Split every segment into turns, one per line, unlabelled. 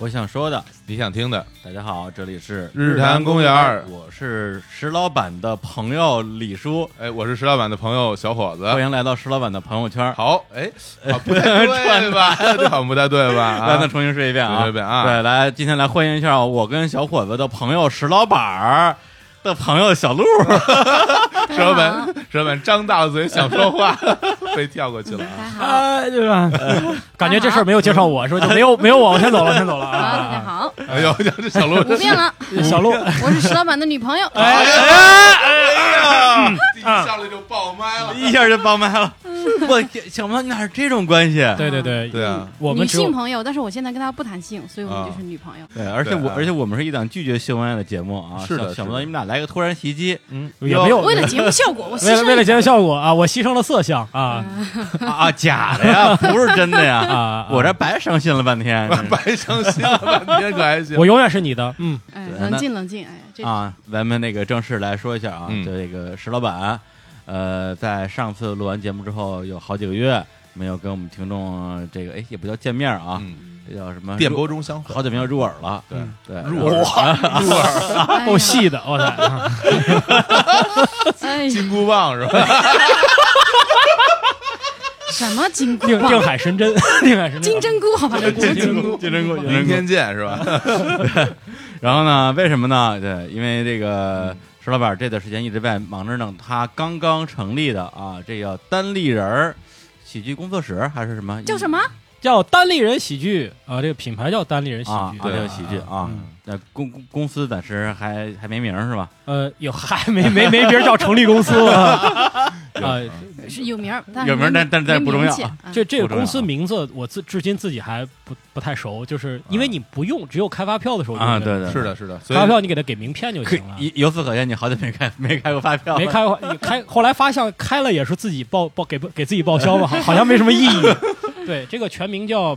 我想说的，
你想听的
大家好，这里是
日坛公园儿
我是石老板的朋友李叔，
哎，我是石老板的朋友小伙子。
欢迎来到石老板的朋友圈。
啊好，哎，好不太对 吧？这好像不太对吧？
来，那
啊，
重新说一遍啊！
重新说一遍啊
对，来，今天来欢迎一下我跟小伙子的朋友石老板儿的朋友 小鹿。
石老板，石老板张大了嘴想说话， 被跳过去了啊。
大家好，
哎，对 吧？感觉这事儿没有介绍我，是吧？就没有没有我，我先走了，我先走了
好，大家
啊！
好，
哎呦，这小鹿，
不变了，
小 鹿，
我是石老板的女朋友。
哎呀，一上来就爆麦了。
一下就爆麦了，我想不到你俩是这种关系。
对对对，
对啊，
我们
女
只有
性朋友，但是我现在跟她不谈性，所以我们就是女朋友。
对，而且我
对啊
而且我们是一档拒绝秀恩爱的节目啊，
是的
想想不
是
到
的
你们俩来个突然袭击
嗯，
也没有
为了节目效果，我牺
哦为了
牲嗯
为了节目
果，
效果啊，我牺牲了色相啊
啊啊，假的呀，不是真的
啊
呀，
啊！
我这白伤心了半天。真是
白伤心了半天，可还行
我？永远是你的，嗯，
哎，
对
冷静冷静，哎，这
啊，咱们那个正式来说一下啊，
嗯
就这个石老板，呃，在上次录完节目之后，有好几个月没有跟我们听众这个，哎，也不叫见面啊，
嗯，
这叫什么
电
入
波中相会，
好久没有入耳了，嗯
对
对，
入耳，入耳，
哎呀
够，细嗯哦的， 啊我操！
哎呀，
金箍棒 是吧？
什么金箍
定定
棒？
海神针， 定海神针，
金针菇，好吧，这不是金
菇，金针菇，
明天见是吧？
然后呢，为什么呢？对，因为这个石老板这段时间一直在忙着弄他刚刚成立的啊，这叫单立人儿喜剧工作室还是什么？
叫什么？
叫单立人喜剧啊，这个品牌叫单立人喜
啊？啊，
剧，
这
对
个喜剧啊
嗯，
那公公公司暂时还还没名儿是吧？
呃，有还没没没别人叫成立公司 了啊，
是有名儿，但是
有名儿
没
但但但
没
不重
名
要
气
啊
啊
这这个
不重要
公司名字我自至今自己还不不太熟，就是因为你不用，只有开发票的时候用
啊，
这
对
个
对，
是的，是的，所
发
以
票你给他给名片就
可
行了。
以啊由此可见，你好久没开 没开过发票了，
没开过也开，后来发现开了也是自己报报给给自己报销嘛，好好像没什么意 义。对，这个全名叫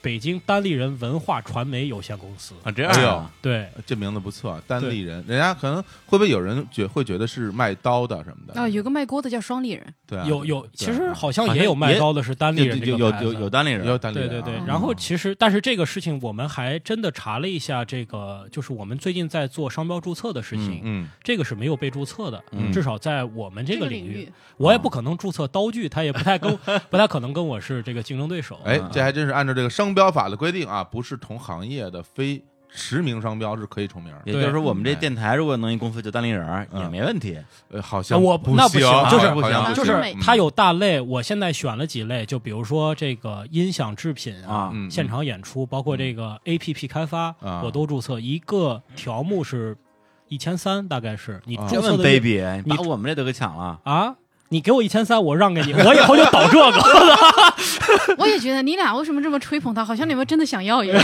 北京单立人文化传媒有限公司。
啊，这样
哎
啊
呦
对，
这名字不错，单立人，人家可能会不会有人觉会觉得是卖刀的什么的？
哦，有个卖锅的叫双立人，
对啊，
有有，其实好
好
像
像
也有卖
也
刀的是单立
有
人这
有
个
有
牌
有
子
有单立人
也有单立
对
人，
对对
啊，
然后其实，但是这个事情我们还真的查了一下，这个就是我们最近在做商标注册的事情，
嗯，
这个是没有被注册的，
嗯
至少在我们这
个
个
领
领域，，我也不可能注册刀具，他也不太跟不太可能跟我是这个竞争对手。啊
哎，这还真是按照这个商标法的规定啊，不是同行业的非实名商标是可以重名儿。
也就是说，我
嗯
们这电台如果能一公司叫单立人儿
嗯
也没问题。
呃，好像
啊我
不
那
行啊
不
好像
行就是
不
不行
行，
就
就是
嗯
美
它有大类，我现在选了几类，就比如说这个音响制品
啊
嗯
现场演出，包括这个 A P P 开发，
啊
我都注册。一个条目是一千三，大概是你
啊
注
这
册
么
的那
baby，你把我们这都给抢了。
啊，你给我一千三，我让给你，我以后就倒这个。
我也觉得你俩为什么这么吹捧他，好像你们真的想要一样。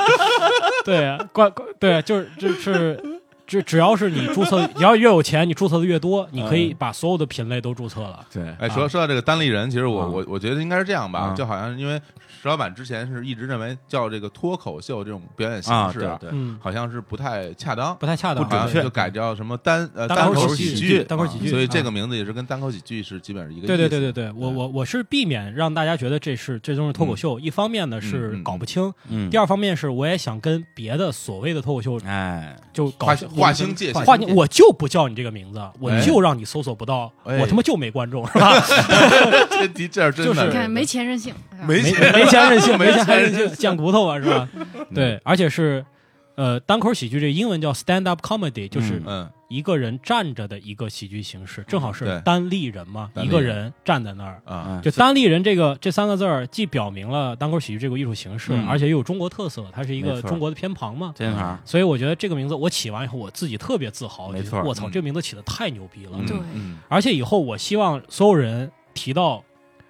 对，啊关关对，就是就是。只只要是你注册，你要越有钱，你注册的越多，你可
嗯
以把所有的品类都注册了。
对，
哎，
啊
说说到这个单立人，其实我
啊
我我觉得应该是这样吧
啊，
就好像因为石老板之前是一直认为叫这个脱口秀这种表演
啊，
形式
对
啊，
对，
嗯，
好像是不太恰当，
不太恰当，啊
不
好像
准确
就改叫什么单呃
单口
口
喜
喜
剧
剧，
单口喜剧
啊所以
啊
这个名字也是跟单口喜剧是基本上一个
对对
意思嗯
对对对，我我我是避免让大家觉得这是这都是脱口秀，一方面呢是搞不清，
嗯
第，二方面是我也想跟别的所谓的脱口秀
哎，
就搞
划清划清界限
划清，我就不叫你这个名字，我就让你搜索不到，
哎
我他妈就没观众是吧？
这的这是真
就是
的，
你看没钱任性，哎呀
没
没
钱
没钱任性，
没
没
钱
钱任
任
性，贱骨头啊是吧？
嗯
对，而且是。呃，单口喜剧这英文叫 stand up comedy，就是
嗯
一个人站着的一个喜剧形式，正好是
对
单立人嘛，
单
一
立
个
人
人站在那儿，
啊
就单立人这个这三个字儿，既表明了单口喜剧这个艺术形式，
嗯
而且又有中国特色，它是一
没
个
错
中国的偏旁嘛。
金牌
所以我觉得这个名字我起完以后，我自己特别自豪，
没
就是
错
我操，
嗯
这个名字起的太牛逼了。
嗯
对
嗯
而且以后我希望所有人提到，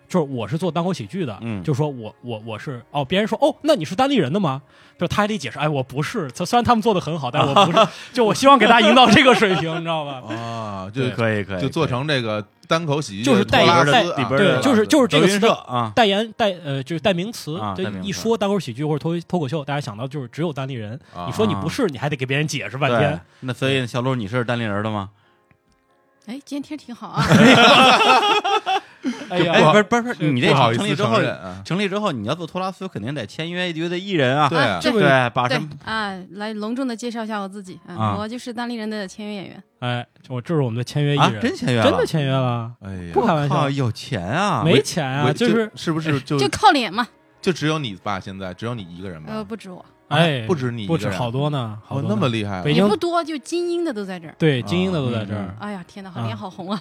就是我是做单口喜剧的，
嗯
就说我我我是哦，别人说哦，那你是单立人的吗？就他还得解释，哎，我不是。他虽然他们做的很好，但我不是。就我希望给大家营造这个水平，你知道吧？
啊，就
对
可以可以，
就做成这个单口喜剧，
就是带
拉
带
丝啊
里边
对，
的
就是就是这
德
个
云
词
社
的
啊，
代言代呃就是代名词，
啊
对
代名词
一说单口喜剧或者脱脱口秀，大家想到就是只有单立人。
啊
你说你不是，你还得给别人解释半
对
天。。
那所以小鹿，你是单立人的吗？
哎，今天天挺好啊，
哎
就
哎，
呀
不，是不是不
这
是，你这
不好意
成立
思
之后
承，认啊。
成立之后你要做托拉斯，肯定得签约一堆的艺人啊，
对
啊
啊
对
这不
对，把什
对
么
啊，来隆重的介绍一下我自己
啊
啊，我就是单立人的签约演员。
哎，我这是我们的签约艺
啊，
人，
真签约了，
真的签约了，
哎呀，
不开玩
靠，
笑，
有钱啊，
没钱啊，
我
就是
是不是就
就靠脸嘛，
就只有你吧？现在只有你一个
嗯
人
呃，
吧？
不止我，
哎，
不止你一
不
个
止
人，
好多呢，好
哦
多
那
呢
么厉害啊，
北
也
京
不多，就精英的都在这儿。
对精英的都在
嗯
这儿
嗯。
哎呀，天哪，
啊
脸好红啊！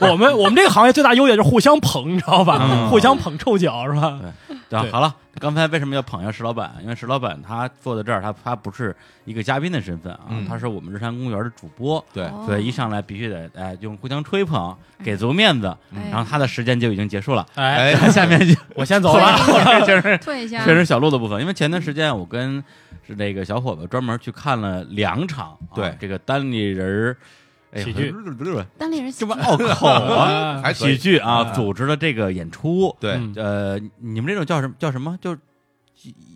我们我们这个行业最大优点就是互相捧，你知道吧？
嗯
互相捧臭脚是吧？
对啊
对
好了，刚才为什么要捧一下石老板？因为石老板他坐在这儿，他他不是一个嘉宾的身份啊，
嗯
他是我们日山公园的主播，
对，
哦嗯
所以一上来必须得哎用互相吹捧，给足面子，
哎
然后他的时间就已经结束了，
哎，
哎
下 面就
我先走了。
就是
退一下，
确实小鹿的部分，因为前段时间我跟是那个小伙子专门去看了两场、啊，
对
这个单立人儿哎
喜剧，
单立人喜
这
剧
不拗口 啊，
啊
还可以
喜剧啊
啊
组织了这个演出，
对
嗯
呃，你们这种叫什么叫什么就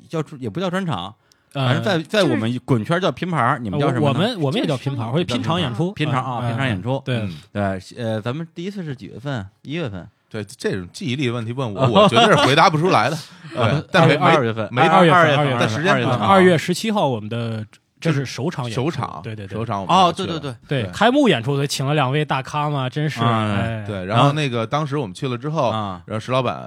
叫出也不叫专场，
呃
反正在在
就是
我们滚圈叫拼盘儿，你们叫什么呢？
我们我们也叫拼盘，会拼场演出，
拼场啊，
嗯
拼场演。出
嗯。对，
嗯
对，呃，咱们第一次是几月份？一月份，
对，这种记忆力问题问我， 我绝对是回答不出来的。
哦
对，但没
啊二
没
月份，
没
二
二
月
月份
份，
但
时间
二月份
不
啊
长
呃二月十七号我们的这
这
是首场演
首
出
场，
对对对
首场我们
哦，
去
对
了
对对，
对
对
开幕演出，所以请了两位大咖嘛，真是
嗯
哎
对，
然
然
后
后那个当时我们去了之后，
啊
然后石老板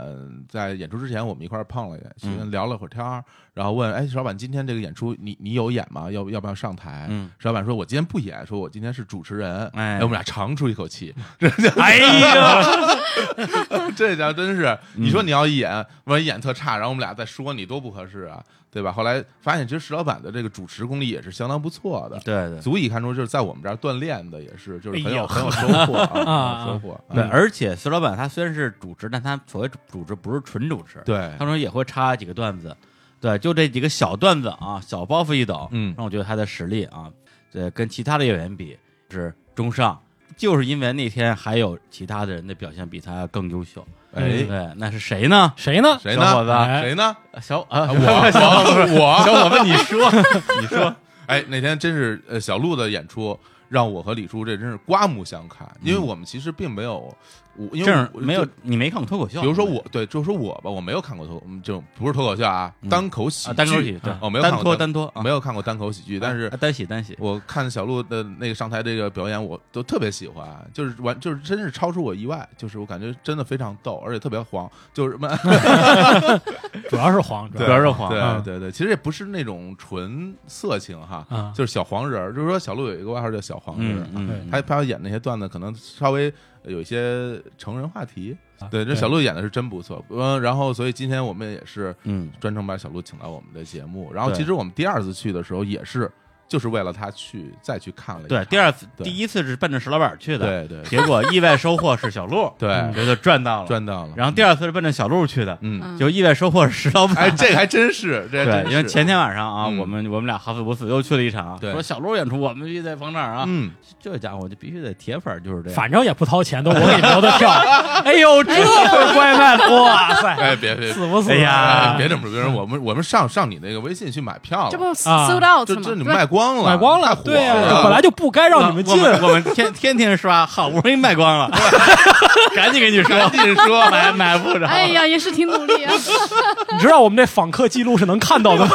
在演出之前，我们一块儿碰了一下，
嗯
聊了会儿天儿，然后问：“哎，石老板，今天这个演出你你有演吗？要要不要上台？”
嗯，
石老板说：“我今天不演，说我今天是主持人。”
哎
我们俩长出一 口气，
哎呀，
这家真是，你说
嗯
你要一演，万一演特差，然后我们俩再说你多不合适啊，对吧？后来发现，其实石老板的这个主持功力也是相当不错的，
对对。
足以看出就是在我们这儿锻炼的也是，就是很
哎
有
呦
很有收获啊，
啊
很有收获。
对，
嗯
而且石老板他虽然是主持，但他所谓主持不是纯主持，
对，
他说也会插几个段子，对，就这几个小段子啊，小包袱一抖，
嗯
让我觉得他的实力啊，呃，跟其他的演员比是中上，就是因为那天还有其他的人的表现比他更优秀，
哎，
对，那是谁呢？
谁呢？
谁
小伙
呢？
子，
哎
谁呢？
小啊，
我 我
小伙子， 你说，
我，你说，哎，那天真是呃，小鹿的演出让我和李叔这真是刮目相看，因为我们其实并没有，我因为
正
我
嗯没有
就
你没看过脱口秀，啊
比如说我对，就说我吧，我没有看过脱，嗯就不是脱口秀啊，
嗯
单口喜
啊，
剧，
单口喜对
哦，没有
单
看
脱
过
单脱啊，
没有看过单口喜剧，但是
啊单喜单喜，
我看小鹿的那个上台这个表演，我都特别喜欢，就是完就是真是超出我意外，就是我感觉真的非常逗，而且特别黄，就是 什么。
主要是黄，主
对
要
不要热黄
啊
对对对，其实也不是那种纯色情哈，
啊
就是小黄人儿。就是说，小鹿有一个外号叫小黄人儿
嗯
啊，
嗯，
他他演那些段子可能稍微有一些成人话题。
啊
对，这小鹿演的是真不错。嗯，然后所以今天我们也是
嗯
专程把小鹿请到我们的节目。然后
对
其实我们第二次去的时候也是，就是为了他去再去看了一
对，
场
第二次
对
第一次是奔着石老板去的，
对对
结果意外收获是小鹿，
对，
觉得赚到了，
赚到了。
然后第
二，
二次是奔着小鹿去的，
嗯，
嗯
就意外收获是石老板。
哎，这个还真是，这还
对
真，是
因为前天晚上啊，
嗯
我们我们俩哈弗伯斯又去了一场，
对
说小鹿演出，我们必须得捧场啊！
嗯，
这家伙就必须得铁粉，就是这样。
反正也不掏钱，都我给你们留的票。哎呦，这回乖卖的，哇塞，
哎， 别别
死不死？啊
哎呀
哎别这么说，别这么说，我们我们上上你那个微信去买票了，
这不
啊
sold out
这
吗？
这你
对吧
卖 光了，
买光
太
了，
火
对呀、
了
本来就不该让你们进
我。 我们天天天刷，好不容易卖光了，赶紧跟你说，
赶紧说
买买不着。
哎呀，也是挺努力 啊。
你知道我们这访客记录是能看到的吗？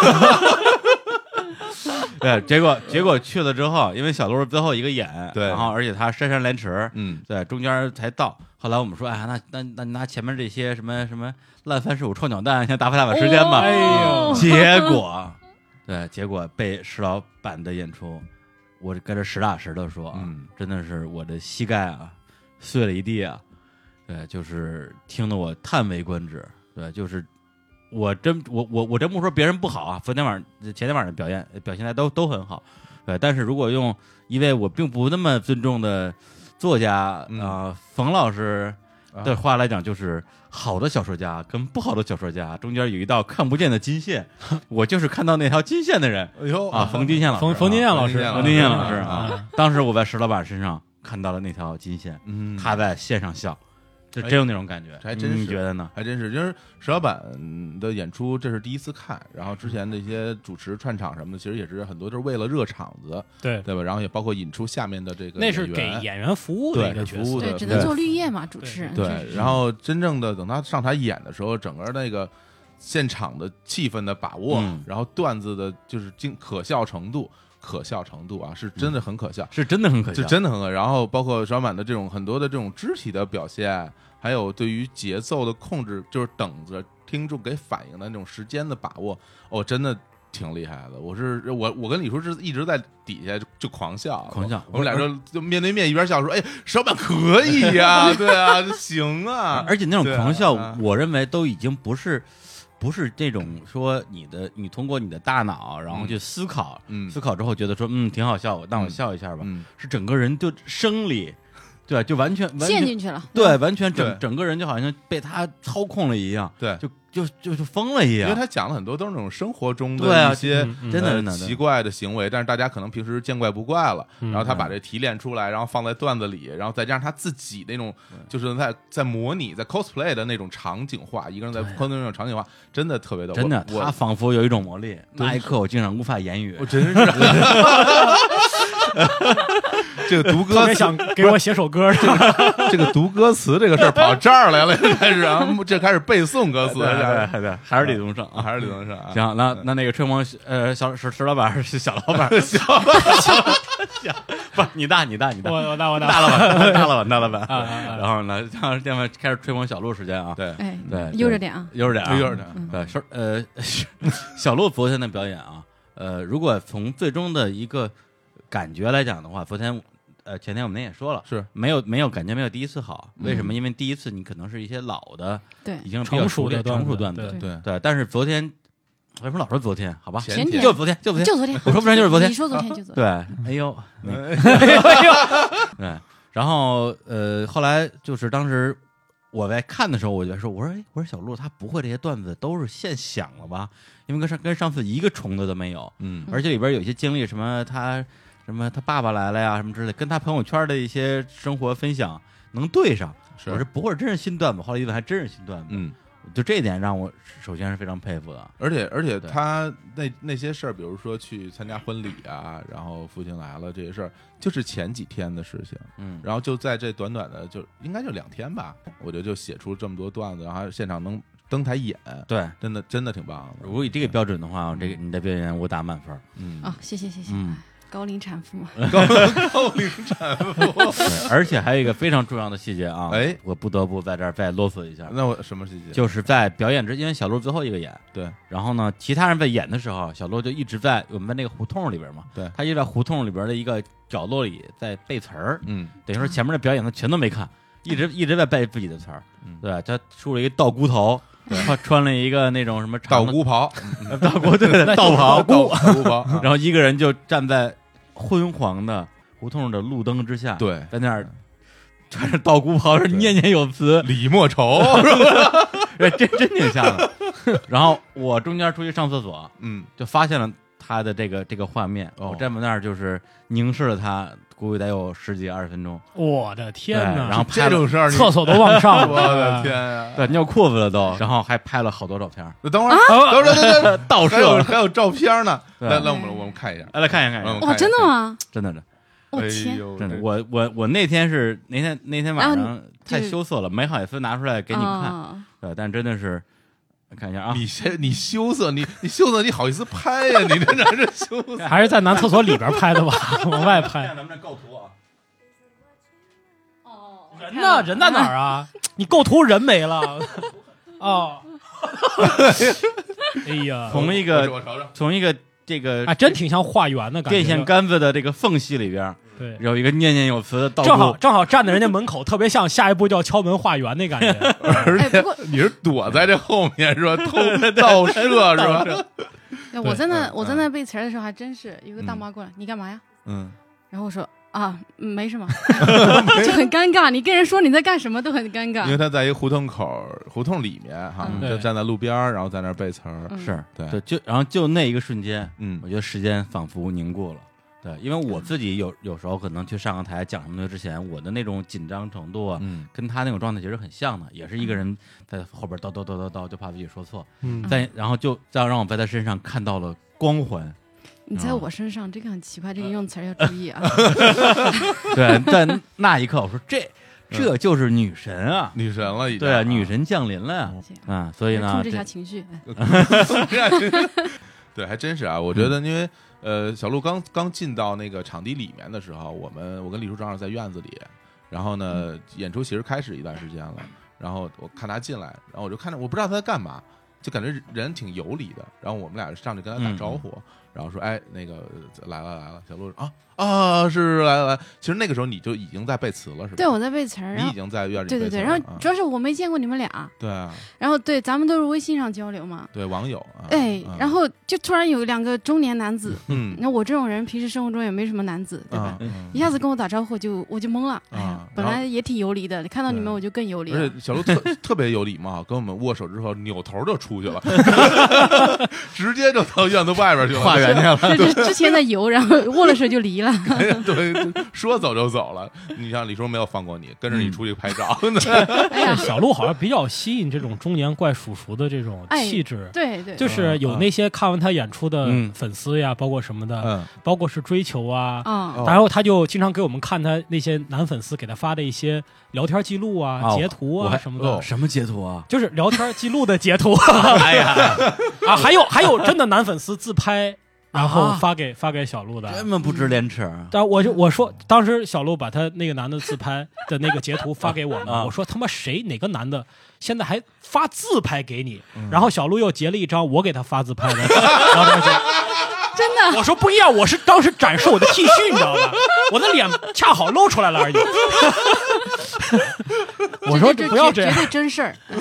对，结果结果去了之后，因为小鹿最后一个演，
对
然后而且他姗姗来迟，
嗯，
对，中间才到。后来我们说，哎呀，那那那你拿前面这些什么什么烂番薯、臭鸟蛋，先打发打发时间吧。
哎呦
结果，对，结果被石老板的演出，我跟这实打实的说啊，
嗯
真的是我的膝盖啊碎了一地啊，对，就是听得我叹为观止，对，就是我真我我我真不说别人不好啊，昨天晚上前天晚上表演表现的都都很好，对，但是如果用一位我并不那么尊重的作家啊、
嗯
呃冯老师。
啊
的话来讲，就是好的小说家跟不好的小说家中间有一道看不见的金线， 我就是看到那条金线的人
哎呦
啊，冯金燕老师啊，
冯冯金燕老师，
冯
冯
金燕
燕
老师
啊
啊，当时我在石老板身上看到了那条金线，
嗯，哎
他在线上笑，这真有那种感觉，嗯
还真是
你觉得呢？
还真是，就是石老板的演出，这是第一次看，然后之前那些主持串场什么的，其实也是很多都是为了热场子，
对，
对吧？然后也包括引出下面的这个
那是给
演员
演员服务的一个角
对服
色
务。
对，
的
只
对
能做绿叶嘛，主持人。
对，然后真正的等他上台演的时候，整个那个现场的气氛的把握，
嗯
然后段子的就是经可笑程度，可笑程度啊，是真的很可笑。
是真的很可
是
笑，
真的很恶然后包括小满的这种很多的这种肢体的表现，还有对于节奏的控制，就是等着听众给反应的那种时间的把握，哦，真的挺厉害的。我是我我跟李叔是一直在底下就就狂笑，
狂笑
我们俩就就面对面一边笑说，哎，小满可以呀、对啊，行啊，
而且那种
对啊
狂笑
啊，
我认为都已经不是。不是这种说你的，你通过你的大脑，然后去思考，
嗯
思考之后觉得说，嗯，挺好笑，我那我
嗯
笑一下吧，
嗯，
是整个人就生理，对吧？就完全完
陷
全
进去了。
对，完全整
对
整个人就好像被他操控了一样，
对，
就就就就疯了一
因为
样，
他讲了很多都是那种生活中
对
的
啊
一些。
嗯嗯
真的
呃
真的真的
奇怪的啊行为，但是大家可能平时见怪不怪了。
嗯
然后他把这提炼出来，然后放在段子里，然后再加上他自己那种就是在在模拟在 cosplay 的那种场景化，一个人在 cosplay 那种场景化，真的特别逗。
真的，
我
他仿佛有一种魔力，
真
那一
是
刻我竟然无法言语
我我，真是 这个读
特
歌
别
词，
想给我写首歌，这个
这个读歌词这个事儿跑这儿 来了，开始啊，这开始背诵歌词，
对对
是
对对，还是李宗盛
吧
啊。
啊还是李宗盛啊？
行，那那那个吹风，呃，小石石老板还是小老板，小小 不，你大你大你大
我我那我
大
那
老板大老板大老板，
啊啊
然后呢，然后现在开始吹风小鹿时间啊，
对，
哎，
对，
悠着点啊。
悠着点啊，
悠着点
嗯
对，是呃， 是小鹿昨天的表演啊，呃，如果从最终的一个感觉来讲的话，昨天呃前天我们也说了，
是
没有没有感觉没有第一次好，为什么？因为第一次你可能是一些老的，
对
已经比较
成熟的
练成熟段
子
子，
对，
对。但是昨天为什么老说昨天？好吧，
前
前
天
天
就昨天，就昨天，
就昨天，
我说不然就是昨天
你说昨天就昨天。
对， 哎呦， 哎对，然后呃，后来就是当时我在看的时候，我就说，我说，哎，我说小鹿他不会这些段子都是现想了吧？因为跟上跟上次一个重的都没有，
嗯
而且里边有些经历，什么他什么他爸爸来了呀，什么之类，跟他朋友圈的一些生活分享能对上。
是
我说不会真是新段子，后来一问还真是新段子，
嗯。
就这一点让我首先是非常佩服的。
而且而且
对
他那那些事儿，比如说去参加婚礼啊，然后父亲来了这些事儿，就是前几天的事情。
嗯，
然后就在这短短的就应该就两天吧，我觉得就写出这么多段子，然后还现场能登台演，
对，
真的真的挺棒的。
如果以这个标准的话，我这个你的表演我打满分儿。
嗯
啊，谢谢谢谢。
嗯，
高龄产妇嘛，
对而且还有一个非常重要的细节啊，
哎
我不得不在这儿再啰嗦一下，
那我什么细节？
就是在表演之，因为小鹿最后一个演，
对，
然后呢，其他人在演的时候，小鹿就一直在我们在那个胡同里边嘛，
对
他就在胡同里边的一个角落里在背词儿，
嗯，
等于说前面的表演他全都没看，一直一直在背自己的词儿
嗯，
对，他梳了一个倒箍头，穿穿了一个那种什么
道
长的
姑袍，
倒箍对 的倒袍，
道道姑袍，啊
然后一个人就站在昏黄的胡同的路灯之下，
对，
在那儿穿着道姑袍， 是念念有 词，
李莫愁，
哎真真挺像 的。然后我中间出去上厕所，
嗯，
就发现了他的这个这个画面，
哦
我站在那儿就是凝视了他，估计得有十几二十分钟，
我的天
对
哪！
然后
这
拍了。
种事儿，你
厕所都往上
我的
了，啊
天呀！
对，尿裤子了都，然后还拍了好多照片儿，哎
那等会儿，等会儿，等会儿，
倒
还有
射。
还有照片呢，
对
来来，我们我们看一下，
哎，来看一眼，看一
嗯
眼，
哇，
看一下
哦真的吗？
真的，真的
我
哎
哦天，
呦
真的，
这
我我我那天是那天那天晚
然后
上太羞涩了，没好意思拿出来给你们看，
啊
对，但真的是看一下啊，
你先，你羞涩，你你羞涩，你好意思拍呀、你这哪是羞涩？
还是在男厕所里边拍的吧，往外 拍。
咱们这构图啊，
人呢？人在哪儿啊？你构图人没了。哦，哎呀，
从一
我
个
我瞅瞅，
从一个这个
啊，真挺像化缘的感觉。
电线杆子的这个缝隙里边，
对，
有一个念念有词的倒
正好
钩，
正好站在人家门口，特别像下一步就要敲门化缘那感觉。
而
哎
且
不过
你是躲在这后面是吧？偷倒射是吧？
哎我在那
嗯
我在那背词儿的时候，还真是有个大
嗯
妈过来，你干嘛呀？
嗯，
然后我说啊，嗯没 什么，就很尴尬。你跟人说你在干什么都很尴
因为
尬。
他在一个胡同口，胡同里面哈，
啊嗯
就
对
站在路边儿，然后在那儿背词儿，
嗯
是
对
对，就然后就那一个瞬间，
嗯
我觉得时间仿佛凝固了，对，因为我自己有有时候可能去上个台讲什么的之前，我的那种紧张程度啊，
嗯，
跟他那种状态其实很像的，也是一个人在后边叨叨叨叨叨，就怕自己说错，
嗯
但然后就再让我在他身上看到了光 环。
你
啊
在我身上，这个很奇怪，
呃
这个用词儿要注意 啊。
对，在那一刻我说这
嗯
这就是女神啊，
女神了已经，
对啊，女，神降临了呀
哦
这样
啊，所以呢
控制，一下
这
情绪，哎
对，还真是啊。我觉
嗯
得，因为呃，小鹿刚刚进到那个场地里面的时候，我们我跟李叔正好在院子里，然后呢，
嗯
演出其实开始一段时间了，然后我看他进来，然后我就看着，我不知道他在干嘛。就感觉人挺有理的，然后我们俩上去跟
嗯
他打招呼，然后说：“哎，那个来了来了。”小鹿说：“啊啊，是是来了来了。”其实那个时候你就已经在背词了，是吧？
对，我在背词儿，然
你已
后
经在院里
对
背
对
词
对，
了
然
啊
后主要是我没见过你们俩，
对啊，
然后对，咱们都是微信上交流嘛，
对网友啊，
哎
嗯，
然后就突然有两个中年 男子，
嗯，
那我这种人平时生活中也没什么男子，对吧？
啊嗯
一下子跟我打招呼就我就懵了，哎呀
啊，
本
然后
来也挺游离的，看到你们
对
我就更游离
而
了。
且小鹿特 特别有礼貌，啊跟我们握手之后扭头就出去 了，直接就到院子外边去了，
化缘去了。
这是之前在游，然后握了手就离了，
对，说走就走了。你像李叔没有放过你，跟着
嗯
你出去拍照，
哎呀，
小鹿好像比较吸引这种中年怪叔叔的这种
哎
气质。
对对，
就是有那些看完他演出的
嗯
粉丝呀，包括什么的，
嗯，
包括是追求啊，
啊
哦
然后他就经常给我们看他那些男粉丝给他发的一些聊天记录啊、
哦
截图
我
啊
还
什么的
哦，
什么截图啊？
就是聊天记录的截图。哎呀， 啊，还有还有真的男粉丝自拍，然后
啊
发给发给小鹿
这
的。
么不知廉耻啊！
但我就我说，当时小鹿把他那个男的自拍的那个截图发给我们，
啊
我说他妈谁哪个男的现在还发自拍给你？然后小鹿又截了一张我给他发自拍的聊天记录。
真的
我说不一样，我是当时展示我的 T 恤，你知道吧？我的脸恰好露出来了而已。我说
这
不要
这
这样
绝，对真事儿，嗯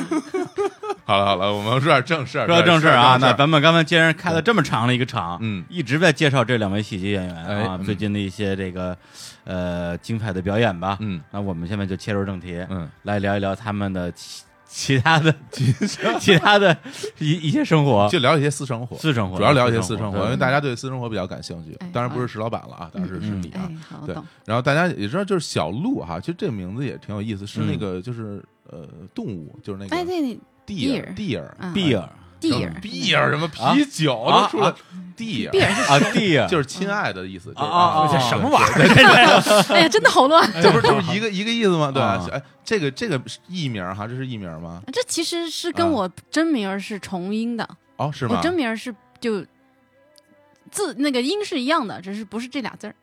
好了好了，我们说点正事儿，
说到正
事
事儿啊，那
咱
咱们刚才既然开了这么长的一个场，
嗯
一直在介绍这两位喜剧演员啊，
哎嗯
最近的一些这个呃精彩的表演吧。
嗯
那我们现在就切入正题，
嗯，
来聊一聊他们的其其他的其他的一一些生活，
就聊一些私生活，
私生活，
主要聊一些私生活，因
对
为大家对私生活比较感兴趣
哎。
当然不是石老板了啊，当然是是
嗯
你啊
哎。，好
对
懂，
然后大家也知道，就是小鹿哈，其实这个名字也挺有意思，是那
嗯
个就是呃动物，就是那
哎
个
对，
地儿
，deer
地儿
嗯
碧尔
地儿
碧尔什么
啊
啤酒
啊
都出来，地
地
儿
儿
啊，地尔
就是亲爱的意思，就是
啊啊啊
这
啊
什么啊玩意儿？
是，哎呀，真的好乱，
这不是就是一个一个意思吗？对吧
啊？
哎，这个这个艺名哈，这是艺名吗？
这其实是
嗯
跟我真名儿是重音的，
哦，是
我
吗？
真名儿是就字那个音是一样的，只是不是这俩字儿。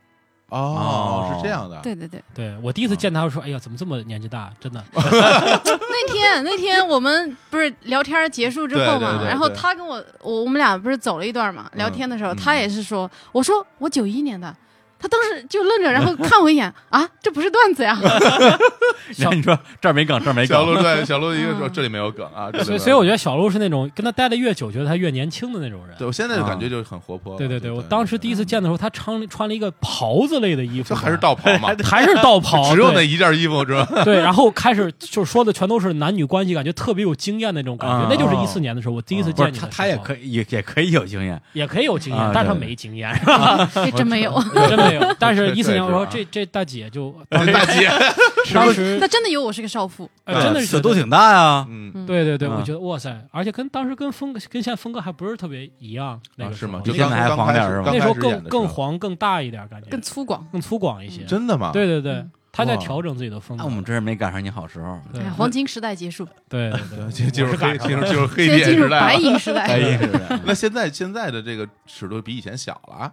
哦，是这样
啊
的。
对对对，
对我第一次见他，我说：“哎呀，怎么这么年纪大？真的，
那天那天我们不是聊天儿结束之
对
后
对
嘛，
对
然后
对
他跟我我我们俩不是走了一段嘛，聊
嗯
天的时候、
嗯
他也是说，我说我九一年的。他当时就愣着，然后看我一眼啊，这不是段子 呀！
然后你说这儿没梗，这儿啊没
小鹿
梗，
对小鹿一个说
嗯
这里没有梗啊，
所以所以我觉
得，
得小鹿是那种跟他待的越久，觉得他越年轻的那种人。
对我现在就感觉啊就是很活泼了。
啊对对
对，
对，我当时第一次见的时候，他穿穿了一个袍子类的衣服，
这还是道袍嘛，
还是道 袍，
只有那
对
一件衣服，知道 吗？
对，然后开始就说的全都是男女关系，感觉特别有经验的那种感
啊
觉。那就是一四年的时候，我
啊
第一次
不
见
是
你
他
的时候。
他也可
以
以也也可以有经验，
也可以有经验
啊，
但是他
对
没经验，
哎真没有，
真没有。但是，
对
一四年我说
对
这这大姐就
大姐，
当时
那真的有我是个少妇。
哎
呃真的是
尺度
觉得
挺大呀。
嗯，
对对对，
啊
我觉得哇塞，而且跟当时跟峰哥跟现在峰哥还不是特别一样，那
啊
个
是吗？
时
就
候
现
刚
在还
刚
黄
开
点
始
儿是吗
刚
那
开
时候
始演
更
的
更
时候，
黄更大一点，感觉
更粗犷。
更粗犷一些。
真的吗？啊
对对对
嗯，
他在
哇
调整自己的风
那
格
我。们真是没赶上你好时候，
对
哎，黄金时代结束，
对对
对，
对，
进进
我
入
是
黑
赶上
进入
了
进入黑
现在
夜
进入
时代
白
了。
银时代。
哎，
那现在现在的这个尺度比以前小了，啊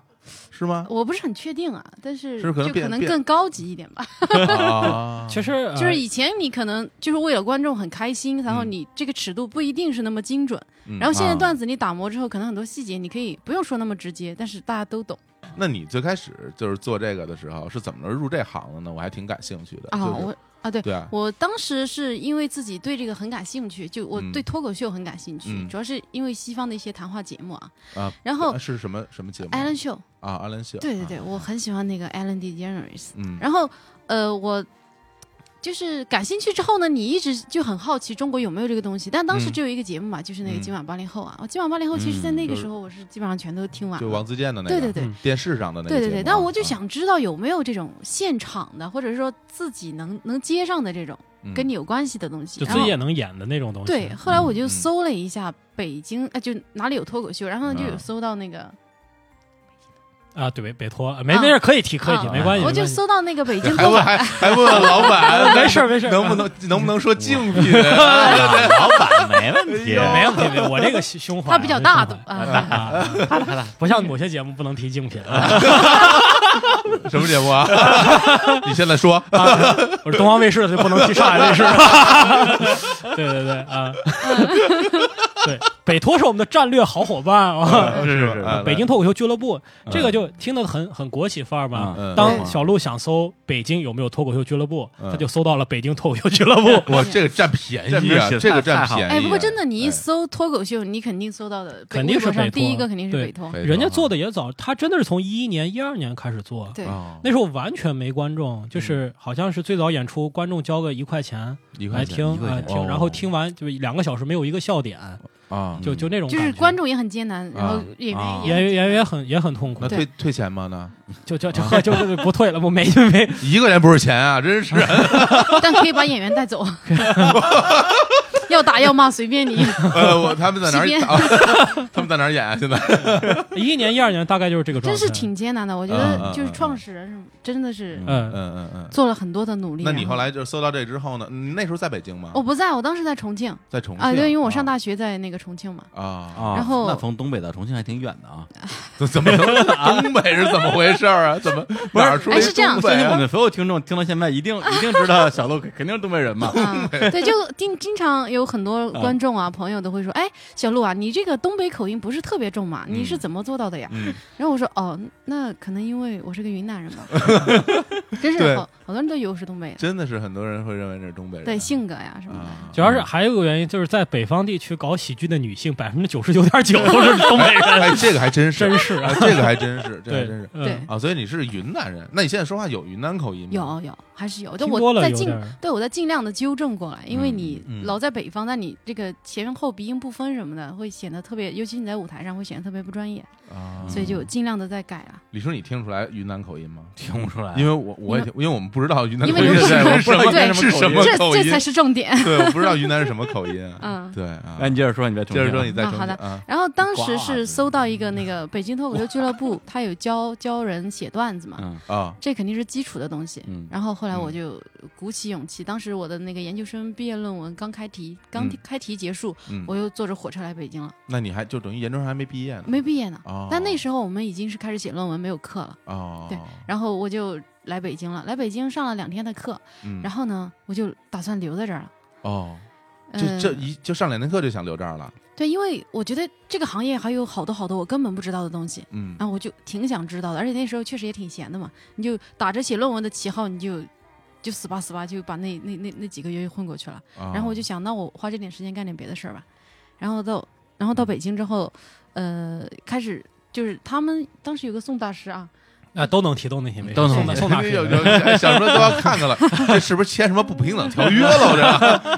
是 吗？
我不是很确定啊，但是
是
就
可能变
可能
变
更高级一点吧。
啊
其实呃
就是以前你可能就是为了观众很开心，然后
嗯
你这个尺度不一定是那么精准。
嗯
然后现在
啊
段子你打磨之后，可能很多细节你可以不用说那么直接，但是大家都懂
那你最开始就是做这个的时候是怎么入这行的呢？我还挺感兴趣的
啊。
就是
我啊，对
对啊，
我当时是因为自己对这个很感兴趣，就我
嗯
对脱口秀很感兴趣，
嗯
主要是因为西方的一些谈话节目啊。
啊
然后
啊是什么什么节目
Alan Show，
啊？嗯阿兰秀，
对对
啊
对，我很喜欢那个 Alan DeGeneres。
嗯
然后呃，我就是感兴趣之后呢，你一直就很好奇中国有没有这个东西。但当时
嗯
只有一个节目嘛，就是那个
嗯
今晚八零后啊。我今晚八零后，其实在
嗯
那个
就是
时候我是基本上全都听完
就
了。
王自健的那个，
对对对
嗯。
电视上的那个
对
节
对
目啊。
对，但我就
啊，
想知道有没有这种现场的，或者说自己能能接上的这种
嗯
跟你有关系的东西。
就
然
自
后
己也能演的那种东西。
对，后来我
嗯
就
嗯
搜了一下北京，呃，就哪里有脱口秀，然后呢就有
嗯
搜到那 个，
啊，对，委托，没没事，可以提，可以提，
啊
没关系。
我
没
就
关系
搜到那 个北京
还
脱口
问还还问问老 板，
没 事儿没事儿
能不能能不能说竞品？啊
老板没问题，
没问题，没问题我这个胸胸怀啊
他比较大度
这
啊
胸 怀啊，大大，不像某些节目不能提竞品啊。
什么节目 啊？你现在说，
啊，我是东方卫视的，就不能提上海卫视。啊 对对对 啊，对，北托是我们的战略好伙伴啊。
是
是
吧
是
啊
北京脱口秀俱乐部，这个
嗯
就听得很很国企范儿嘛。
嗯
当小鹿想搜北京有没有脱口秀俱乐部，
嗯
他就搜到了北京脱口秀俱乐部。
我这个占便
这
宜
名
啊
儿，写
这个
得
占
太好
便宜啊。
哎，不过真的，你一
哎
搜脱口秀，你肯定搜到的，
肯定是
微博上
北托
第一个肯定是
对
北托，
非常
人家
好
做的也早，他真的是从一一年、一二年开始做，
对，
哦
那时候完全没观众，就是好像是最早演出，观众交个一块钱
一块
来
钱
听
一块
啊
钱
听，然后听完就两个小时没有一个笑点，
啊，
嗯
就就那种
就是
感觉
观众也很艰难，然后
啊
演
啊
员
演
也
员演员也很也很痛苦
那，
对
退退钱吗？那
就就就就就不退了，不没没
一个人不是钱啊，真 是
很，但可以把演员 带走，要打要骂随便你。
呃，我他们在哪
时间
儿？啊 他们在哪儿演啊？现在
一一年一二年大概就是这个状
真
态，
是挺艰难的。我觉
嗯嗯
得
嗯
就是
嗯
创始人是真的是
嗯
嗯
嗯嗯。
做了很多的努力。
那你
然
后来就搜到这之后呢？你那时候在北京吗？
我不在，我当时在重庆
在重庆
哦啊，对，因为我上
啊
大学在那个重 庆嘛。
啊，
啊
然后
那从东北到重庆还挺远的啊，
怎怎么能东北是怎么回事儿啊？怎么哪儿出来
哎是这样
东
我相
北
信我
啊？
们所有听众听到现在，一定一定知道小鹿肯肯定是东北人嘛。
啊，对，就经经常有很多观众啊、朋友都会说，哎，小鹿啊，你这个东北口音不是特别重嘛，你是
嗯
怎么做到的呀？
嗯，
然后我说，哦，那可能因为我是个云南 人吧，真
对
是好好多人都以为我是东北的，
真的是很多人会认为这是东北人。
对性格呀什么的。
啊，
主要是还有一个原因，就是在北方地区搞喜剧的女性，百分之九十九点九都是东北人，
哎，这个还真是，
真是
啊
啊，，
这个还真是，这个还
对嗯
真是
对
啊。所以你是云南人，那你现在说话有云南口音吗？
有有还是有，
听
但
多
我
了
在
有
尽
点儿
对我在尽量的纠正过来，因为
嗯
你
嗯
老在北方，但你这个前后鼻音不分什么的，会显得特别，尤其你在舞台上会显得特别不专业，
啊，
所以就尽量的在改 了。
李叔，你听出来云南口音吗？
听不出来，
因为我我也
啊因
因为我们不知道云南
因
口
为
音
你
是
们
什么
不知道
口音
对
是什么
这
口
这
音
才，是重点。
对，我不知道云南是什么口音啊。
嗯
对啊
哎，。你接着说，你别重
接着说
听
你
了
再
啊
重
好的
新啊，
然后当时
瓜子
是搜到一个那
嗯
个北京脱口秀俱 乐部，他有教教人写段子嘛，
嗯
啊
这肯定是基础的东西。
嗯
然后后来我
嗯
就鼓起勇气，当时我的那个研究生毕业论文刚开题，刚
嗯
开题结束，
嗯，
我又坐着火车来北京了，
那你还就等于研究生还没毕业呢，
没毕业呢。
哦
但那时候我们已经是开始写论文，没有课了。
哦，
对，然后我就来北京了，来北京上了两天的课，
嗯，
然后呢，我就打算留在这儿了。
哦，就
嗯，
这一就上两天课就想留这儿了，
对，因为我觉得这个行业还有好多好多我根本不知道的东西，
嗯
啊，我就挺想知道的，而且那时候确实也挺闲的嘛，你就打着写论文的旗号，你就就死吧死吧就把那那那那几个月混过去了。
哦
然后我就想，那我花这点时间干点别的事儿吧。然后到
嗯
然后到北京之后，呃，开始就是他们当时有个宋大师啊，
啊都能提，都能提，没事
都能提
送大送大
有
师，
有 想说都要看看了，这是不是签什么不平等条约了？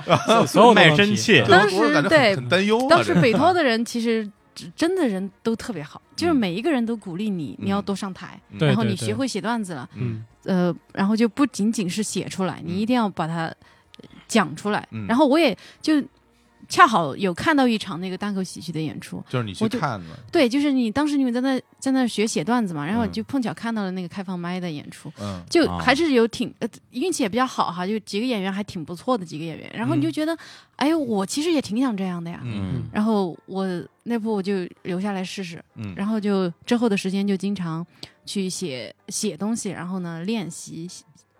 我 这
所有都能
卖身
提
契
对
对
当
我我
时
感觉
对
很很担忧啊，
当时
这
北托的人其实只真的人都特别好，就是
嗯
每一个人都鼓励你，你要
嗯
多上台，
对
然后你学会写段子了，
嗯
嗯，
呃，然后就不仅仅是写出来，
嗯
你一定要把它呃讲出来。
嗯
然后我也就恰好有看到一场那个单口喜剧的演出，
就是你去
我就
看了，
对，就是你当时你们在那在那学写段子嘛，然后
嗯
就碰巧看到了那个开放麦的演出。
嗯
就
啊
还是有挺、呃运气也比较好哈，就几个演员还挺不错的几个演员，然后你就
嗯
觉得，哎呦，我其实也挺想这样的呀。
嗯
然后我那部我就留下来试试，
嗯
然后就之后的时间就经常去写写东西，然后呢练习。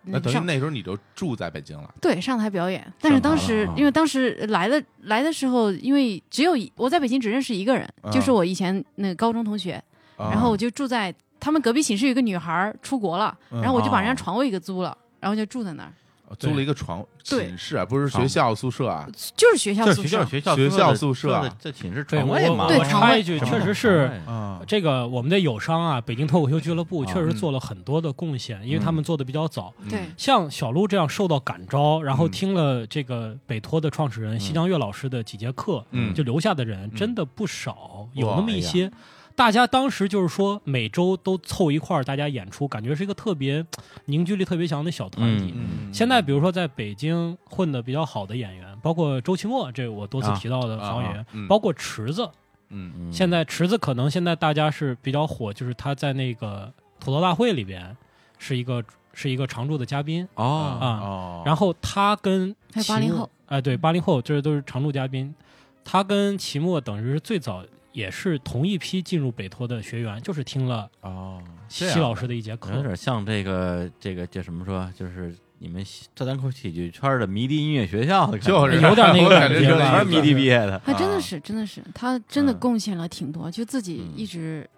那
嗯
等于
上
那时候你就住在北京了，
对上台表演，但是当时
啊
因为当时来的来的时候，因为只有一我在北京只认识一个人，
啊
就是我以前那个高中同学，
啊
然后我就住在他们隔壁寝室有一个女孩儿出国了，
嗯
然后我就把人家
哦
床位给租了，然后就住在那儿。
租了一个床
对
寝室啊，不是学校宿舍啊，
就是学校
就是
宿
学校
舍，
学校
学校宿
宿
舍
的这寝室
对
床
我
位嘛，
我
对
我
床
插
位
一句，
什么
确实
床
是呃
位
啊，
这个我们的友商啊，北京脱口秀俱乐部
啊
确实
嗯
做了很多的贡献，因为他们做的比较早。
对
像小鹿这样受到感召，然后
嗯
听了这个北托的创始人西江月老师的几节课，
嗯
就留下的人真的不少，有
哇哎
那么一些。大家当时就是说每周都凑一块儿，大家演出，感觉是一个特别凝聚力特别强的小团体。
嗯，
现在比如说在北京混的比较好的演员，包括周奇墨，这我多次提到的好演员，
啊啊嗯
包括池子，
嗯
嗯
现在池子可能现在大家是比较火，就是他在那个吐槽大会里边是一个是一个常驻的嘉宾，
哦
啊
哦，
然后他跟
还有
齐
80
墨
后，
哎、对，八零后这都是常驻嘉宾，他跟齐墨等于是最早也是同一批进入北托的学员，就是听了
哦，
西
这样
老师的一节课，
有点像这个这个叫什么说，就是你们西特单口喜剧圈的迷笛音乐学校的感觉，
就是
有点那 个
我感觉
感觉
这
全
个
吧
是
意思
迷笛毕业的，
还真
啊
的是，真的是，他真的
嗯
贡献了挺多，就自己
嗯
一直，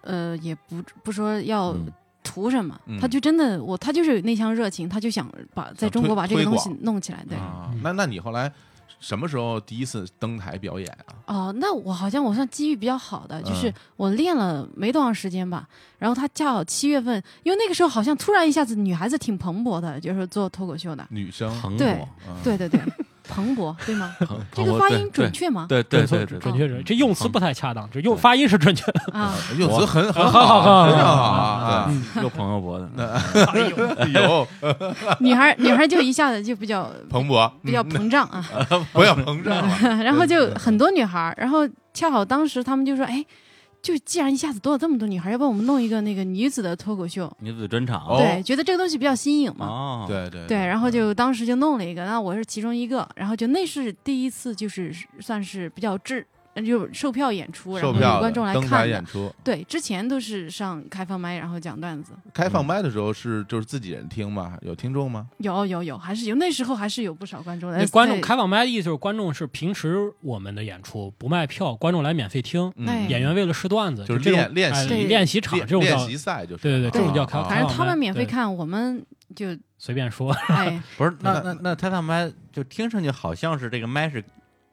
呃，也不不说要
嗯
图什么，
嗯
他就真的我，他就是有那腔热情，他就想把在
想
中国
推
把这个
推
东西
广
弄起来，对。
啊
嗯
那那你后来什么时候第一次登台表演啊？
哦，那我好像我算机遇比较好的，就是
嗯
我练了没多长时间吧，然后他恰好七月份，因为那个时候好像突然一下子女孩子挺蓬勃的，就是做脱口秀的，
女生，
彭
对
博，
嗯，
对对对，蓬勃对 吗？
彭
这
彭
个
博
发
对
音准确吗？
对对
准
对
确
对，
准确准确，这用词
嗯
不太恰当，这用发音是准确的。
啊，
用词很
好
很
好好
非常
好
好啊，
嗯 又朋友 博的，
嗯
对 有
女孩女孩就一下子就比较
彭博，
比较
嗯
膨胀啊，
不要膨胀 了，
然后就很多女孩儿，然后恰好当时他们就说，哎，就既然一下子多了这么多女孩儿，要不我们弄一个那个女子的脱口秀？
女子专场
哦
对，觉得这个东西比较新颖嘛。
哦，
对对
对，然后就当时就弄了一个，那我是其中一个，然后就那是第一次，就是算是比较质，就售票演出，然
嗯售
后
票
有
的
观众来
登台
看的
演。出，
对，之前都是上开放麦，然后讲段子，
开放麦的时候是就是自己人听吗？有听众吗？
有有有，还是有那时候还是有不少观众的
那。观众
对
开放麦的意思就是观众是平时我们的演出不卖票，观众来免费听，
哎
演员为了试段子，
嗯就是
这种
练练习
哎练习场
练
这种
练
叫
习赛就是，
对对对这种叫开
啊
反正他们
哦
免费
对
看，我们就
随便说，
哎
不是那
那
那那开放麦就听上去好像是这个麦是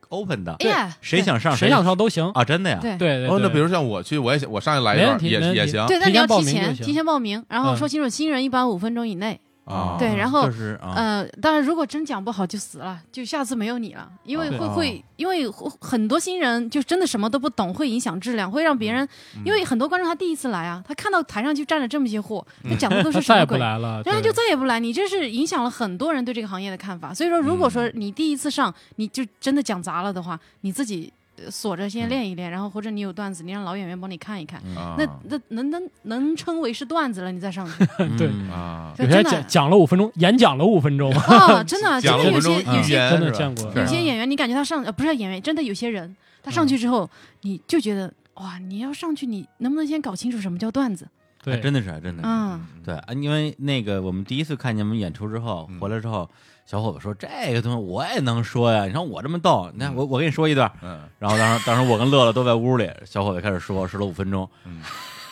open 的，
哎呀，
谁
对
想上
谁想上都行。
啊？真的呀？
对
对对
哦，那
对
比如像我去，我也想我上去来一
没
段
问题
也
没问题
也行
对，但
啊提
你要
前报
提
名就
前
行
提前报名，然后
嗯
说清楚新人一般五分钟以内。
啊，
哦
对然后
就是啊，
呃，当然如果真讲不好就死了，就下次没有你了，因为
啊对
会会因为会很多新人就真的什么都不懂，会影响质量，会让别人
嗯
因为很多观众他第一次来啊，他看到台上就站着这么些货，他 讲的都
嗯他
是什
再
么
也不
鬼？
来了，
然后
对
就再也不来，你这是影响了很多人对这个行业的看法。所以说，如果
嗯
说你第一次上，你就真的讲砸了的话，你自己呃锁着先
嗯
练一练，然后或者你有段子，你让老演员帮你看一看，
啊
那那能能能称为是段子了，你再上去，
对
嗯
啊，
就
有些人
真的
讲讲了五分钟，演讲了五分 钟，
啊，真的真
讲
的
了五分
有
钟嗯
些有
预
些
言
真的
是吧
见过
是
有些演员，你感觉他上呃不是演员，真的有些人他上去之后，你就觉得哇，你要上去，你能不能先搞清楚什么叫段子？
还
对，
哎真的是，还真的是。
嗯，
对，啊因为那个我们第一次看你们演出之后，
嗯
回来之后，小伙子说这个东西我也能说呀。你看我这么逗，你看我我跟你说一段。
嗯
然后当时当时我跟乐乐都在屋里，小伙子开始说，说了五分钟。
嗯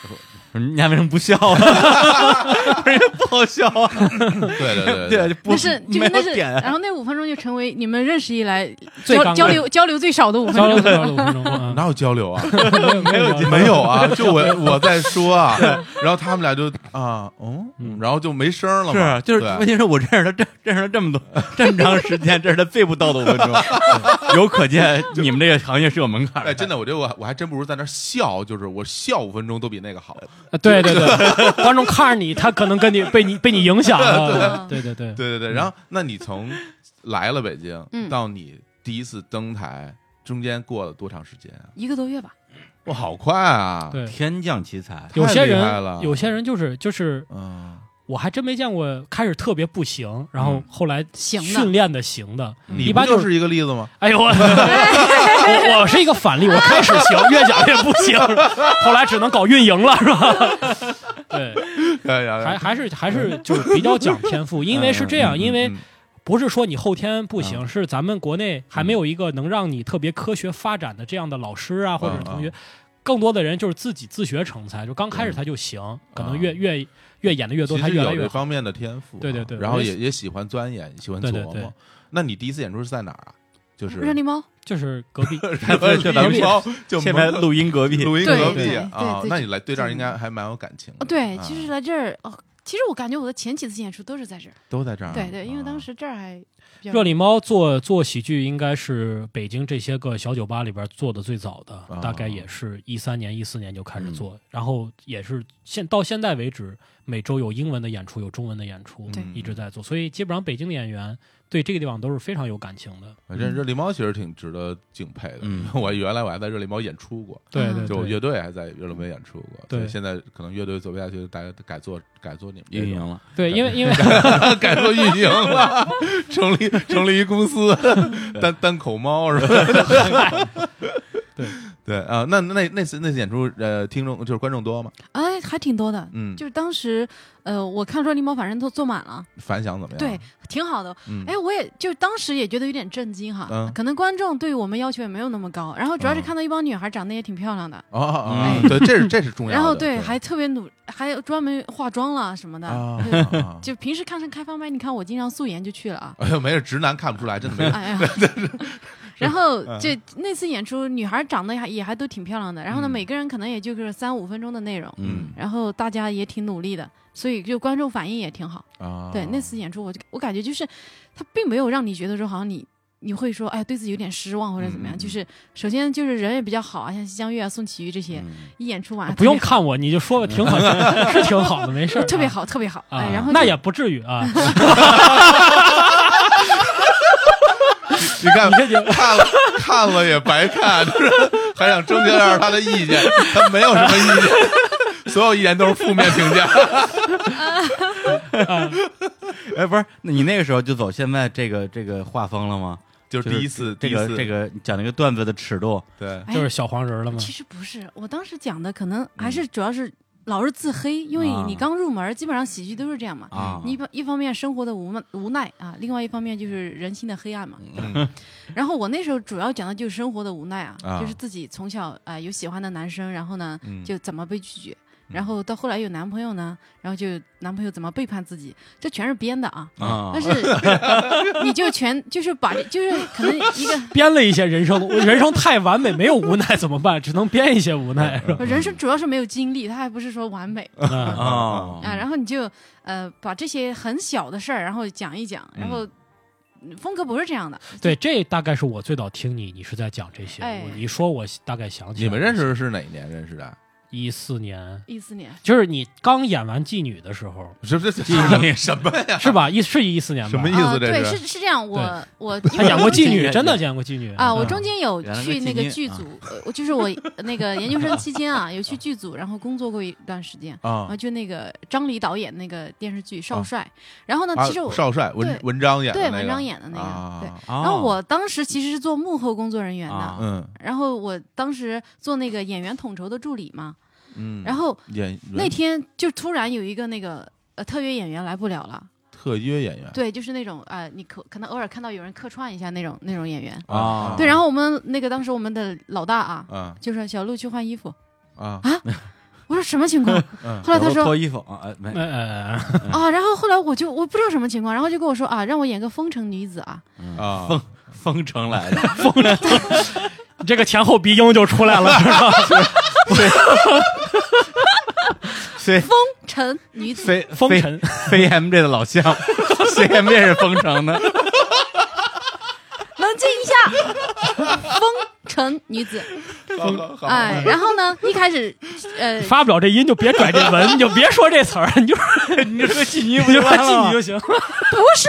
我说你俩为什么不笑啊？ 我说不好笑啊！
对对对
对，
对对，
就不
那是就是
没
那
有
是，啊
点啊
然后那五分钟就成为你们认识以来
最
交
尴尬
交流交流最 少的五分
交
钟。
流交流五分钟，嗯
哪有交流啊？
没有交流
没有啊，就我我在说啊，然后他们俩就啊，哦，
嗯
然后就没声了嘛，
啊
是，啊就是
对
问题是我认识他这认识他这么多这么长时间，这是他最不逗的五分钟， 有可见你们这个行业是有门槛
哎，
的。
真的，我觉得我我还真不如在那儿笑，就是我笑五分钟都比那个好。
啊对对对， 观众看着你，他可能跟你被你被你影响了， 对对对，
对对对，然后那你从来了北京
嗯
到你第一次登台，中间过了多长时间啊？
一个多月吧，
哇，好快 啊！，
嗯对，
天降奇才，
有些
太厉害了
人有些人就是就是，
嗯，
我还真没见过开始特别不行，然后
嗯
后来
行
训
的。
练的行的，
你
一
不
般
就
就是
是一个例子吗？
哎呦我我我是一个反例，我开始行，越讲越不行，后来只能搞运营了，是吧？ 对，
哎呀，
还还是还是就是比较讲天赋，因为是这样，因为
嗯
不是说你后天不行，
嗯
是
嗯
咱们国内还没有一个能让你特别科学发展的这样的老师啊，或者是同学。更多的人就是自己自学成才，就刚开始他就行，可能越
啊
越越演的越多，
嗯其
他
实
越来
有
越
这
好。
方面的天赋啊，
对对对
然
我
后
也
也也喜欢钻研，喜欢
对
琢
对对
磨。那你第一次演出是在哪儿啊？就是
热力猫，
就是隔 壁
就咱们
隔壁
猫，就
现在录音隔壁，
录音
对
隔
对
壁
对
啊，
对
那你来对这儿
对
应该还蛮有感情的。
哦，对，
啊
其实来这儿哦，其实我感觉我的前几次演出都是在这儿，
都在这儿啊。
对对，因为
啊
当时这儿还比较
热力猫做做喜剧应该是北京这些个小酒吧里边做的最早的，
啊
大概也是一三年、一四年就开始做，然后也是现到现在为止，每周有英文的演出，有中文的演出，
对
嗯
一直在做，所以基本上北京的演员对这个地方都是非常有感情的。
反
嗯
正热力猫其实挺值得敬佩的。
嗯
因为 我原来我还在热力猫演出过，
对
嗯
对
就我
对，
乐队还在热力猫演出过。所
对
以现在可能乐队做不下去，大家改做改做你们这
运
种
营了，
对，因为因为
改做运营了， 成立成立一公司，单单口猫是吧？
对
对啊，那那那次那次演出，呃，听众就是观众多吗？
哎还挺多的，
嗯，
就是当时呃我看热力猫反正都坐满了，
反响怎么样？
对，，挺好的。
啊嗯，
哎，我也就当时也觉得有点震惊哈，
嗯
可能观众对我们要求也没有那么高，然后主要是
嗯
看到一帮女孩长得也挺漂亮的，
哦哦，哦
嗯
对，这是这是重要的。
然后
对，
还特别努，还专门化妆了什么的。
啊，
就
啊啊。
就平时看上开放麦，你看我经常素颜就去了啊
哎呦，没事，直男看不出来，真的没有。
哎呀， 然后
嗯
这那次演出，女孩长得还也还都挺漂亮的，然后呢，
嗯
每个人可能也就是三五分钟的内容，
嗯，
然后大家也挺努力的，所以就观众反应也挺好。
啊，
对，那次演出我就我感觉就是，他并没有让你觉得说好像你你会说哎对自己有点失望或者怎么
嗯
样，
嗯
就
嗯
是首先就是人也比较好啊，像西江月啊、宋启瑜这些，
嗯
一演出完
啊
啊
不用
特别好
看我，你就说吧，挺好，是挺好的，没事儿，
特别好，特别好，
啊。啊
哎，然后
那
就
也不至于啊，
你看，看了看了也白看， 就是还想征求一下他的意 见，他没有什么意见，所有意见都是负面评价。
哎，不是，那你那个时候就走现在这个这个画风了吗？
就
就是
第一次，
这
第一
个
次
这个讲那个段子的尺度，
对，
哎
就是小黄人了嘛。嗯
其实不是，我当时讲的可能还是主要是老是自黑，因为
啊
你刚入门，基本上喜剧都是这样嘛。
啊
你一方一方面生活的无奈无奈啊，另外一方面就是人性的黑暗嘛。
嗯
嗯
然后我那时候主要讲的就是生活的无奈啊，
啊
就是自己从小啊、呃有喜欢的男生，然后呢
嗯
就怎么被拒绝，
嗯
然后到后来有男朋友呢，然后就男朋友怎么背叛自己，这全是编的啊。
啊
但，是你就全就是 把这就是可能一个
编了一些人生，人生太完美，没有无奈怎么办？只能编一些无奈，是吧？
人生主要是没有经历，他还不是说完美。
啊
哦
啊，然后你就呃把这些很小的事儿，然后讲一讲，然后嗯风格不是这样的，
对，这大概是我最早听你，你是在讲这些。
哎
我你说我大概想起
你
来。
们认？识是哪一年认识的？
一四年，
一四年
就是你刚演完妓女的时候，
是不是
记 忆
什么呀？
是吧？一是一四年吧？
什么意思
啊，
这
对，
是
是是这样，我我因
他
为
演过妓
我
女，
中间
真的演过妓女
啊，我
嗯
中间有
原来是
去那
基
个
因
剧
啊
组，呃我就是我那个研究生期间啊，有去剧组，然后工作过一段时间。
啊
啊，就那个张黎导演那个电视剧《少帅》，然后呢，
啊
其实我
少帅文
对
文章演的
对
那个
文章演的那个，对，
啊
然
然后我当时其实是做幕后工作人员
啊
的，
嗯
然后我当时做那个演员统筹的助理嘛，
嗯，
然后
演
那天就突然有一个那个呃特约演员来不了
啊
了，
特约演员
对，就是那种呃，你可可能偶尔看到有人客串一下那种那种演员。
啊
对，然后我们那个当时我们的老大啊，
啊
就说小鹿去换衣服，
啊
我说什么情况
嗯？
后来他
我都脱
说
衣服啊，哎没，
呃，呃
啊，然后后来我就我不知道什么情况，然后就跟我说啊，让我演个风尘女子啊，
啊
风封城来 的，
呃这个前后鼻音就出来了，是 吧？
虽
风尘女子。
虽
风尘
非 M 这的老乡 c M 这是封城的，
冷静一下， 风尘女子，
好好好
哎，然后呢，一开始，呃，
哦发不了这音就别拽这文，你就别说这词儿， 你就
你就说妓女
你就说妓女就行。
不是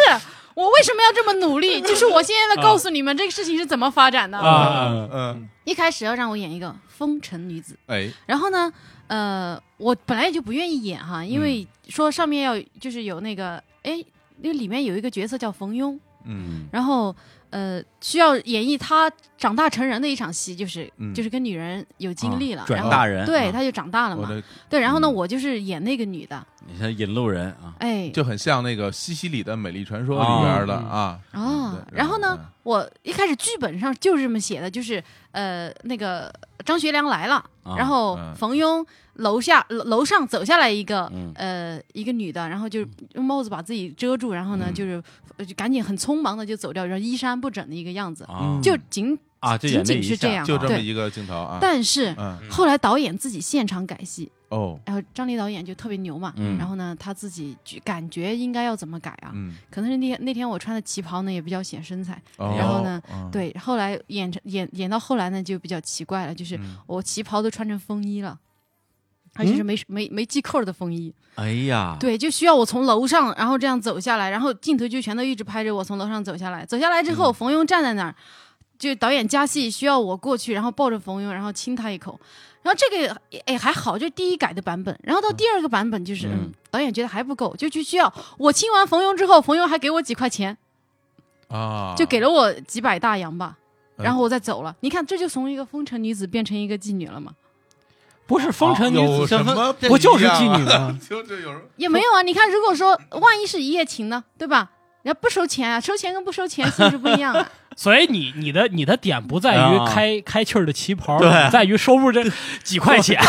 我为什么要这么努力？就是我现在在告诉你们这个事情是怎么发展的
啊
嗯
一开始要让我演一个风尘女子，
哎
然后呢，呃，我本来也就不愿意演哈，因
嗯
为说上面要就是有那个，哎，那里面有一个角色叫冯庸，
嗯
然后呃，需要演绎他长大成人的一场戏，就是、
嗯
就是跟女人有 经历了，然
转
后
大人，
对，
啊
他就长大了
我
嘛，
这
对，然后呢，
嗯
我就是演那个女的，
你像引路人啊，
哎，
就很像那个西西里的美丽传说里边的啊
哦
嗯，对
然后呢，我一开始剧本上就是这么写的，就是呃，那个张学良来了，
啊
然后
嗯
冯庸楼下楼楼上走下来一个、
嗯
呃一个女的，然后就用帽子把自己遮住，然后呢、
嗯
就是呃就赶紧很匆忙的就走掉，然后衣衫不整的一个样子，
哦
啊
就仅
啊，就
仅
演那
仅
一
是
下
这样
就这么
嗯对
一个镜头啊。
但是、
嗯
后来导演自己现场改戏，
哦
然后张黎导演就特别牛嘛，
嗯
然后呢他自己觉感觉应该要怎么改啊？
嗯
可能是那天那天我穿的旗袍呢也比较显身材，
哦
然
后呢
嗯
对，后来演成演演到后来呢就比较奇怪了，就是
嗯
我旗袍都穿成风衣了。而且是没、没没系扣的风衣，
哎
啊
呀，
对，就需要我从楼上，然后这样走下来，然后镜头就全都一直拍着我从楼上走下来。走下来之
嗯
后，冯庸站在那儿，就导演加戏需要我过去，然后抱着冯庸，然后亲他一口。然后这个哎还好，就第一改的版本。
嗯
然后到第二个版本就是、
嗯
导演觉得还不够，就就需要我亲完冯庸之后，冯庸还给我几块钱，
啊，
就给了我几百大洋吧。
嗯
然后我再走了，你看，这就从一个风尘女子变成一个妓女了嘛？
不是风尘女
有
子
什
身份
么
不就是
一样
妓
啊
女？吗？
就这有什么？
也没有啊，你看，如果说万一是一夜情呢，对吧？人家不收钱啊，收钱跟不收钱性质不一样 啊。
所以你你的你的点不在于
啊
开、开气儿的旗袍，
对
在于收 入这哎几块钱。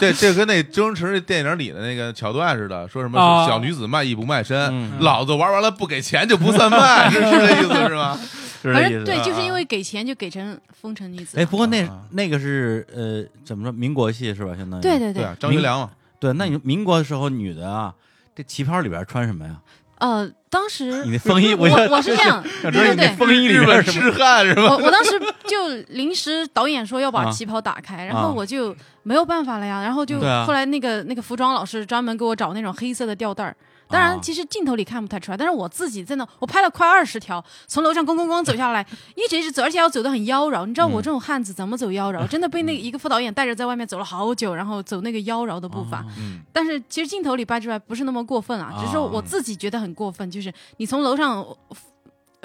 这这跟那周星驰那电影里的那个桥段似的，说什么
啊
小女子卖艺不卖身，
嗯
老子玩完了不给钱就不算卖，是是这意思是吗？
是
反
这意
正
思。
对，
啊
就是因为给钱就给成风尘女子
哎，。不过那
啊
那个是呃，怎么说民国戏是吧？相当于
对对
对
对，
啊，张学良嘛，
对，那你说民国的时候女的啊，这旗袍里边穿什么呀？
呃，当时
你那风衣，
我
觉得
我是 这样，
想
对
知道
对
你那
对，
风衣里
日本
边是什么
痴汉是吧？
我我当时就临时导演说要把
啊
旗袍打开，然
啊
后我就没有办法了呀，然后就
对啊
后来那个那个服装老师专门给我找那种黑色的吊带儿。当
啊
然，其实镜头里看不太出来，但是我自己在那，我拍了快二十条，从楼上咣咣咣走下来，一直一直走，而且要走得很妖娆。你知道
嗯
我这种汉子怎么走妖娆？真的被那个一个副导演带着在外面走了好久，然后走那个妖娆的步伐。
嗯，
但是其实镜头里拍出来不是那么过分啊，只是说我自己觉得很过分，就是你从楼上呃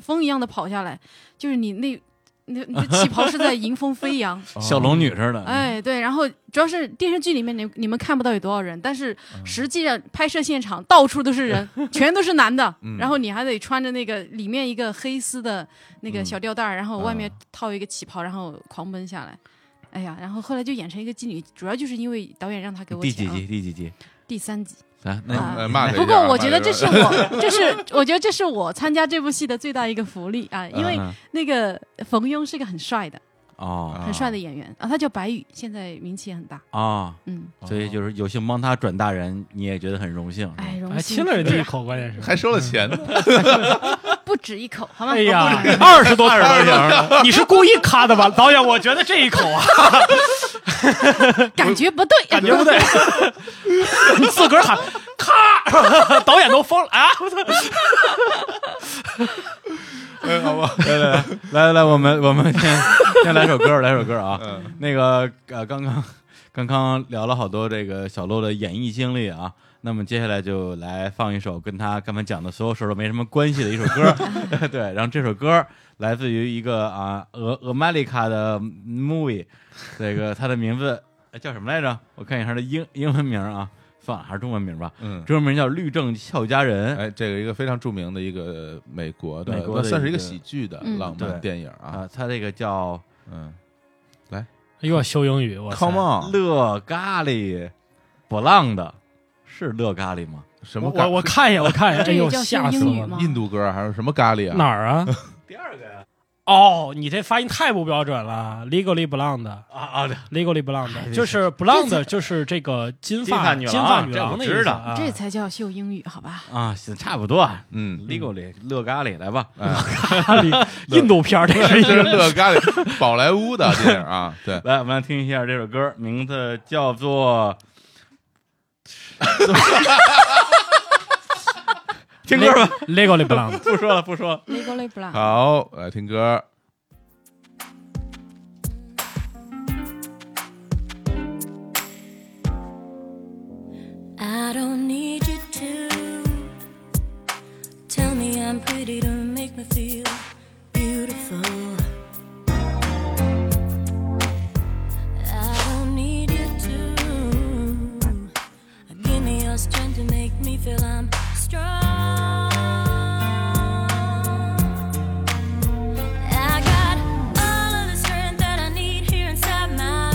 风一样的跑下来，就是你那那 你的旗袍是在迎风飞扬，
小龙女似的？，
哎，对，然后主要是电视剧里面你你们看不到有多少人，但是实际上拍摄现场到处都 是人，全都是男的，
嗯
然后你还得穿着那个里面一个黑丝的那
嗯
个小吊带儿，然后外面套一个旗袍，然后狂奔下来。哎呀，然后后来就演成一个妓女，主要就是因为导演让他给我
第
钱
几
啊
集？第几集？
第三集。
啊，
啊
那
呃骂他
不
一下
过
啊
我觉得这是
骂他一
我，这是我觉得这是我参加这部戏的最大一个福利啊，因为
嗯
那个冯庸是个很帅的、
哦
啊
很帅的演员啊，他叫白宇，现在名气也很大。
哦，
嗯，
所以就是有幸帮他转大人，你也觉得很荣幸。是吧
哎，荣
还
幸
亲了人家一口，关键是。
还收了钱 呢，
不止一口，好 吗？
哎呀，二十多条儿，你是故意卡的吧，导演？我觉得这一口 啊，
感觉不对，
感觉不 对， 你自个儿喊咔， 导演都疯了啊！我操
哎好吧？
来来来来，我们我们先先来首歌，来首歌啊。
嗯
那个呃，刚刚刚刚聊了好多这个小洛的演艺经历啊，那么接下来就来放一首跟他刚才讲的所有事儿都没什么关系的一首 歌，对，然后这首歌来自于一个啊俄俄麦丽卡的 movie，这个它的名字呃叫什么来着？我看一下它的英英文名啊，算了，还是中文名吧，
嗯，
中文名叫《律政俏佳人》。
哎，这个一个非常著名的一个美国的，
美国的
那算是一
一
个
个
喜剧的
嗯
浪
对
漫电影啊，
啊，它这个叫
嗯
又要修英语，哎我操
，Come on，
乐咖喱不浪的，是乐咖喱吗？
什
我
么
我我看一眼，我看一眼，哎
这个
呦，
叫修
吓死
英语
我了！
吗？
印度歌还是什么咖喱
哪
啊？
儿啊？
第二个呀，
哦，你这发音太不标准了，legally blonde，legally
啊啊，对
blonde，
哎
就是 blonde，就是这个金发
金
金
发
发
女郎
女郎
这我
的意
知
思
道
啊。
这才叫秀英语，好吧？
啊，行，差不多啊。
嗯，
legal 里乐咖喱来吧，
哎
咖喱啊印度片儿，这是
这
一
是
个
乐咖喱，宝莱坞的电影啊，对，
来，我们来听一下这首歌，名字叫 做。听歌吧，
legally blonde。
不说了，不说了。
Legally Blonde。
啊
好，来听歌。
I don't need you to tell me I'm pretty to make me feel beautiful. I don't need you to give me your strength to make me feel I'm strong. I got all of the strength that I need here inside my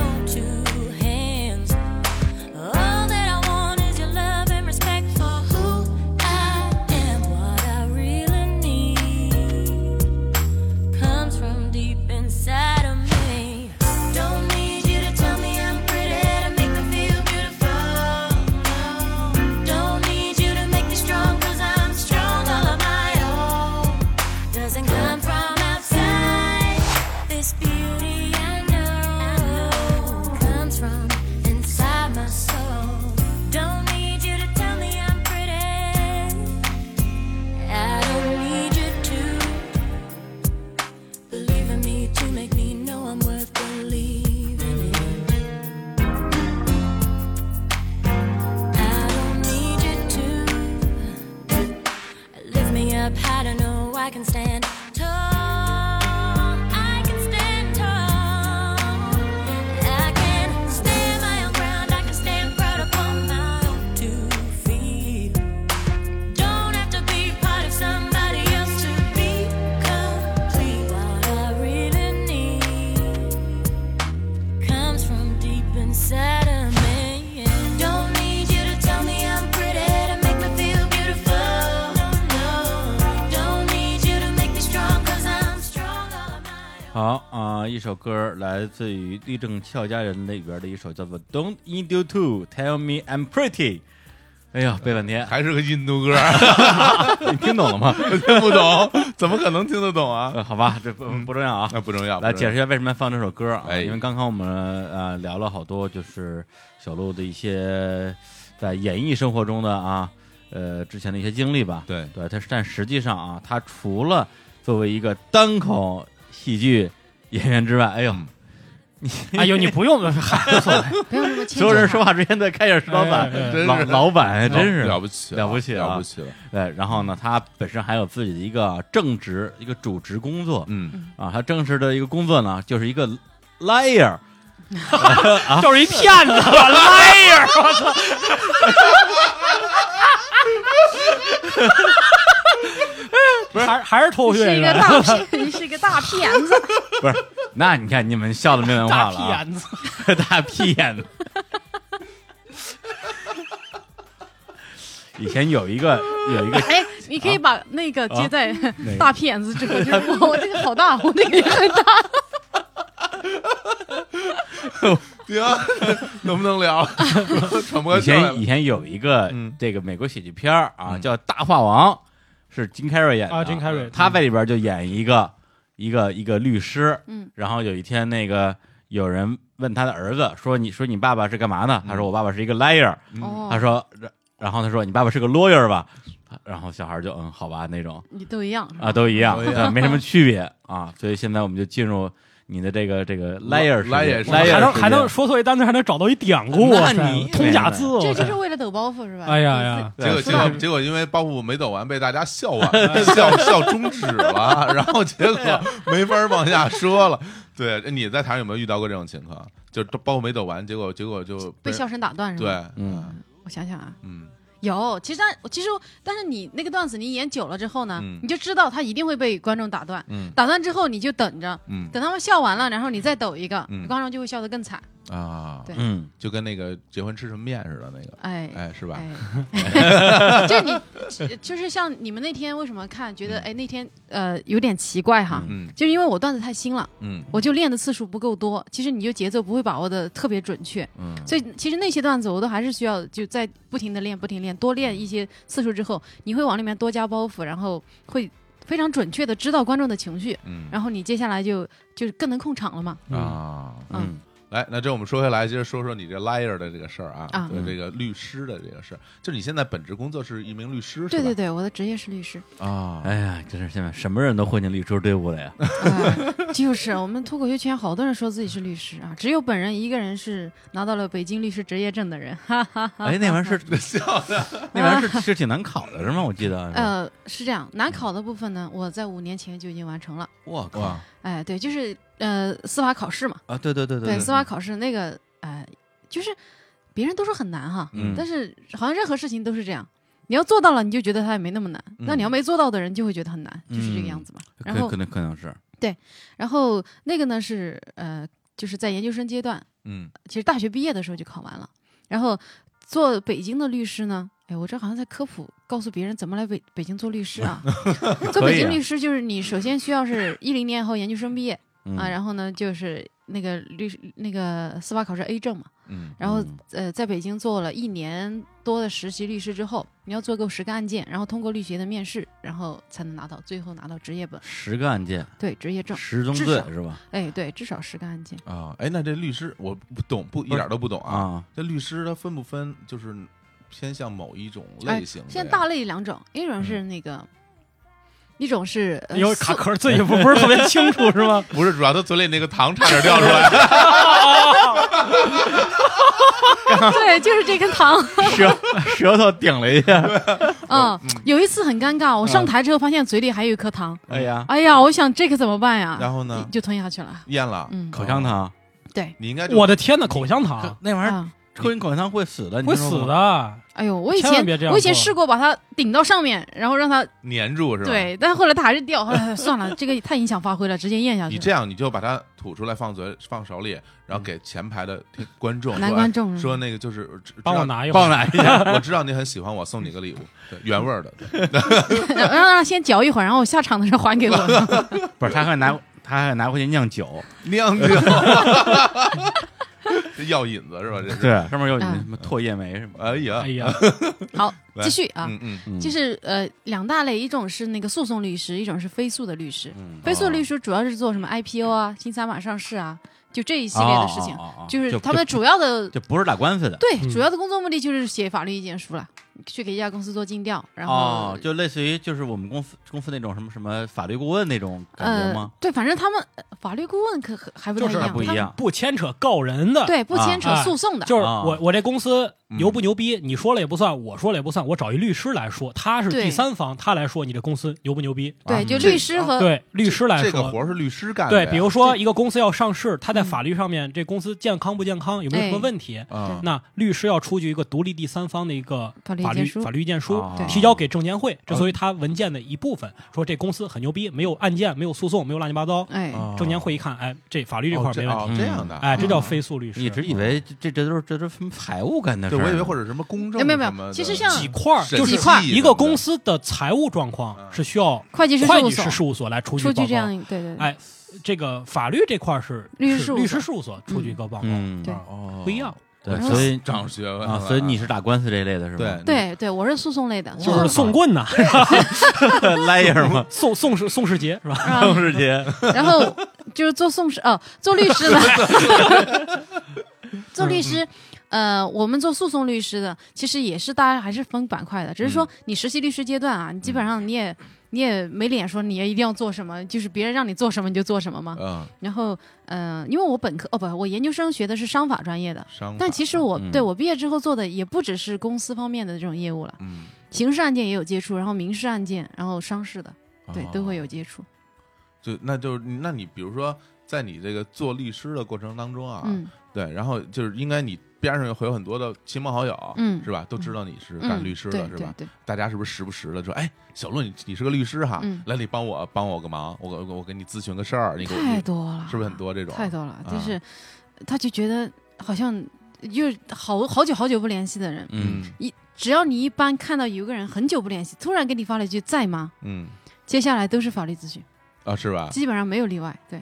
inside of me. Don't need you to tell me I'm pretty to make me feel beautiful. No, no. Don't need you to make me strong, cause I'm strong all on my own.
好啊、一首歌来自于立正俏佳人里边的一首叫做《Don't Need You To Tell Me I'm Pretty》。哎呀，背半天，
还是个印度歌，
你听懂了吗？
听不懂， 怎么可能听得懂啊？
呃好吧，这不不重要啊。
那不重要，
来
不重
解
要
释一下为什么要放这首歌啊？
哎
因为刚刚我们呃聊了好多，就是小鹿的一些在演艺生活中的啊，呃之前的一些经历吧。
对
对，但是但实际上啊，他除了作为一个单口戏剧演员之外，哎呦，
嗯
哎呦，你不用， 嗨，无所谓
不要这么啊牵
所有人
强。
说话之前都开始是老板，
哎哎哎
真
老
是
老板还真是
了不起，
了不起啊
了不起了，
对，然后呢，他本身还有自己的一个正职，一个主职工作
嗯，
啊。他正式的一个工作呢，就是一个 liar，
就是一骗子，liar，
不是
还还是脱口
你
秀
是
演
一个
员，
大骗， 你是一个大骗子。
不是？那你看你们笑的没文化
大
了、啊，
骗子，
大屁眼子。以前有一个有一个
哎，你可以把那个接在
啊哪个
大骗子之后， 就是我我这个好大，我那个也很大。
行， 能不能聊？喘不过
以
气来
前
了
以前有一个
嗯
这个美国喜剧片儿啊，
嗯
叫《大话王》，是金凯瑞演的。
啊，Jim Carrey
哎他在里边就演一个一个一个律师。
嗯，
然后有一天那个有人问他的儿子说：“你说你爸爸是干嘛的？”他说：“我爸爸是一个 liar。”
哦，
嗯他说，然然后他说：“你爸爸是个 lawyer 吧？”然后小孩就嗯，好吧那种
你都一样是吧
啊，都一样，
都一样
对没什么区别啊。 所以现在我们就进入你的这个这个 liar 世界
liar 世界
liar
还能
世界
还能说错一单词，还能找到一典故，
那
哇塞
你
通假字，
这
我
就是
操
为了抖包袱是吧？
哦哎呀呀，
结果
对
结 果结果，因为包袱没抖完，被大家笑完，笑笑终止了，然后结果没法往下说了。 对，你在台上有没有遇到过这种情况？就是包袱没抖完，结果结果就
被笑声打断是
对
吧？，
嗯
我想想啊，
嗯，
有，其实但其实但是你那个段子你演久了之后呢，
嗯
你就知道他一定会被观众打断，
嗯
打断之后你就等着，
嗯
等他们笑完了，然后你再抖一个，
嗯
观众就会笑得更惨。
啊，
对
嗯，
就跟那个结婚吃什么面似的那个，
哎，
哎，是吧？
哎，就你就是像你们那天为什么看觉得
嗯
哎那天呃有点奇怪哈，
嗯
就是因为我段子太新了，
嗯
我就练的次数不够多，其实你就节奏不会把握的特别准确，
嗯，
所以其实那些段子我都还是需要就在不停的练，不停地练，多练一些次数之后，你会往里面多加包袱，然后会非常准确的知道观众的情绪，
嗯
然后你接下来就 就更能控场了嘛。
嗯
啊。
嗯
来，那这我们说回来，接着说说你这 liar 的这个事儿啊，
啊
对这个律师的这个事儿，就你现在本职工作是一名律师，是
对
吧
对对，我的职业是 律师，
啊，
哎呀，真是现在什么人都混进律师队伍了啊呀！
哎就是我们脱口秀圈好多人说自己是律师啊，只有本人一个人是拿到了北京律师执业证的人。哈哈哈
哎，那玩意儿是
笑的，
那玩意儿是是挺难考的是吗？我记
嗯
得，
呃，是这样，难考的部分呢，我在五年前就已经完成了。
我靠
哇，
哎，对，就是呃司法考试嘛，
啊，对对对
对
对
司法考试那个，呃，就是别人都说很难哈，
嗯
但是好像任何事情都是这样，你要做到了，你就觉得它也没那么难；
嗯
那你要没做到的人，就会觉得很难，就是这个样子嘛。
可
然后
可能可能是，
然后那个呢是呃，就是在研究生阶段，
嗯
其实大学毕业的时候就考完了。然后做北京的律师呢，哎，我这好像在科普，告诉别人怎么来北北京做律 师啊。做
可以
北京
啊
律师就是你首先需要是一零年以后研究生毕业
嗯
啊，然后呢就是那个律师那个司法考试 A 证嘛。
嗯
然后
嗯
呃，在北京做了一年多的实习律师之后，你要做够十个案件，然后通过律协的面试，然后才能拿到最后拿到职业本，
十个案件，
对职业证。
十宗
至
罪
少
是吧？
哎，对，至少十个案件。
啊，哎，那这律师我不懂，不一
不是
点都不懂啊，
啊，
这律师他分不分就是偏向某一种
哎
类型的呀？
现在大类两种，一种是那个，一种是呃
有嗯
诉
卡壳，自己不不是特别清楚是吗？
不是主要他嘴里那个糖差点掉出 来，
对，就是这根 糖。
舌 舌头顶了一下，
哦
嗯，有一次很尴尬，我
嗯
上台之后发现嘴里还有一颗糖，
哎呀，
哎呀，我想这可怎么办呀？
然后呢
啊
就吞下去了。
咽了
嗯
口香，糖
你应该就
我的天哪，口香糖
那玩意儿
啊，
抽进口香糖会死的，你
会
听说
死
过吗。
的。
哎呦，我以
千万
前
别这样
我以前
做
试过把它顶到上面，然后让它
粘住是吧？，
对，但后来它还是掉，后来 算了，这个太影响发挥了，直接咽下去
你
了。
这样你就把它吐出来放嘴放手里，然后给前排的听观众
嗯男
说哎
观众
说那个就是知
帮我
知道
拿一会
帮
儿，
奶一 下，
我知道你很喜欢我，送你个礼物，对原味儿的。对
然后 让它先嚼一会儿，然后我下场的时候还给我。
不是他还拿他还拿回去酿酒，
酿酒， 这药引子是吧？这是，
对， 上面有你
嗯
什么唾液酶什么，呃
哎呀
哎， 呀，
好，
来
继续啊，
嗯嗯，
嗯
就是呃两大类，一种是那个诉讼律师，一种是非诉的律师。
嗯
非诉
哦
律师主要是做什么 IPO 啊、新三板上市啊，就这一系列的事情，
哦哦哦哦
就是他们主要的
就不是打官司的，
对、
嗯
主要的工作目的就是写法律意见书了，去给一家公司做尽调，然后、
哦，就类似于就是我们公司公司那种什么什么法律顾问那种感觉
呃
吗？
对，反正他们呃法律顾问可可还不太
就是
一
还
样，
不一
他们
样，
不牵扯告人的，
对，不牵扯
啊
诉讼的，
就是
啊
我我这公司
嗯
牛不牛逼，你说了也不算，我说了也不算，我找一律师来说，他是
对
第三方，他来说你这公司牛不牛逼？
对，就
这
律师和、
啊对，律师来
这个活
说。
儿是律师干的呀。
对，比如说
对
一个公司要上市，它在
嗯
法律上面，这公司健康不健康，有没有什么
哎
问题？
啊，
那律师要出具一个独立第三方的一个
法律
法律
意见书
法律意见书
哦，
对
提交给证监
哦
会，这作为他文件的一部分。说这公司很牛逼，没有案件，没有诉讼，没有乱七八糟。
哎、
哦
证监会一看，哎，这法律这块
哦
没问题，
哦这样的，
哎，这叫
啊。
非诉律师。
一直以为这这这都是这都是什么财务干的事
对，
儿呢，啊
我以为或者什么公证
没有没
什么
有，
的
其实像
几块儿，
审
就是
计
块儿
什么的嗯
一个公司的财务状况是需要
会计师
会
事
计
务
师事
所
务所来出具
出
报
具
告
这。样一，对对对，
哎这个法律这块儿是
律师
是
事务
律
所
师事务所出具一个报告，
嗯，
对
哦
不一样，
对，
然后
所以
长学问
啊，
了
所以你是打官司这类的是
对
吗？
对对，嗯我是诉讼类的，
就
诉
是
讼
送棍 呐，
对，来一下吗？
嗯
宋宋世宋世杰是吧？
啊
邓世杰，
然后就是做讼师哦，做律师 呢，做律师，呃，我们做诉讼律师的，其实也是大家还是分板块的，只
嗯
是说你实习律师阶段啊，你基本上你也你也没脸说你也一定要做什么，就是别人让你做什么你就做什么嘛。
嗯，
然后，呃，因为我本科哦不，我研究生学的是商法专业的，
商法
但其实我
嗯
对我毕业之后做的也不只是公司方面的这种业务了，
嗯，
刑事案件也有接触，然后民事案件，然后商事的，对，都会
有。
有接触。
哦就那就是那你比如说，在你这个做律师的过程当中啊，
嗯，
对，然后就是应该你边上会有很多的亲朋好友，
嗯
是吧？都知道你啊是
嗯
干律师的，
对
是吧？
对对
大家是不是时不时的说，哎，小陆你你是个律师哈，
嗯
来你帮我帮我个忙，我我我给你咨询个事儿，你给我
太多了，
是不是很多这种？
太多了，
啊
就是、他就觉得好像就是好好久好久不联系的人，
嗯，
一只要你一般看到有个人很久不联系，突然给你发了一句在吗？
嗯
接下来都是法律咨询，
啊是吧？
基本上没有例外。对，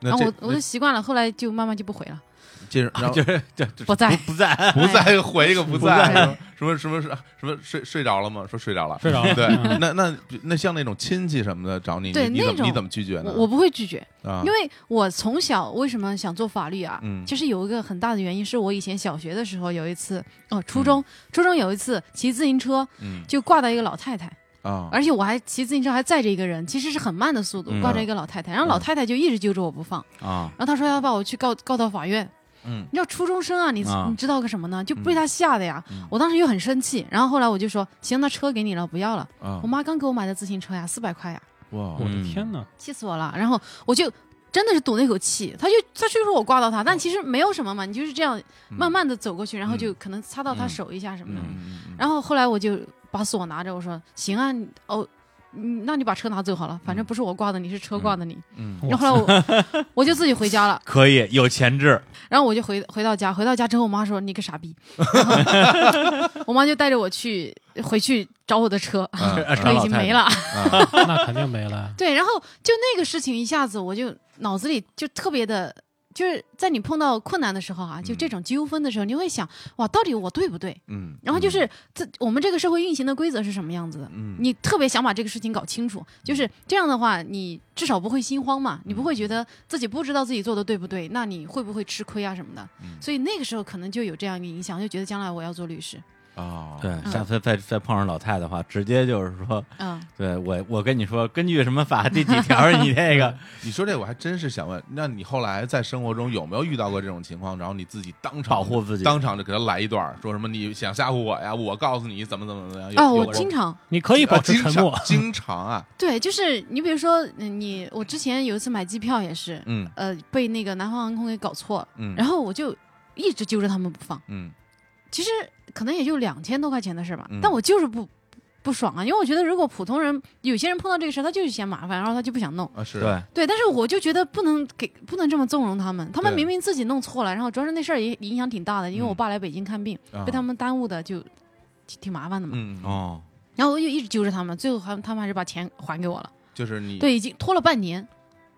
然
那
后
这
啊我我就习惯了，后来就慢慢就不回了，
那接着然后
啊 就是就是
不在
不在，
不在回一个不
不在
在，什么什么什么什么睡睡着了吗？说睡着了。
睡着了。
对
嗯，
那那那像那种亲戚什么的找你，
对
你你怎
那
么
种
你怎么拒绝呢
我？我不会拒绝，
啊
因，为我从小为什么想做法律啊？
嗯
其实有一个很大的原因，是我以前小学的时候有一次，哦，初中、初中有一次骑自行车
嗯
就挂到一个老太太，
啊，
而且我还骑自行车还载着一个人，其实是很慢的速度
嗯，
挂着一个老太太，然后老太太就一直揪着我不放，
啊，
然后她说要把我去告告到法院。
嗯
你知道初中生啊，你
啊
你知道个什么呢？就被她吓的呀！
嗯
我当时又很生气，然后后来我就说行，那车给你了，不要了。
啊
我妈刚给我买的自行车呀，四百块呀，
哇
我的天 哪！
气死我了。然后我就真的是赌那口气，她就她就说我挂到她，但其实没有什么嘛，你就是这样慢慢的走过去，然后就可能擦到她
嗯
手一下什么的。
嗯嗯
然后后来我就把锁拿着，我说行啊，你哦，嗯，那你把车拿走好了，反正不是我挂的你，是车挂的你。
嗯
嗯
然后后来我我就自己回家了，
可以有前置，
然后我就回回到家，回到家之后，我妈说你个 傻逼，然后 我妈就带着我去回去找我的车，
嗯
车已经没了。
那肯定没了。
对，然后就那个事情一下子我就脑子里就特别的。就是在你碰到困难的时候啊，就这种纠纷的时候，你会想哇，到底我对不对？
嗯，
然后就是这我们这个社会运行的规则是什么样子的？
嗯
你特别想把这个事情搞清楚，就是这样的话，你至少不会心慌嘛，你不会
嗯
觉得自己不知道自己做的对不对，那你会不会吃亏啊什么的？
嗯
所以那个时候可能就有这样一个影响，就觉得将来我要做律师，
啊，
对，下次再再碰上老太的话，直接就是说，
嗯，
对我我跟你说，根据什么法第几条，你这 个
你说这我还真是想问，那你后来在生活中有没有遇到过这种情况？然后你自己当场
保护自己
当场就给他来一段儿，说什么你想吓唬我呀？我告诉你怎么怎么怎么样？有
啊，
有
我
过
经常
你可以保
啊
持
经
沉
常
默，
经常啊，
对，就是你比如说嗯你，我之前有一次买机票也是，
嗯
呃，被那个南方航空给搞错了，
嗯
然后我就一直揪着他们不放，
嗯
其实可能也就两千多块钱的事吧
嗯，
但我就是不不爽啊，因为我觉得如果普通人，有些人碰到这个事儿，他就是嫌麻烦，然后他就不想弄。
啊，是
对，
对，但是我就觉得不能给不能这么纵容他们，他们
对
明明自己弄错了，然后主要是那事儿也影响挺大的，因为
嗯
我爸来北京看病，
啊
被他们耽误的就挺挺麻烦的嘛。
嗯哦，
哦，
然后我就一直揪着他们，最后还他们还是把钱还给我了。
就是你，
对，已经拖了半年。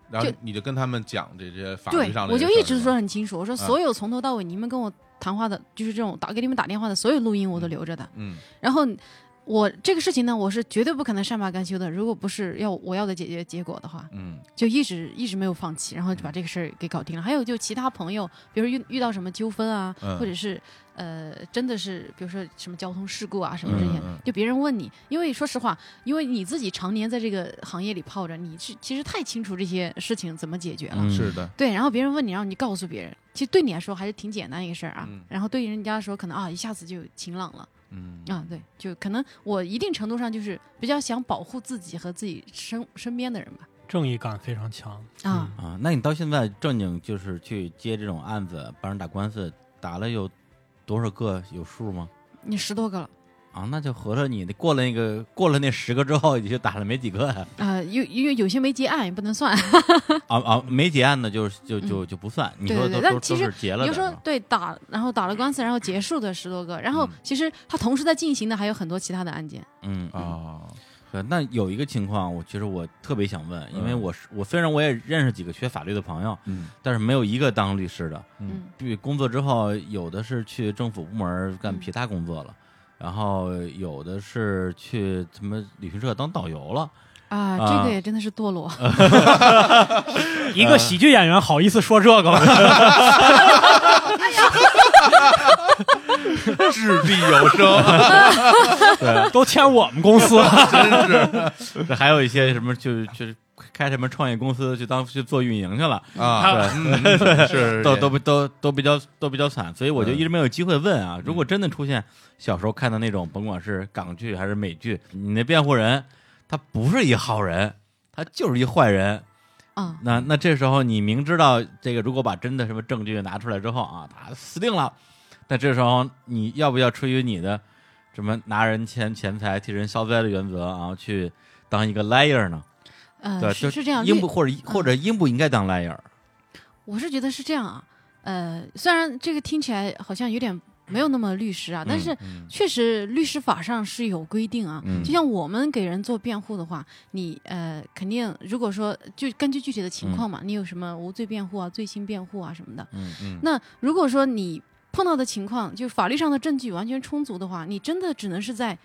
然后
就
你就跟他们讲这些法律
对
上，的
我
这
就
个事
一
儿
直
是
说
吧嗯
很清楚，我说所有从头到尾你们跟我谈话的，就是这种打给你们打电话的所有录音我都留着的。
嗯
然后我这个事情呢，我是绝对不可能善罢甘休的。如果不是要我要的解决结果的话，
嗯
就一直一直没有放弃，然后就把这个事儿给搞定了。还有就其他朋友，比如遇遇到什么纠纷啊，
嗯
或者是呃，真的是比如说什么交通事故啊什么这些，
嗯嗯嗯
就别人问你，因为说实话，因为你自己常年在这个行业里泡着，你是其实太清楚这些事情怎么解决了。
嗯
是的，
对，然后别人问你，然后你告诉别人，其实对你来说还是挺简单一个事儿啊。
嗯
然后对人家说，可能啊一下子就晴朗了。
嗯
啊，对，就可能我一定程度上就是比较想保护自己和自己身身边的人吧。
正义感非常强
啊，
啊，那你到现在正经就是去接这种案子，帮人打官司，打了有多少个有数吗？
你十多个了，
啊，那就合着你过了那个过了那十个之后，你就打了没几个呀
啊，有因为有些没结案也不能算。
啊啊，没结案的就就就就不算。你说
嗯对对
都
对但
都
其
都
实
是结了的
你就是说
吧，
对打，然后打了官司，然后结束的十多个，然后
嗯
其实他同时在进行的还有很多其他的案件。
嗯啊。
哦
啊
对，那有一个情况，我其实我特别想问，因为
嗯
我是我虽然我也认识几个学法律的朋友，
嗯
但是没有一个当律师的。
嗯
嗯
对，工作之后，有的是去政府部门儿干
嗯
其他工作了，然后有的是去什么旅行社当导游 了。
啊，
啊呃
这个也真的是堕落。
嗯一个喜剧演员好意思说这 个吗？
掷地有声，
都签我们公司了，
真是
这还有一些什么就就是开什么创业公司去当去做运营去了，
啊，嗯嗯是
都
也
都都都比较都比较惨，所以我就
嗯
一直没有机会问啊。如果真的出现小时候看的那种，甭管是港剧还是美剧，你那辩护人他不是一好人，他就是一坏人。
啊，
那那这时候你明知道这个，如果把真的什么证据拿出来之后啊，他死定了。那这时候你要不要出于你的什么拿人钱钱财替人消灾的原则啊，去当一个 liar 呢？对，
呃，
就是
是这样，
应
律嗯
不或者或者应不应该当 liar？
我是觉得是这样啊。呃，虽然这个听起来好像有点没有那么律师啊，但是
嗯
确实，律师法上是有规定啊。
嗯
就像我们给人做辩护的话，你呃，肯定如果说就根据具体的情况嘛，你有什么无罪辩护啊、罪轻辩护啊什么的。
嗯
嗯
那如果说你碰到的情况，就法律上的证据完全充足的话，你真的只能是在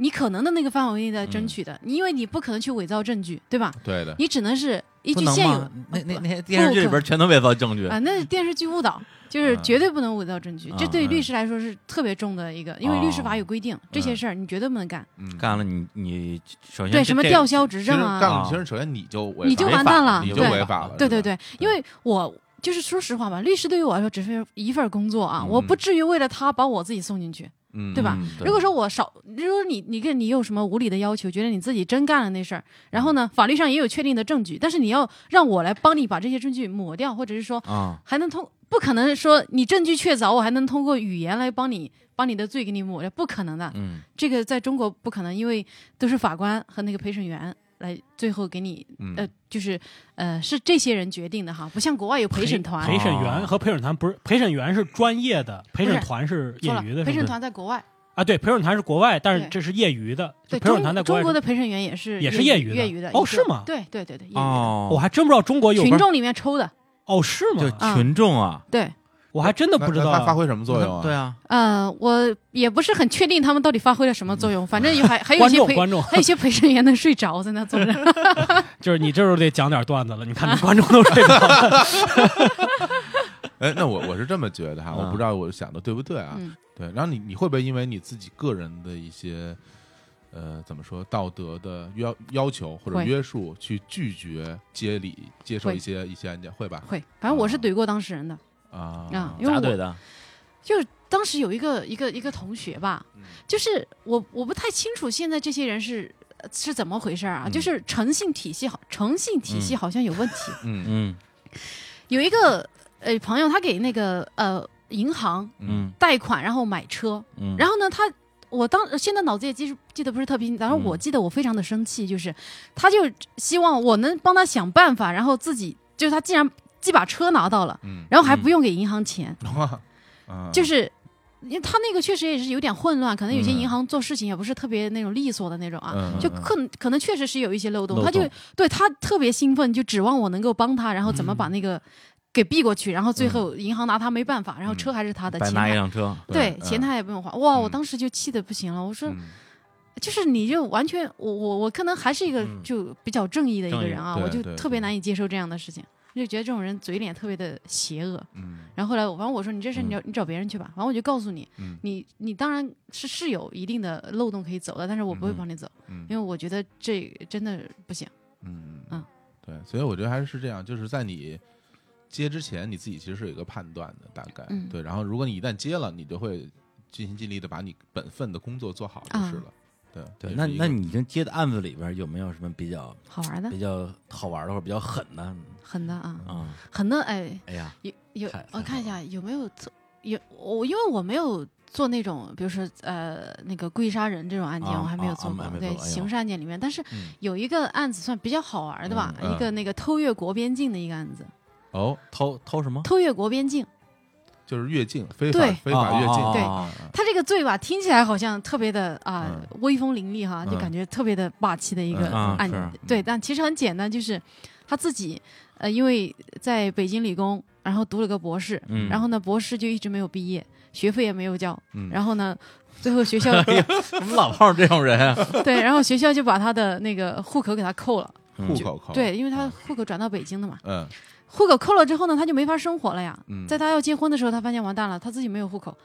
你可能的那个范围内在
嗯
争取的，你因为你不可能去伪造证据，对吧？
对的，
你只能是依
不
据
能
现有
吗那那
啊
那些电视剧里边全都伪造证据
啊，那是电视剧误导，就是
嗯
绝对不能伪造证据，这
啊
对
嗯
律师来说是特别重的一个，因为
哦
律师法有规定，这些事儿你绝对不能干。
嗯
干了你，你首先
对，
这
什么
这
吊销执
其
证
实
啊，
干了，其实首先你就违
你
法
就
了
完蛋了
你就
对
违法了，
对
是吧
对对，因为我就是说实话吧，律师对于我来说只是一份工作啊，
嗯
我不至于为了他把我自己送进去，
嗯
对吧
嗯
如果说我少，如果你你跟你有什么无理的要求，觉得你自己真干了那事儿，
嗯
然后呢，法律上也有确定的证据，但是你要让我来帮你把这些证据抹掉，或者是说
啊，
还能通，不可能说你证据确凿，我还能通过语言来帮你把你的罪给你抹掉，不可能的。
嗯
这个在中国不可能，因为都是法官和那个陪审员来最后给你，
嗯
呃，就是呃是这些人决定的哈，不像国外有陪审团。
陪
哦
审员和陪审团不是陪审员是专业的，陪审团是业
错了
余的，，
陪
是不
审
是
团在国外，
啊，对，陪审团是国外，但是
对
这是业余的，就
对
陪审团在
中
国
中
外
国
是。
的陪审员也是
也是业
业
余的
业余的一
哦
个
是吗
对对对对，业余的，
哦，
我还真不知道中国有
群
班，
众里面抽的，
哦，是
就
吗？
啊
群众啊，
对，
我还真的
那
不知
那
道
它发挥什么作用啊？
对啊，
呃，我也不是很确定他们到底发挥了什么作用，反正有还还有一
观
些
众
陪哎
观众，
还有一些陪审员能睡着在那坐着，
就是你这时候得讲点段子了。你
啊
看，这观众都 睡着了。
哎，那我我是这么觉得哈，我不知道我想的对不对啊。
嗯
对，然后你你会不会因为你自己个人的一些呃怎么说道德的要要求或者
会
约束去拒绝接理接受
会
一些一些案件会吧？
会，反正我是怼过当事人的，
啊
啊因为
咋
我
怼的？
就是当时有一个一个一个同学吧，
嗯
就是我我不太清楚现在这些人是呃是怎么回事儿啊，
嗯
就是诚信体系好，诚信体系好像有问题。
嗯
嗯
有一个呃朋友，他给那个呃银行
嗯
贷款，然后买车。
嗯，
然后呢，他我当现在脑子也记记得不是特别清，但是
嗯
我记得我非常的生气，就是他就希望我能帮他想办法，然后自己就是他既然既把车拿到了，
嗯，
然后还不
嗯
用给银行钱，
啊
就是。因为他那个确实也是有点混乱，可能有些
嗯
银行做事情也不是特别那种利索的那种啊，
嗯
就
嗯嗯
可能可能确实是有一些漏洞，
漏
他就
洞
对他特别兴奋，就指望我能够帮他，然后怎么
嗯
把那个给避过去，然后最后银行拿他没办法，然后车还是他的，
白
钱
拿一
还
辆车，
对
嗯
钱他也不用花，哇！我
嗯
当时就气的不行了，我说
嗯
就是你就完全我我我可能还是一个
嗯
就比较正义的一个
正义
人啊，
对
我就
对
特别
对
难以接受这样的事情，就觉得这种人嘴脸特别的邪恶。
嗯
然后后来我，反正我说你这
嗯
事你找、你找别人去吧。完我就告诉你，
嗯
你你当然是是有一定的漏洞可以走的，但是我不会
嗯
帮你走，
嗯
因为我觉得这真的不行。
嗯嗯
嗯，
对，所以我觉得还是这样，就是在你接之前，你自己其实是有一个判断的，大概、
嗯
对。然后如果你一旦接了，你就会尽心尽力的把你本分的工作做好就是
啊
了。对
对，
这
那
是一
那
个
你这接的案子里边有没有什么比较
好玩的
比，较好玩的或者比较狠的
狠的啊，
啊？
狠的哎，
哎呀，
有有
太，
我
太
看一
好
下有没有做有我，因为我没有做那种，比如说呃那个故意杀人这种案件，
啊
我还没
啊
有做
啊
过。
还没
对，
做过哎呦
刑事案件里面，但是
嗯
有一个案子算比较好玩的吧，
嗯
一个那个偷越国边境的一个案子，
哦，
偷偷什么？
偷越国边境，
就是越境非法
对
非法越境，
对
啊
他这个罪吧，听起来好像特别的啊、威风凛凛哈，
嗯
就感觉特别的霸气的一个
嗯
啊
案、
是
对，但其实很简单，就是他自己呃，因为在北京理工，然后读了个博士，
嗯
然后呢，博士就一直没有毕业，学费也没有交，
嗯
然后呢，最后学校、
怎么老碰上这种人啊？
对，然后学校就把他的那个户口给他扣了，
户
嗯
口口，
对，因为他户口转到北京的嘛，
嗯
户口扣了之后呢，他就没法生活了呀。
嗯，
在他要结婚的时候，他发现完蛋了，他自己没有户口，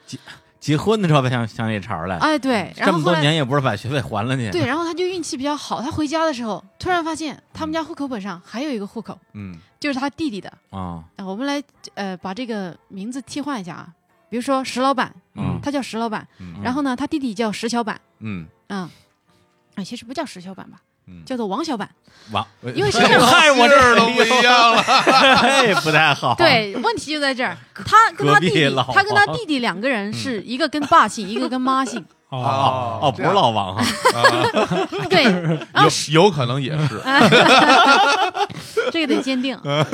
结婚的时候才想想这茬儿来，
哎，对，
这
然后
么
后
多
来。
年也不是把学费还了你，
对，然后他就运气比较好，他回家的时候突然发
嗯
现他们家户口本上还有一个户口，
嗯
就是他弟弟的。
啊，
呃我们来呃把这个名字替换一下啊，比如说石老板，
嗯
他叫石老板，
嗯
然后呢他弟弟叫石小板，
嗯
嗯，啊其实不叫石小板吧，
嗯，
叫做王小板，
王，
因为是这样。
嗨，我这儿
都不一 样了，
这不太好，，
啊对，问题就在 这儿，他跟他弟
哦隔壁
弟
老，
他跟他
王嗯
弟弟两个人是一个跟 爸姓，一个跟妈姓，
哦，
哦哦，
哦
不是老王啊，
对，然后
有有可能也 是，
这个得鉴定。
嗯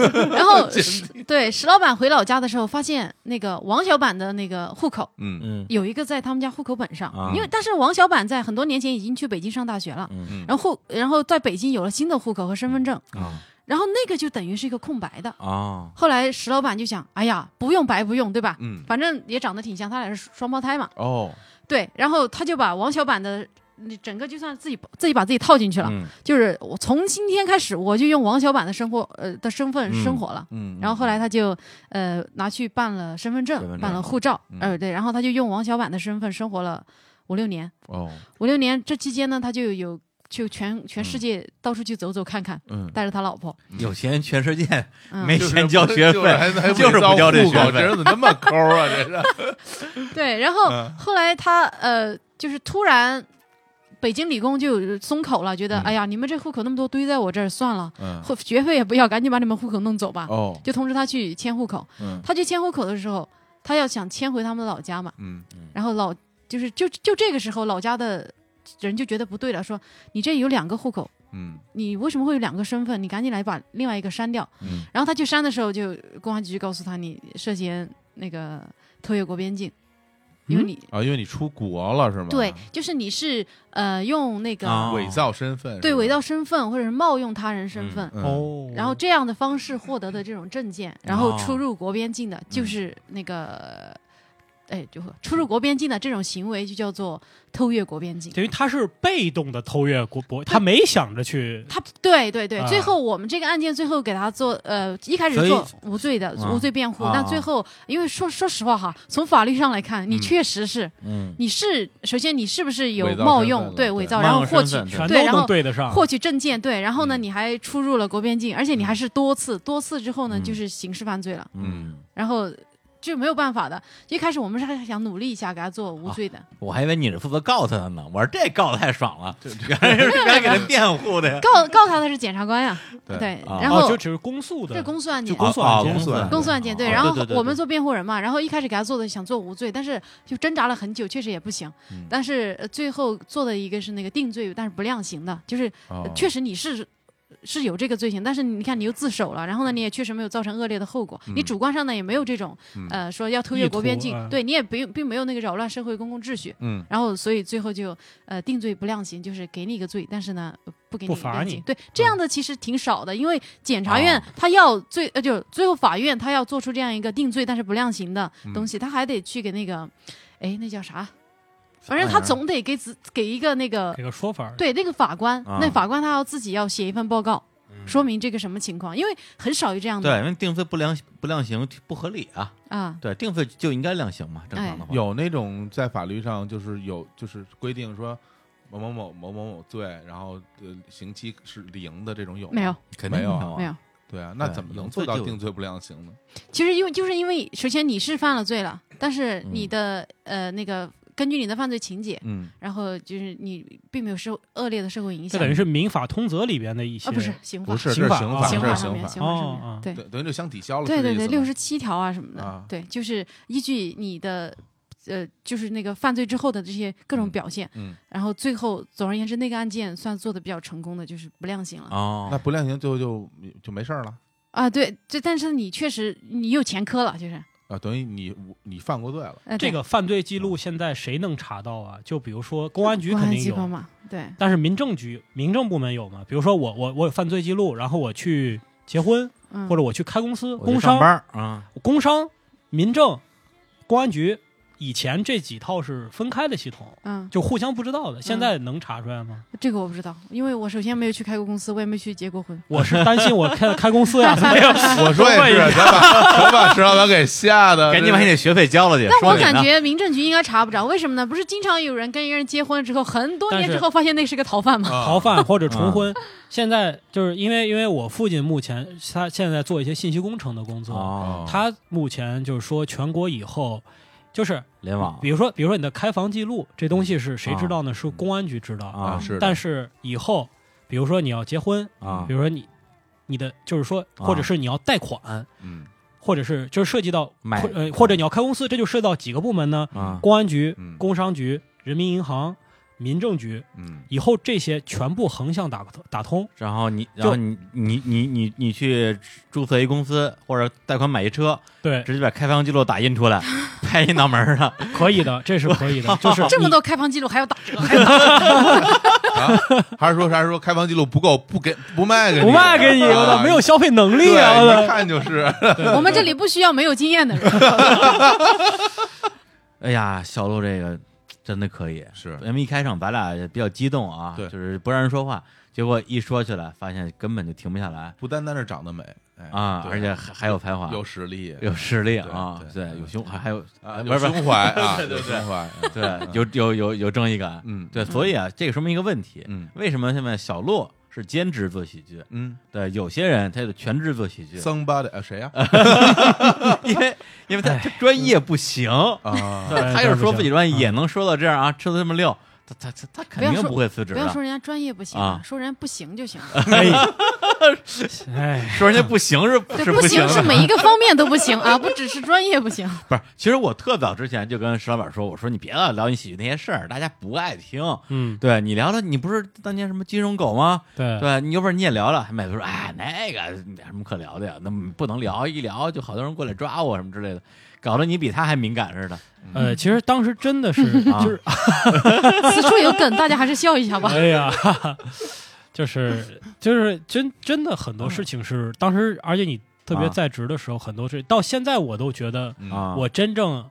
然后石对石老板回老家的时候，发现那个王小板的那个户口
嗯
嗯
有一个在他们家户口本上，
啊
因为但是王小板在很多年前已经去北京上大学了，
嗯
嗯
然后户然后在北京有了新的户口和身份证，
啊
然后那个就等于是一个空白的。
啊，
后来石老板就想，哎呀，不用白不用，对吧？
嗯
反正也长得挺像，他俩是双胞胎嘛，
哦，
对。然后他就把王小板的嗯整个就算自己自己把自己套进去了，
嗯
就是我从今天开始我就用王小板的生活呃的身份
嗯
生活了。
嗯，
然后后来他就呃拿去办了身份
身份
证，
证
办了护照
嗯，
呃对，然后他就用王小板的身份生活了五六年。
哦，
五六年这期间呢，他就有就全全世界到处去走走看看，
嗯，
带着他老婆，
有钱全世界，
嗯，
没钱交学
就是还
费，
还
就是
伪造
不交这
户口
学
这
费，
人怎么那么抠啊？这 是，
对，然后
嗯
后来他呃就是突然。北京理工就松口了，觉得、
嗯
哎呀，你们这户口那么多堆在我这儿，算了，
嗯，
户学费也不要，赶紧把你们户口弄走吧。
哦，
就通知他去迁户口。
嗯
他去迁户口的时候，他要想迁回他们的老家嘛，
嗯
然后老就是就就这个时候，老家的人就觉得不对了，说你这有两个户口，
嗯
你为什么会有两个身份？你赶紧来把另外一个删掉。
嗯
然后他去删的时候，就公安局就告诉他你涉嫌那个偷越国边境，因为你、
啊，因为你出国了是吗？
对，就是你是呃用那个、
啊
伪造身份是吧，
对伪造身份或者是冒用他人身份。
嗯，
哦
然后这样的方式获得的这种证件，然后出入国边境的，就是那个，哎，就出入国边境的这种行为就叫做偷越国边境。
等于他是被动的偷越国博，他没想着去
他对对对，
啊
最后我们这个案件最后给他做呃，一开
所
始
以
做无罪的
啊
无罪辩护，
啊
但最后因为说说实话哈，从法律上来看，你
嗯
确实是
嗯，
你是首先你是不是有
伪造
冒
身
用
份
对
了
伪
对
造，然后
冒用
获
身
取
份对
全都啊
对然后
能对得上，哦
获取证件，对，然后呢
嗯
你还出入了国边境，而且你还是多次，多次之后呢
嗯
就是刑事犯罪了。
嗯
然后就没有办法的。一开始我们是还想努力一下给他做无罪的，
我还以为你是负责告他的呢，我说这告的太爽了，原来是原来给他辩护的呀。
告告他的是检察官呀，
对
啊
然后
就只是公诉的
这，公诉案
就
件。
公诉
啊
案件
公诉案件
嗯公诉案件
啊
对，
啊
然后
对对对
我们做辩护人嘛，然后一开始给他做的想做无罪，但是就挣扎了很久，确实也不行。
嗯
但是呃最后做的一个是那个定罪，但是不量刑的，就是
哦
啊
确实你是是有这个罪行，但是你看你又自首了，然
嗯
后呢，你也确实没有造成恶劣的后果，你主观上呢也没有这种、
嗯
呃说要偷
意
越国边
图
境，
啊
对你也不用并没有那个扰乱社会公共秩序，
嗯，
然后所以最后就呃定罪不量刑，就是给你一个罪，但是呢呃不给
不
你
罚
量
你嗯
刑对，这样的其实挺少的，因为检察院
哦
他要最呃就最后法院他要做出这样一个定罪但是不量刑的
嗯
东西，他还得去给那个哎那叫啥，反正他总得给自给一个那个
这个说法儿，
对，那个法官，
啊
那法官他要自己要写一份报告，说明这个什么情况，因为很少有这样
对，
的
因为定罪不量不量刑不合理啊，
啊。
对，定罪就应该量刑嘛，正常的话。
哎有那种在法律上就是有就是规定说某某某某某某罪，然后呃刑期是零的这种有吗
没有？
肯定
没有
啊
没有，
对啊，那
对
怎么
有
能
罪
做到
就
定罪不量刑呢？
其实因为就是因为首先你是犯了罪了，但是你的、呃那个根据你的犯罪情节，
嗯，
然后就是你并没有受恶劣的社会影
这
响
等于是民法通则里边的一些
啊，不是刑法，
不是，
刑
这是
法
刑
啊
法，
刑
这
法
是
上
刑
面，
法，
刑法上
哦哦
面，对
对，等于就相抵消了，
对
是这
对
意
对，
思吗
六十七条啊什么的
啊，
对，就是依据你的。呃，就是那个犯罪之后的这些各种
嗯
表现，
嗯，
然后最后总而言之，那个案件算做的比较成功的，就是不量刑了。
啊
哦，
那不量刑就就就没事儿了
啊，对，这但是你确实你有前科了，就是，
啊，等于你你犯过罪 了，
呃，
这
对
个犯罪记录现在谁能查到啊？就比如说公安局
公
肯
安
定
机关
有，
嘛，对，
但是民政局、民政部门有吗？比如说我我我有犯罪记录，然后我去结婚，
嗯，
或者我去开公司、
我
工
去上
商、
班儿啊，
工商、民政、公安局，以前这几套是分开的系统，
嗯，
就互相不知道的。现在能查出来吗？
这个我不知道，因为我首先没有去开过公司，我也没去结过婚，
我是担心我开开公 司呀，怎么样？
我说也是，咱把咱把石老板给吓 的，
赶紧把你
这
那学费交了去。
但
说
我
你呢
感觉民政局应该查不着，为什么呢？不是经常有人跟一个人结婚之后，很多
但
年
是
之后发现那是个逃犯吗？
啊
逃犯或者
嗯
重婚。现在就是因为因为我父亲目前他现在做一些信息工程的工作，
哦，
他目前就是说全国以后，就是
联网
比如说比如说你的开房记录这东西是谁知道呢？是公安局知道。
啊
啊是的，
但嗯是以后，比如说你要结婚，
啊
比，如说你你的就是说，或者是你要贷款，
嗯
或者是就是涉及到
买嗯
或呃或者你要开公司，这就涉及到几个部门呢？
啊
公安局
嗯、
工商局、人民银行、民政局，
嗯
以后这些全部横向打打通。
然后你，然后你，你，你，你，你去注册一公司或者贷款买一车，
对，
直接把开房记录打印出来， 拍一脑门儿上。
可以的，这是可以的， 就是
这么
你
多开房记录还要打折，还要打折，
啊， 还是说还是说开房记录不够，不给不卖给你
不卖给你，
啊
我操，没有消费能
对
力啊！我
一
操，
看就是
我们这里不需要没有经验的人，
哎呀，小鹿这个真的可以。
是
咱们一开场咱俩也比较激动啊，
对
就是不让人说话，结果一说起来，发现根本就停不下来
不单单是长得美哎
啊，
对
而且还还有才华，
啊有实力
有实力啊，
对
对，有胸，还还 有
啊，
不
有
是不
胸
是，
怀 啊，
对对
有
对
胸怀，嗯
对，有有有有正义感，
嗯
对，所以啊，这个说明一个问题，
嗯
为什么现在小鹿是兼职做喜剧？
嗯
对，有些人他就全职做喜剧，
，somebody 啊谁呀
因为因
哎
为他他专业不行，
啊
对，他
哎
要
这
是
不
说
行
自己专业
嗯
也能说到这样啊，说的这么溜，他他他他肯
要
定
说
不会辞职
不要
的
说。人家专业不行
啊，
说人家不行就行了，
哎，哎，
说人家不行是
对，
是
不
行
行是
的。
每一个方面都不行啊，不只是专业不行，
不是，其实我特早之前就跟石老板说，我说你别老聊你喜剧那些事儿，大家不爱听。
嗯，
对你聊聊，你不是当年什么金融狗吗？
对，
对，你要不然你也聊聊。还买头说，哎，那个有什么可聊的呀？那不能聊，一聊就好多人过来抓我什么之类的，搞得你比他还敏感似的。
呃，其实当时真的是，
啊
就是
此处有梗，大家还是笑一下吧。
哎呀，哈哈就是就是真真的很多事情是当时，而且你特别
啊
在职的时候，很多事到现在我都觉得，
嗯
啊，
我真正，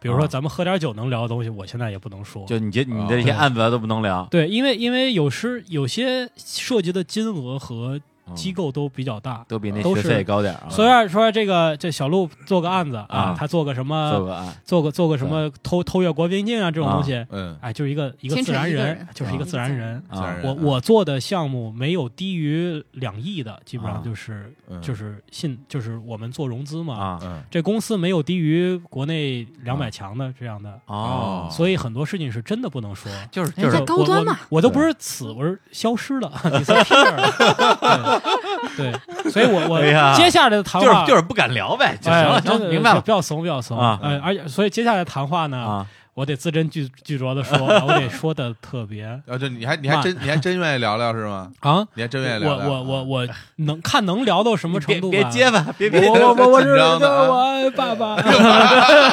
比如说
啊
咱们喝点酒能聊的东西，我现在也不能说。
就你这你的这些
啊
案子都不能聊
对，因为因为有时有些涉及的金额和机构都比较大。
嗯都比那
都
学
是
费高点儿啊。
虽然说这个这小鹿做个案子
啊
他做个什
做
么，
个案，
做个做个什么偷偷越国边境啊这种东西，
嗯，
哎，就是一个一个
牵
自
扯
然
一个
人
人，
就是一个
啊
呃自然人。
啊
自然人
我我做的项目没有低于两亿的，基本
啊
上就是
嗯
就是信就是我们做融资嘛，
啊
嗯
这公司没有低于国内两百强的这样的，
哦，
所以很多事情是真的不能说。
就是就
人
是
家高端嘛
我我我都不是死，我是消失了 ，disappear 了。 对，对所以我
哎呀
我接下来的谈
就是
话
就是不敢聊呗，就行
哎
了，
真的
行，明白了
不要怂，不要怂
啊
呃而且所以接下来谈话呢，
啊
我得字斟句句酌的说，啊我得说的特 别
啊，这你还你还真你还真愿意聊聊是吗？
啊。
你还真愿意
我
聊聊？啊
我我我能看能聊到什么程
别
度吧？啊
别结巴，别别
我我我我是
紧张的啊
我爱爸 爸。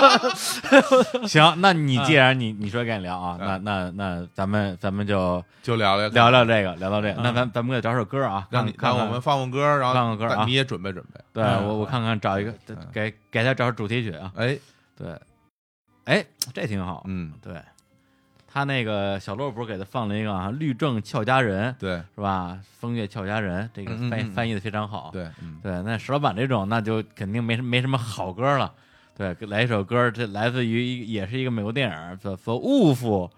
行，那你
嗯
既然你你说跟你聊啊，那
啊
那那咱们咱们就
就聊聊
聊，聊这个，聊聊这个。
嗯
那咱咱们给他找首歌啊，
让你
看
让我们放放歌，然后
放个歌啊
你也准备准备。
对
嗯
我我看看找一个
嗯
给给他找首主题曲啊。
哎，
对，哎，这挺好。
嗯，
对，他那个小洛不是给他放了一个啊，《律政俏佳人》
对
是吧？风月俏佳人，这个
嗯嗯
翻译
嗯嗯
翻译的非常好。
对，嗯，
对，那石老板这种，那就肯定没什没什么好歌了。对，来一首歌，这来自于一也是一个美国电影，叫《The Wolf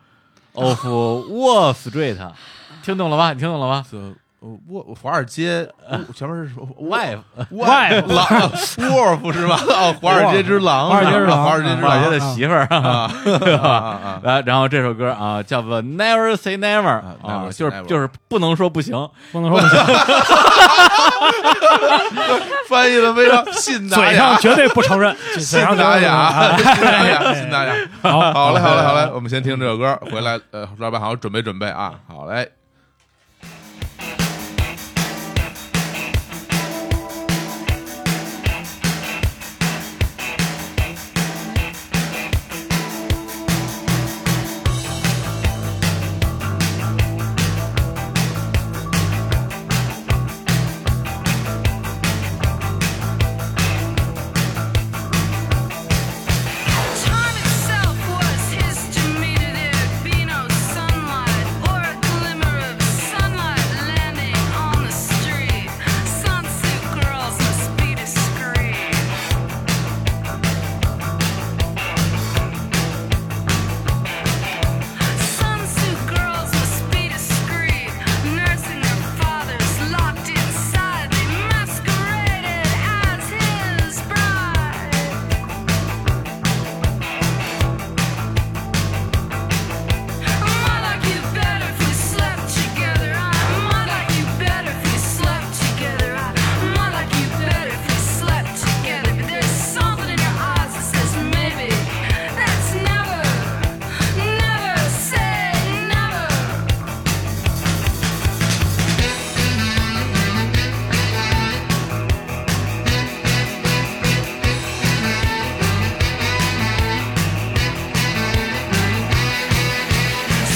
of Wall Street》，听懂了吧？你听懂了吧
这我我呃华尔街我前面是什么？
？Wife，
外狼 wolf 是吧？哦，华尔街之狼，啊
华尔街之狼
华尔街之
华尔街
狼
的媳妇儿
啊
对
啊
吧？
啊！
来，然后这首歌啊，叫做《Never Say Never
啊》
啊，
Never
就
Say
是
Never
就是不能说不行，
不能 说不行，
翻译的非常信达
嘴上
雅，
绝对不承认，嘴
信
上
达雅，信达雅，
哎
信达雅。
好
好嘞，好嘞，好嘞，我们先听这首歌，回来呃，老板好好准备准备啊。好嘞，
Time itself was history to there be no sunlight or a glimmer of sunlight landing on the street. Sunset girls must be discreet. Sunset girls must be discreet, nursing their fathers locked inside. They masqueraded as his bride. Might like you better if we slept together. I might like you better if we slept together. I might like you better if we slept together. But there's something in your eyes that says maybe. That's never, never say never.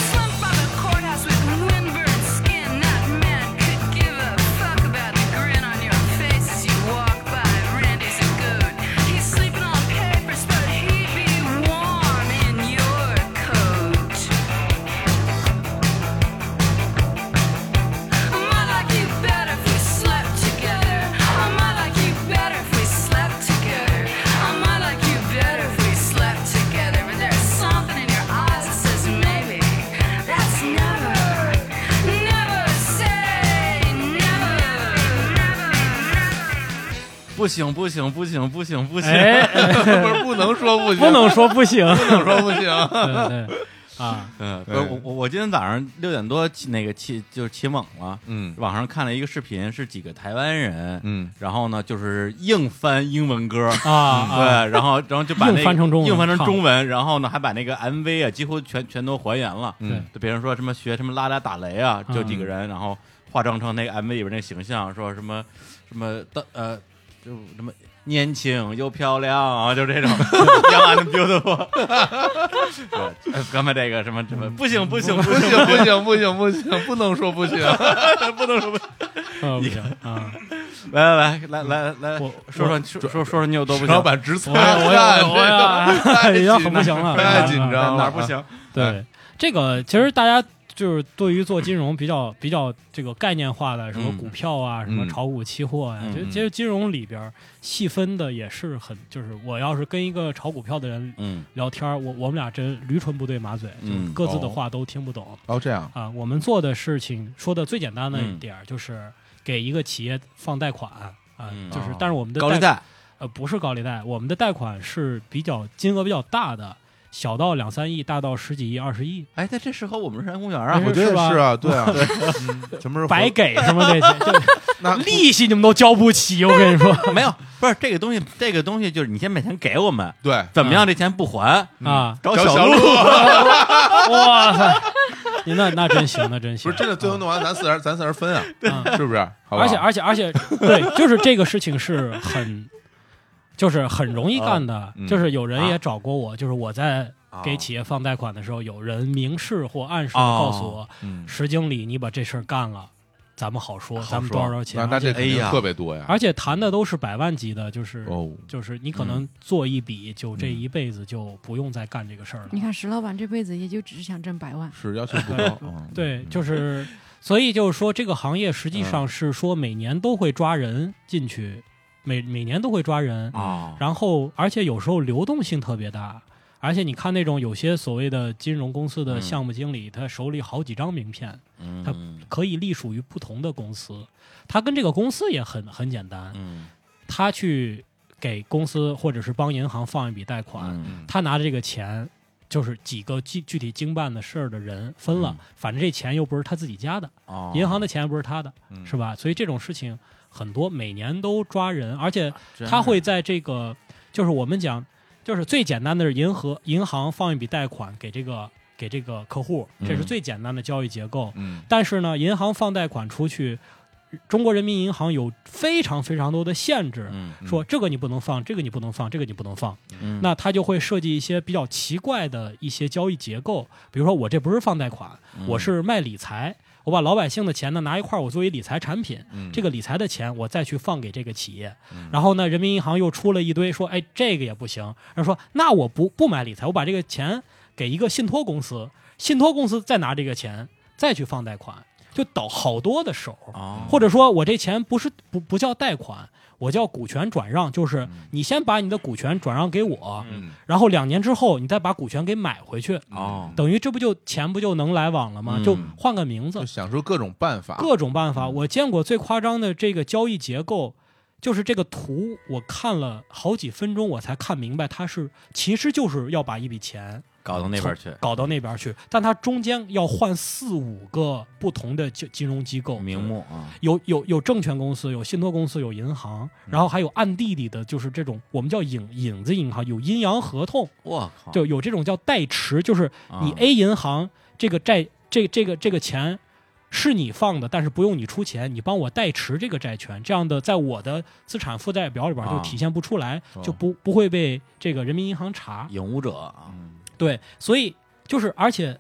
Slumped by the courthouse with windburned skin, that man could give a fuck about the grin on your face as you walk by. Randy's a good. He's sleeping on papers, but he'd be warm in your coat. Might like you better if we slept together. I might like you better if we slept together. I might like you better if we slept together. But there's something in your eyes that says maybe. That's never, never say never.
不行不行不行不行不行，
哎，
不是不能说不行，
不能说不 行。
不能说不行。
对对啊，
嗯，不
对
是我我我今天早上六点多起那个起就是起猛了，
嗯
网上看了一个视频，是几个台湾人，
嗯，
然后呢就是硬翻英文歌嗯
啊啊
对，然后然后就把那个
硬翻成中文
硬翻成
唱
中文，然后呢还把那个 MV 啊几乎全全都还原了，
嗯
就别人说什么学什么拉拉打雷啊，就
嗯
几个人，然后化妆成那个 MV 里边那形象，说什么什么的呃就什么。年轻又漂亮啊，就 这种，young and beautiful。对，呃刚才这个什么什么，不行 不行不
不
行，
行不行不行不行，不能说不行。
不能说不。
呃不行啊！
来来来来来来
我，
说说说说说说你有多不
老
行，
板直
我
擦
我我我
汗，
呀，已经很不行了，
太紧张了，
哪儿不行？
对，这个其实大家就是对于做金融比较比较这个概念化的，什么
嗯
股票啊，什么
嗯
炒股、期货啊，
嗯
就
嗯
其实金融里边儿细分的也是很，就是我要是跟一个炒股票的人
嗯
聊天儿，我我们俩真驴唇不对马嘴，
嗯
各自的
哦
话都听不懂。
哦，这样，
啊，我们做的事情说的最简单的一
嗯
点儿就是给一个企业放贷款啊
嗯，
就是
哦
但是我们的
高利贷，
呃不是高利贷，我们的贷款是比较金额比较大的，小到两三亿，大到十几亿、二十亿，
哎，那这适合我们日常公园啊
哎，
我觉得
是吧
是啊，对 啊，什么时候
白给什么这 些，就
那
利息你们都交不起，我跟你说
没有，不是这个东西，这个东西就是你先把钱给我们，
对
怎么样？这钱不还，
嗯
啊，
找
找
嗯小
鹿，
哇塞，你那那真行，那真
不
行，
是真的，最后弄完咱四人咱四人分啊，
啊
是不是？好吧
而且而且而且，对，就是这个事情是很，就是很容易干的。
嗯啊
就是有人也找过我，就是我在给企业放贷款的时候，有人明示或暗示地告诉我，
嗯，
石经理，你把这事儿干了，咱们好说，
好
咱们多少
说
多少
那
钱。
那
而
这
且
肯定
哎呀
特别多呀，
而且谈的都是百万级的，就是
哦，嗯
就是你可能做一笔，就这一辈子就不用再干这个事儿了。
你看石老板这辈子也就只是想挣百万，
是要求不
哎
高，嗯
对，
嗯
就是，所以就是说，这个行业实际上是说每年都会抓人进去，每每年都会抓人，
哦
啊，
然后而且有时候流动性特别大，而且你看那种有些所谓的金融公司的
嗯
项目经理，他手里好几张名片，他
嗯
可以隶属于不同的公司，他跟这个公司也很很简单，
嗯
他去给公司或者是帮银行放一笔贷款，
嗯
嗯
他拿着这个钱，就是几个具具体经办的事儿的人分了，
嗯
反正这钱又不是他自己家的，
哦
银行的钱又不是他的，
嗯
是吧？所以这种事情很多，每年都抓人，而且
啊真
他
是
会在这个，就是我们讲，就是最简单的是银行银行放一笔贷款给这个给这个客户，这是
嗯
最简单的交易结构。
嗯
但是呢，银行放贷款出去，中国人民银行有非常非常多的限制。
嗯
嗯
说这个你不能放，这个你不能放，这个你不能放，
嗯
那他就会设计一些比较奇怪的一些交易结构，比如说我这不是放贷款，
嗯
我是卖理财，我把老百姓的钱呢拿一块儿，我作为理财产品，
嗯
这个理财的钱我再去放给这个企业，
嗯
然后呢，人民银行又出了一堆说，哎，这个也不行，然后说那我不不买理财，我把这个钱给一个信托公司，信托公司再拿这个钱再去放贷款，就倒好多的手，
哦
或者说我这钱不是不不叫贷款，我叫股权转让，就是你先把你的股权转让给我，
嗯
然后两年之后你再把股权给买回去，
哦
等于这不就钱不就能来往了吗？
嗯
就换个名字
就，嗯想出各种办法，
各种办法。我见过最夸张的这个交易结构，就是这个图，我看了好几分钟，我才看明白它是其实就是要把一笔钱
搞到那边去，
搞到那边去，但它中间要换四五个不同的金金融机构
名目啊，
有有有证券公司，有信托公司，有银行，
嗯
然后还有暗地里的，就是这种我们叫影影子银行，有阴阳合同，
我靠，
就有这种叫代持，就是你
啊
A 银行这个债这这个这个钱是你放的，但是不用你出钱，你帮我代持这个债权，这样的在我的资产负债表里边就
啊
体现不出来，
哦
就不不会被这个人民银行查。
影舞者啊，
对，所以就是，而且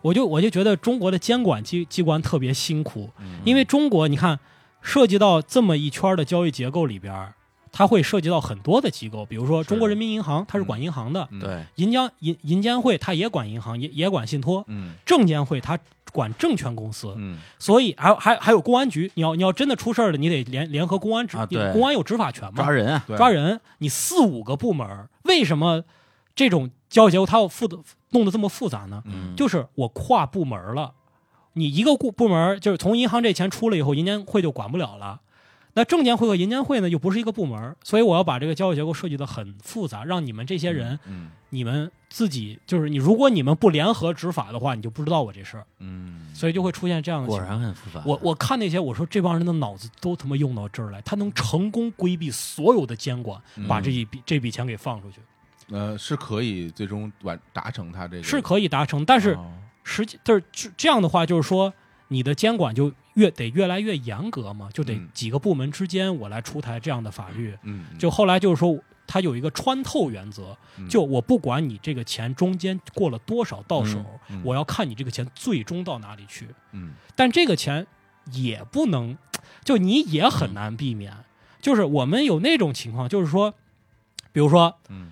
我就我就觉得中国的监管机机关特别辛苦，
嗯
因为中国你看涉及到这么一圈儿的交易结构里边儿，它会涉及到很多的机构，比如说
的
中国人民银行，它是管银行的；
嗯，
对，
银监银银监会，它也管银行，也也管信托；
嗯
证监会它管证券公司，
嗯
所以还有还还有公安局，你要你要真的出事儿了，你得联联合公安执，
啊对
公安有执法权嘛
抓，人啊，
对
抓人，你四五个部门儿，为什么这种交易结构它要复的弄得这么复杂呢？
嗯
就是我跨部门儿了，你一个部部门儿就是从银行这钱出了以后，银监会就管不了了。那证监会和银监会呢，又不是一个部门儿，所以我要把这个交易结构设计得很复杂，让你们这些人，
嗯
你们自己就是你，如果你们不联合执法的话，你就不知道我这事儿，
嗯，
所以就会出现这样的情
果
况。
然很复
啊
杂，
我我看那些，我说这帮人的脑子都他妈用到这儿来，他能成功规避所有的监管，
嗯
把这一笔这笔钱给放出去，
呃，是可以最终完达成他这个
是可以达成。但是
哦
实际就是这这样的话，就是说你的监管就越得越来越严格嘛，就得
嗯
几个部门之间我来出台这样的法律。
嗯嗯
就后来就是说，它有一个穿透原则，
嗯
就我不管你这个钱中间过了多少到手，
嗯嗯
我要看你这个钱最终到哪里去。
嗯
但这个钱也不能，就你也
嗯
很难避免。就是我们有那种情况，就是说，比如说
嗯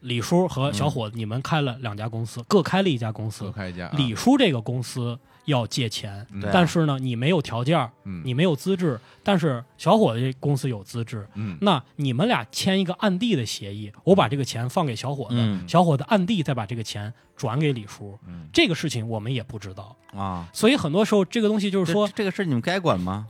李叔和小伙子你们开了两家公司，各开了一家公
多
司。
开一家啊，
李叔这个公司要借钱，
嗯
对啊
但是呢，你没有条件儿，
嗯
你没有资质，但是小伙子这公司有资质。
嗯
那你们俩签一个暗地的协议，我把这个钱放给小伙子，
嗯
小伙子暗地再把这个钱转给李叔，
嗯
这个事情我们也不知道。
啊，
所以很多时候，这个东西就是说
这，这个事儿你们该管吗？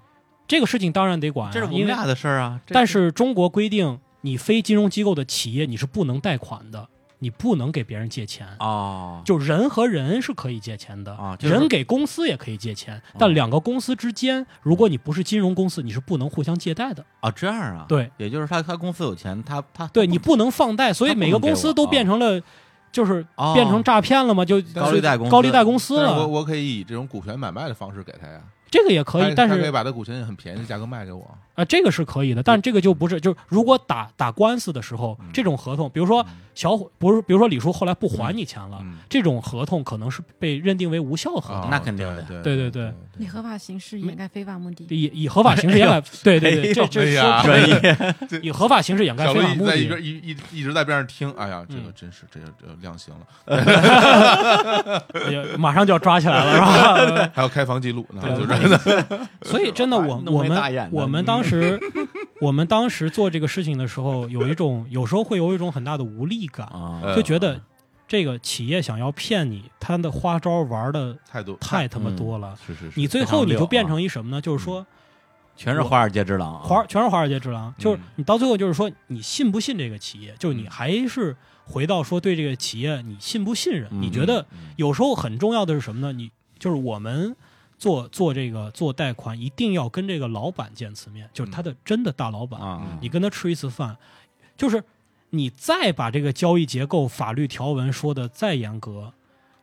这个事情当然得管啊、
这是我
因
们
为
俩的事儿啊。这
但是中国规定，你非金融机构的企业你是不能贷款的，你不能给别人借钱。
哦，
就人和人是可以借钱的
啊就是啊
人给公司也可以借钱，但两个公司之间，如果你不是金融公司，你是不能互相借贷的。
哦这样啊，
对，
也就是他他公司有钱，他他
对你不能放贷，所以
他不能
每个公
给
司
我
都变成了，就是
哦
变成诈骗了嘛，就
但
高利贷公司
高利贷公司
但是我
了。
我可以以这种股权买卖的方式给他呀，
这个也可以，
他
但
他
是
可以把他股权以很便宜的价格卖给我，
啊，这个是可以的，但这个就不是，就是如果打打官司的时候，这种合同，比如说小伙，不是，比如说李叔后来不还你钱了，
嗯嗯
这种合同可能是被认定为无效合同，
啊
那肯定的
对
对对对
以合法形式掩盖非法目的。
以以合法形式掩盖，对对对，这这
哎
是
呀
说
专业
以合法形式掩盖
小
非
鹿
法
一
目
在一
的
边。一一一直在边上听，哎呀，这个
嗯
真是这个这个量刑了，
哎呀马上就要抓起来了，是吧？
还有开房记录，那
对
就
对
是
所以真的，我
弄
我
黑大眼
们
的嗯
我们当时 我们当时做这个事情的时候，有一种有时候会有一种很大的无力感，
啊
呃
就觉得这个企业想要骗你，他的花招玩的
态度
太他妈多了。
是是是，
你最
嗯非常
后你
溜
就变
啊
成一什么呢？就是说，
全是华尔街之狼啊，
华尔全是华尔街之狼，就是
嗯
你到最后就是说，你信不信这个企业？就是
嗯
你还是回到说对这个企业你信不信任？
嗯
你觉得有时候很重要的是什么呢？你就是我们做做这个做贷款，一定要跟这个老板见次面，就是他的真的大老板，
嗯啊
你跟他吃一次饭，就是你再把这个交易结构、法律条文说的再严格。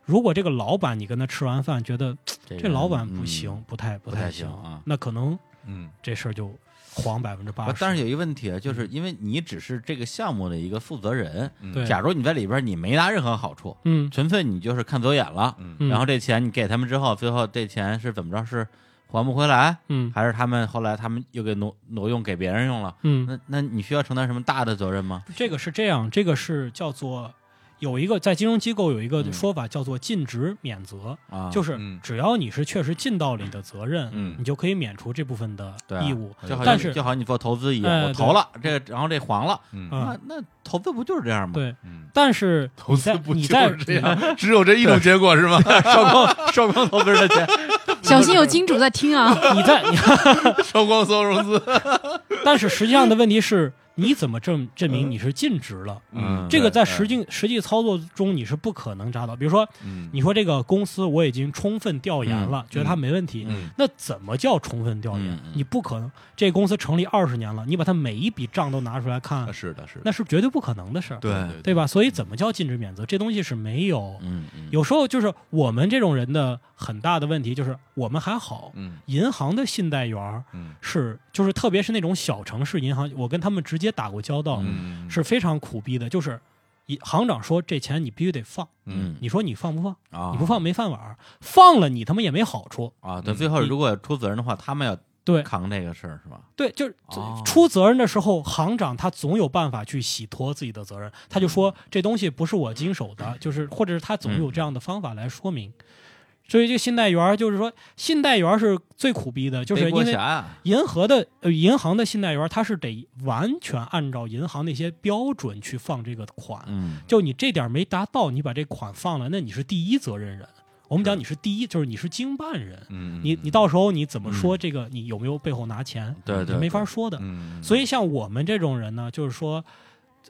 如果这个老板你跟他吃完饭，觉得这
人
老板不
嗯
行，不太不
不太
行
行啊
那可能
嗯
这事儿就黄百分之八
不
十。
但是有一个问题啊，就是因为你只是这个项目的一个负责人，
对
假如你在里边你没拿任何好处，
嗯，
纯粹你就是看走眼了，
嗯
然后这钱你给他们之后，最后这钱是怎么着是还不回来，
嗯
还是他们后来他们又给挪挪用给别人用了？
嗯，
那那你需要承担什么大的责任吗？
这个是这样，这个是叫做有一个在金融机构有一个说法叫做尽职免责，
嗯啊，
就是是
嗯
只要你是确实尽到了你的责任，
嗯
你就可以免除这部分的
对啊
义务。
就好像
但是
就好像你做投资一样，
哎
我投了这个，然后这黄了，
嗯
啊
那那投资不就是这样吗？
对，
嗯，
但是
投
你
资
在
不就
你在
是这 样，只有这一种结果是吗？
烧光烧光投资人的 钱，
小心有金主在听啊！
你在 你，
烧光所有融 资，
但是实际上的问题是，你怎么证证明你是尽职了？
嗯
这个在
对
实际实际操作中你是不可能扎到。比如说，
嗯
你说这个公司我已经充分调研
嗯
了，觉得它没问题，
嗯
那怎么叫充分调研？
嗯嗯
你不可能，这公司成立二十年了，你把它每一笔账都拿出来看，
啊是的，是的，
那是绝对不可能的事儿，
对
对
对吧？所以怎么叫禁止免责？这东西是没有。
嗯嗯，
有时候就是我们这种人的很大的问题就是我们还好，
嗯
银行的信贷员儿
嗯
是就是特别是那种小城市银行，我跟他们直接打过交道，
嗯
是非常苦逼的，就是。一行长说：“这钱你必须得放，
嗯
你说你放不放？
啊，
你不放没饭碗儿，放了你他妈也没好处。
啊，对，
嗯
最后
你
如果有出责任的话，他们要
对
扛这个事儿是吧？
对，就是
哦
出责任的时候，行长他总有办法去洗脱自己的责任。他就
嗯
说这东西不是我经手的，就是或者是他总有这样的方法来说明。
嗯
所以这个信贷员儿就是说，信贷员儿是最苦逼的，就是
背锅
因为
侠啊
银河的呃银行的信贷员儿他是得完全按照银行那些标准去放这个款，
嗯，
就你这点儿没达到，你把这款放了，那你是第一责任人。我们讲你是第一，就是你是经办人。
嗯，
你你到时候你怎么说这个？你有没有背后拿钱？
对对
你没法说的。
嗯，
所以像我们这种人呢，就是说，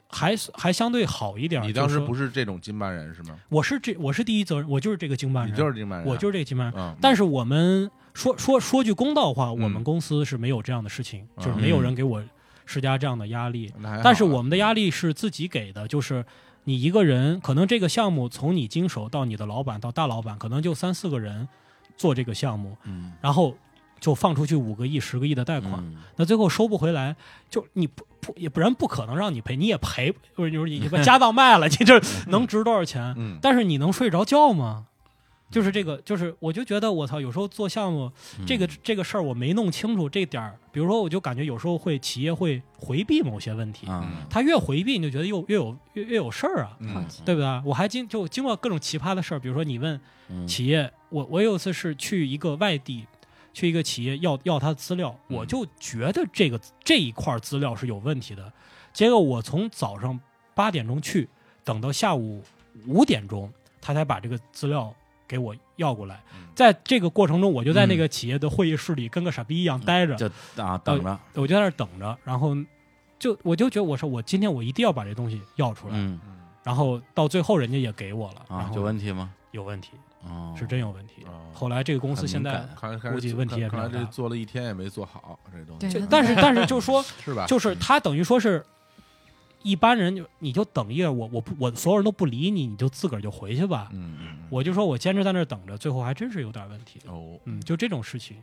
还还相对好一点儿。
嗯你当时不
是，
是这种经办人是吗？
我是这我是第一责任，我就是这个经办
你
人，
就是经办人啊，
我就是这个经办人。
嗯，
但
是
是我们说说说句公道话，我们
嗯
公司是没有这样的事情，
嗯
就是没有人给我施加这样的压力。
那还好啊
但是我们的压力是自己给的，就是你一个人，可能这个项目从你经手到你的老板到大老板，可能就三四个人做这个项目，
嗯
然后就放出去五个亿、十个亿的贷款，
嗯
那最后收不回来，就你不不也不然不可能让你赔，你也赔，不是就是你把家当卖了，你这能值多少钱？
嗯
但是你能睡着觉吗？就是这个，就是我就觉得我操，有时候做项目
嗯
这
嗯
个这个事儿我没弄清楚这点儿，比如说我就感觉有时候会企业会回避某些问题，
啊，
他越回避你就觉得又越有越越有事儿啊，
好
嗯
奇
对不对？我还经就经过各种奇葩的事儿，比如说你问
嗯
企业，我我有一次是去一个外地，去一个企业要要他的资料，
嗯
我就觉得这个这一块资料是有问题的，结果我从早上八点钟去，等到下午五点钟，他才把这个资料给我要过来
嗯，
在这个过程中，我就在那个企业的会议室里跟个傻逼一样
嗯
待着，
就啊等着，
我就在那儿等着，然后就我就觉得我说我今天我一定要把这东西要出来，
嗯
然后到最后人家也给我了，然
啊，
后
有问题吗？
有问题，
哦，
是真有问题。
哦
后来这个公司
很
现
敏
在
感，
看来看
估
来
计
做
问题也比
看
较
来这
大
做了一天也没做好这东西，
对
就但是但是就说
是吧？
就是他等于说是。一般人就你就等一夜，我我不我所有人都不理你，你就自个儿就回去吧。
嗯嗯
我就说我坚持在那儿等着，最后还真是有点问题
嗯。哦，
嗯，就这种事情，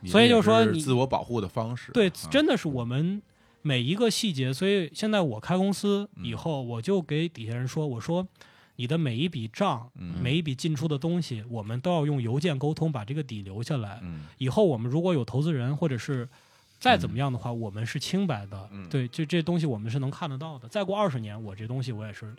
你
所以
这
就说
是
你
自我保护的方式，
对，
啊
真的是我们每一个细节。所以现在我开公司
嗯
以后，我就给底下人说，我说你的每一笔账、
嗯
每一笔进出的东西，我们都要用邮件沟通，把这个底留下来。
嗯
以后我们如果有投资人或者是再怎么样的话，我们是清白的。
嗯
对，就这东西我们是能看得到的。再过二十年，我这东西我也是，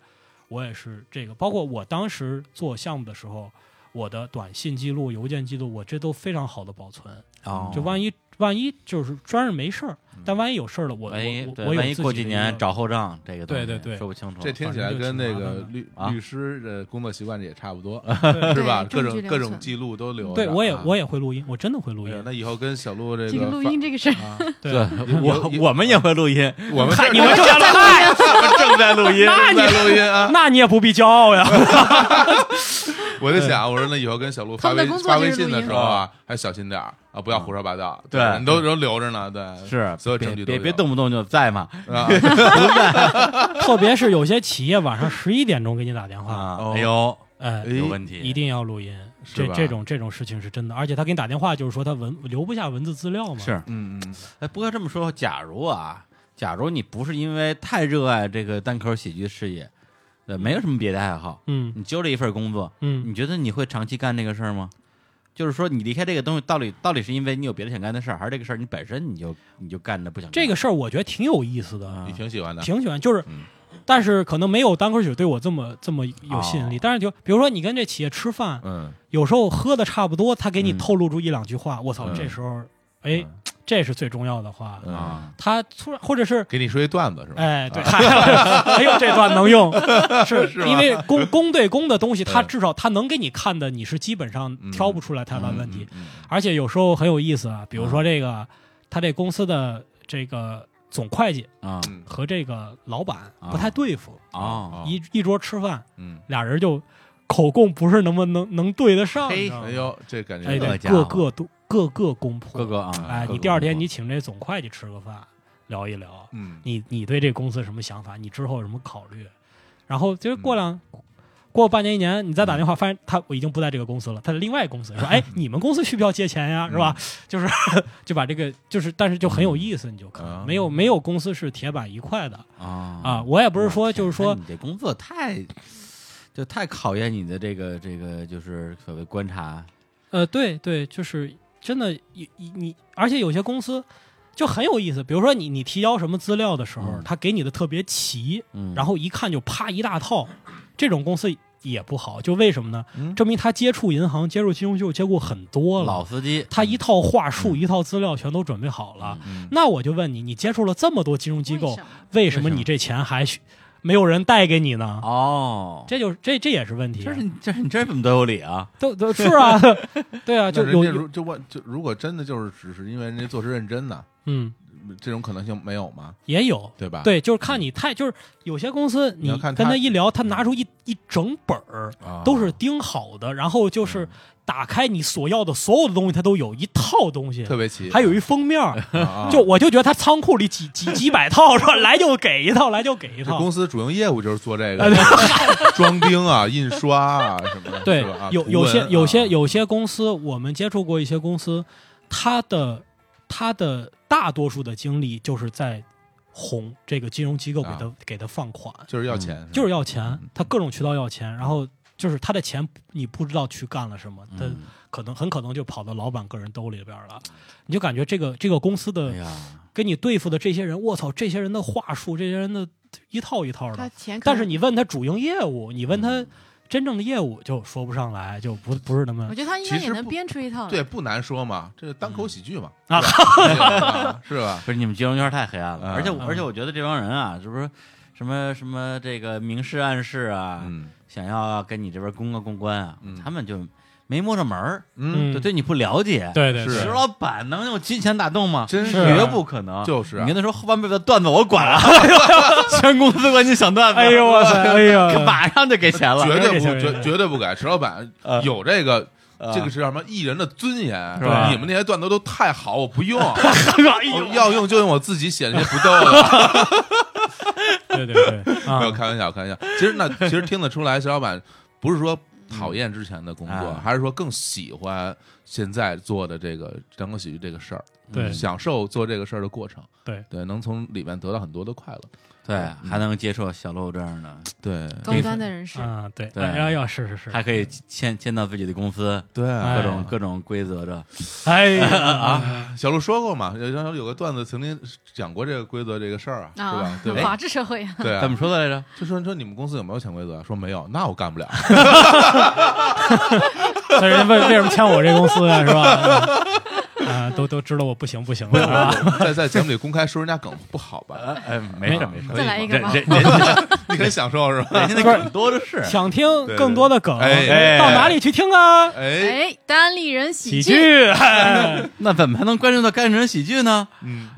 我也是这个。包括我当时做项目的时候，我的短信记录、邮件记录，我这都非常好的保存。
哦，嗯
就万一万一就是专是没事儿，但万一有事儿了，我我
万一
我
对
我有
万一
自
过
己
几
的一
年
个
找后账，这个东
对
西
对对
说不清
嗯
楚。
这听起来跟那个律
啊
律师的工作习惯也差不多，
对
是吧？
对
各
证据
种
留
各种
存
记录都留着啊。
对我也我
也
也会录音，我真的会录音。
那以后跟小鹿这
这个录
发
音这 个事儿，
啊，
对
对，
我我们也会录音，
我们
嗨，
这
你 们正在
啊
我们正在录音，
在
那你
录音 啊！
那你也不必骄傲呀。
我就想，我说那以后跟小鹿发
他们
微
的工作
发
就是
微信
录
的
音嗯
时候啊，还小心点儿啊，不要胡说八道。
对
你都都留着呢，
呃
对，
是
所有
别
证据都
别别
留
动不动就在嘛
啊！
嗯
特别是有些企业晚上十一点钟给你打电话，
啊
哦，
哎呦
哎，
有问题，
一定要录音。
是
这
吧
这种这种事情是真的，而且他给你打电话就是说他文留不下文字资料嘛。
是。
嗯嗯，
哎，不过这么说，假如啊，假如你不是因为太热爱这个单口喜剧事业，呃，没有什么别的爱好，
嗯
你就这一份工作，
嗯，
你觉得你会长期干这个事儿吗？就是说，你离开这个东西，到底到底是因为你有别的想干的事儿，还是这个事儿你本身你就你就干的不想干？
这个事儿我觉得挺有意思的，
啊
你挺喜欢的，
挺喜欢，就是。
嗯
但是可能没有单口曲对我这么这么
哦
有吸引力，但是就比如说你跟这企业吃饭，
嗯，
有时候喝的差不多，他给你
嗯
透露出一两句话，我操，
嗯
这时候，哎，这是最重要的话。
嗯
啊，
他突然，或者是，
给你说一段子是吧？啊
哎，对， 哎呦，这段 能用，是
是吧
因为 公公对公的东西，他
嗯
至少他能给你看的，你是基本上挑不出来太大问
哎
题。
嗯，
而且有时候很有意思啊，比如说这个，他这公司的这个总会计
啊
嗯
和这个老板
啊
不太对付，
哦，
一一桌吃饭，
嗯，
俩人就口供不是那么能能对得上，
嘿
你知道吗
哎呦，这感
这
哎，
觉
对，
家伙
各个都各个攻破，
哥哥啊，
哎，
各个
你第二
攻
天
破
你请这总会计吃个饭，聊一聊，
嗯，
你你对这公司什么想法？你之后有什么考虑？然后就是过两、过半年一年，你再打电话，发现他我已经不在这个公司了，他在另外公司，说哎，你们公司需不需要借钱呀？是吧？ 就是就把这个就是，但是就很有意思，你就看，
啊
没有没有公司是铁板一块的
啊
啊。我也不是
我
说
天
就是
那
说
你这工作太就太考验你的这个这个就是所谓观察，
呃，对对，就是真的，你你你，而且有些公司就很有意思，比如说你你提交什么资料的时候，
嗯
他给你的特别齐，
嗯，
然后一看就啪一大套，这种公司也不好，就为什么呢？
嗯
证明他接触银行、接触金融就接触很多了，
老司机，
他一套话术、一套资料全都准备好了。
嗯
那我就问你，你接触了这么多金融机构，
为
为
什
什
为什
么
么
你这钱还需没有人贷给你呢？
哦，哎
这就是这这也是问题
这
啊，
是你这是你这怎么都有理啊？
都都是啊，对啊，就
那人
有
家
有
如就我就如果真的就是只是因为人家做事认真呢，
嗯
这种可能性没有吗？
也有，
对吧？嗯
对，就是看你太就是有些公司，
你
你
要看
跟
他
他一聊，他拿出一一整本儿，
啊，嗯
都是盯好的，然后就是打开你所要的所有的东西，他都有一套东西
特，别齐，
还有一封面儿，
啊啊
就我就觉得他仓库里几几几百套是吧？来就给一套，来就给一
这
套。
公司主营业务就是做这
啊
个，装订啊、印刷啊什么的，
对
是吧啊，
有
图
有些
文
有些
啊
有些公司，我们接触过一些公司，他的他的大多数的精力就是在哄
啊
这个金融机构给他给他放款，
嗯
就是要钱，
就是要钱，他各种渠道要钱，然后就是他的钱你不知道去干了什么，他
嗯
可能很可能就跑到老板个人兜里边了，你就感觉这个这个公司
哎
的
呀，
跟你对付的这些人，我操，这些人的话术，这些人的一套一套
他
的。
钱可能，
但是你问他主营业务，你
嗯
问他真正的业务就说不上来，就不不是那么
我觉得他应该
其
也
实
能
不
编出一套来。
对，不难说嘛，这单口喜剧嘛，
嗯啊
对吧 是吧？
不是你们金融圈太黑暗了，
嗯
而且我
嗯
而且我觉得这帮人啊，是不是什么什么这个明示暗示啊，
嗯
想要跟你这边公个公关啊，
嗯
他们就没摸着门儿，
嗯，
就对你不了解。
对对
是
石老板能用金钱打动吗？
真是
绝不可能。
就是啊
你跟他说后半辈子的段子我管 啊，全公司管你想段子。
哎呦我操，哎
可
呀，
马上就给钱了。
绝对不
这个
绝绝对不改。石老板
呃
有这个。
呃
这个是叫什么？艺人的尊严
是吧
你们那些段子都太好，我不用，
哎
我要用就用我自己写的那些不逗的。
对对对，
没有
啊，
开玩笑，开玩笑。其实那其实听得出来，石老板不是说讨厌之前的工作，
嗯啊
还是说更喜欢现在做的这个单口喜剧这个事儿，
对
享受做这个事儿的过程。
对
对，能从里面得到很多的快乐。
对，还能接触小鹿这样的，
对
高端的人士，
啊对，
嗯对
哎呀呀，是是是，
还可以签签到自己的公司，
对啊，
各
哎
种各种规则的。
哎呀啊，
小鹿说过嘛，有有有个段子曾经讲过这个规则这个事儿啊，是吧
啊？，
对
法
吧？
治社 会啊，
对啊
怎么，说的来着？
就说说你们公司有没有潜规则啊？说没有，那我干不 了。
那人为为什么签我这公司啊，是吧？啊，都都知道我不行不行的啊，
在在节目里公开说人家梗不好吧？啊
哎，没事没事，
再来一个
人
吧。
人人家
你可以享受是吧？
人家那梗多的是。
想听更多的梗，
对对对哎
到哪里去听啊？
哎，
哎，单立人喜
喜，剧， 哎
那怎么还能关注到干人喜剧呢？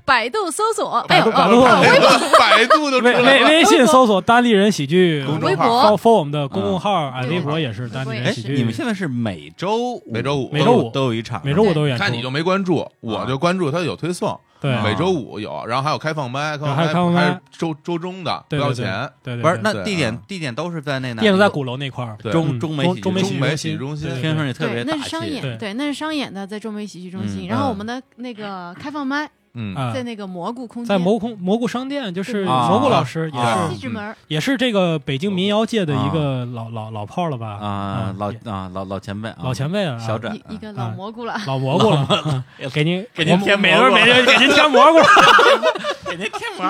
百度搜索，哎呦，
百
啊
度
百度百度都出
微
来
微
了。
微信搜索单立人喜剧，
公众
微
号
包
博，
括我们的公众号，哎，
嗯
微博也是单立
微
人
哎
博
喜，剧。
你们现在是每周五
每周五
都
每周五
都有一场，
每周五都有演出，
看你就没关注，我就关注它有推送，
对
啊
每周五有，然后还有开放麦，开
对还有开
放
放麦
还是周周中的，不
对
要
对对
钱。
对对，
不是？
对
那
对
地点
啊
地点都是在那哪？
店子在鼓楼那块儿，
对
中
嗯
中
中
美
中美
中
喜
美
剧
喜剧中心
对
听说你特别
对，那
大
是商
气，
对
演，对，那是商演的，在中美喜剧中
嗯
心。然后我们的那个开放麦
嗯，
啊
在，那个蘑菇空间，
在蘑菇蘑菇商店，就是
对
蘑菇老师也
啊
西
是
直门儿，
也是这个北京民谣界的一个老老老炮儿了吧？
哦啊
嗯，
老
也
啊老老前辈啊，
老前辈了啊，
小展
一一个老蘑菇 了。
老蘑菇了啊，给您
哎给您添
每
蘑菇
每人给您添蘑菇了，
给您贴膜，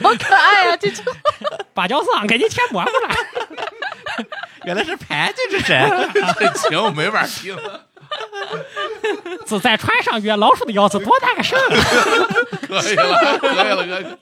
好可爱啊！这 种
芭蕉扇给您添蘑菇了。
原来是牌这是谁？
这节目没法听了，
只在船上约老鼠的腰子多大个事 儿？啊
可以了，可以了，可以了。啊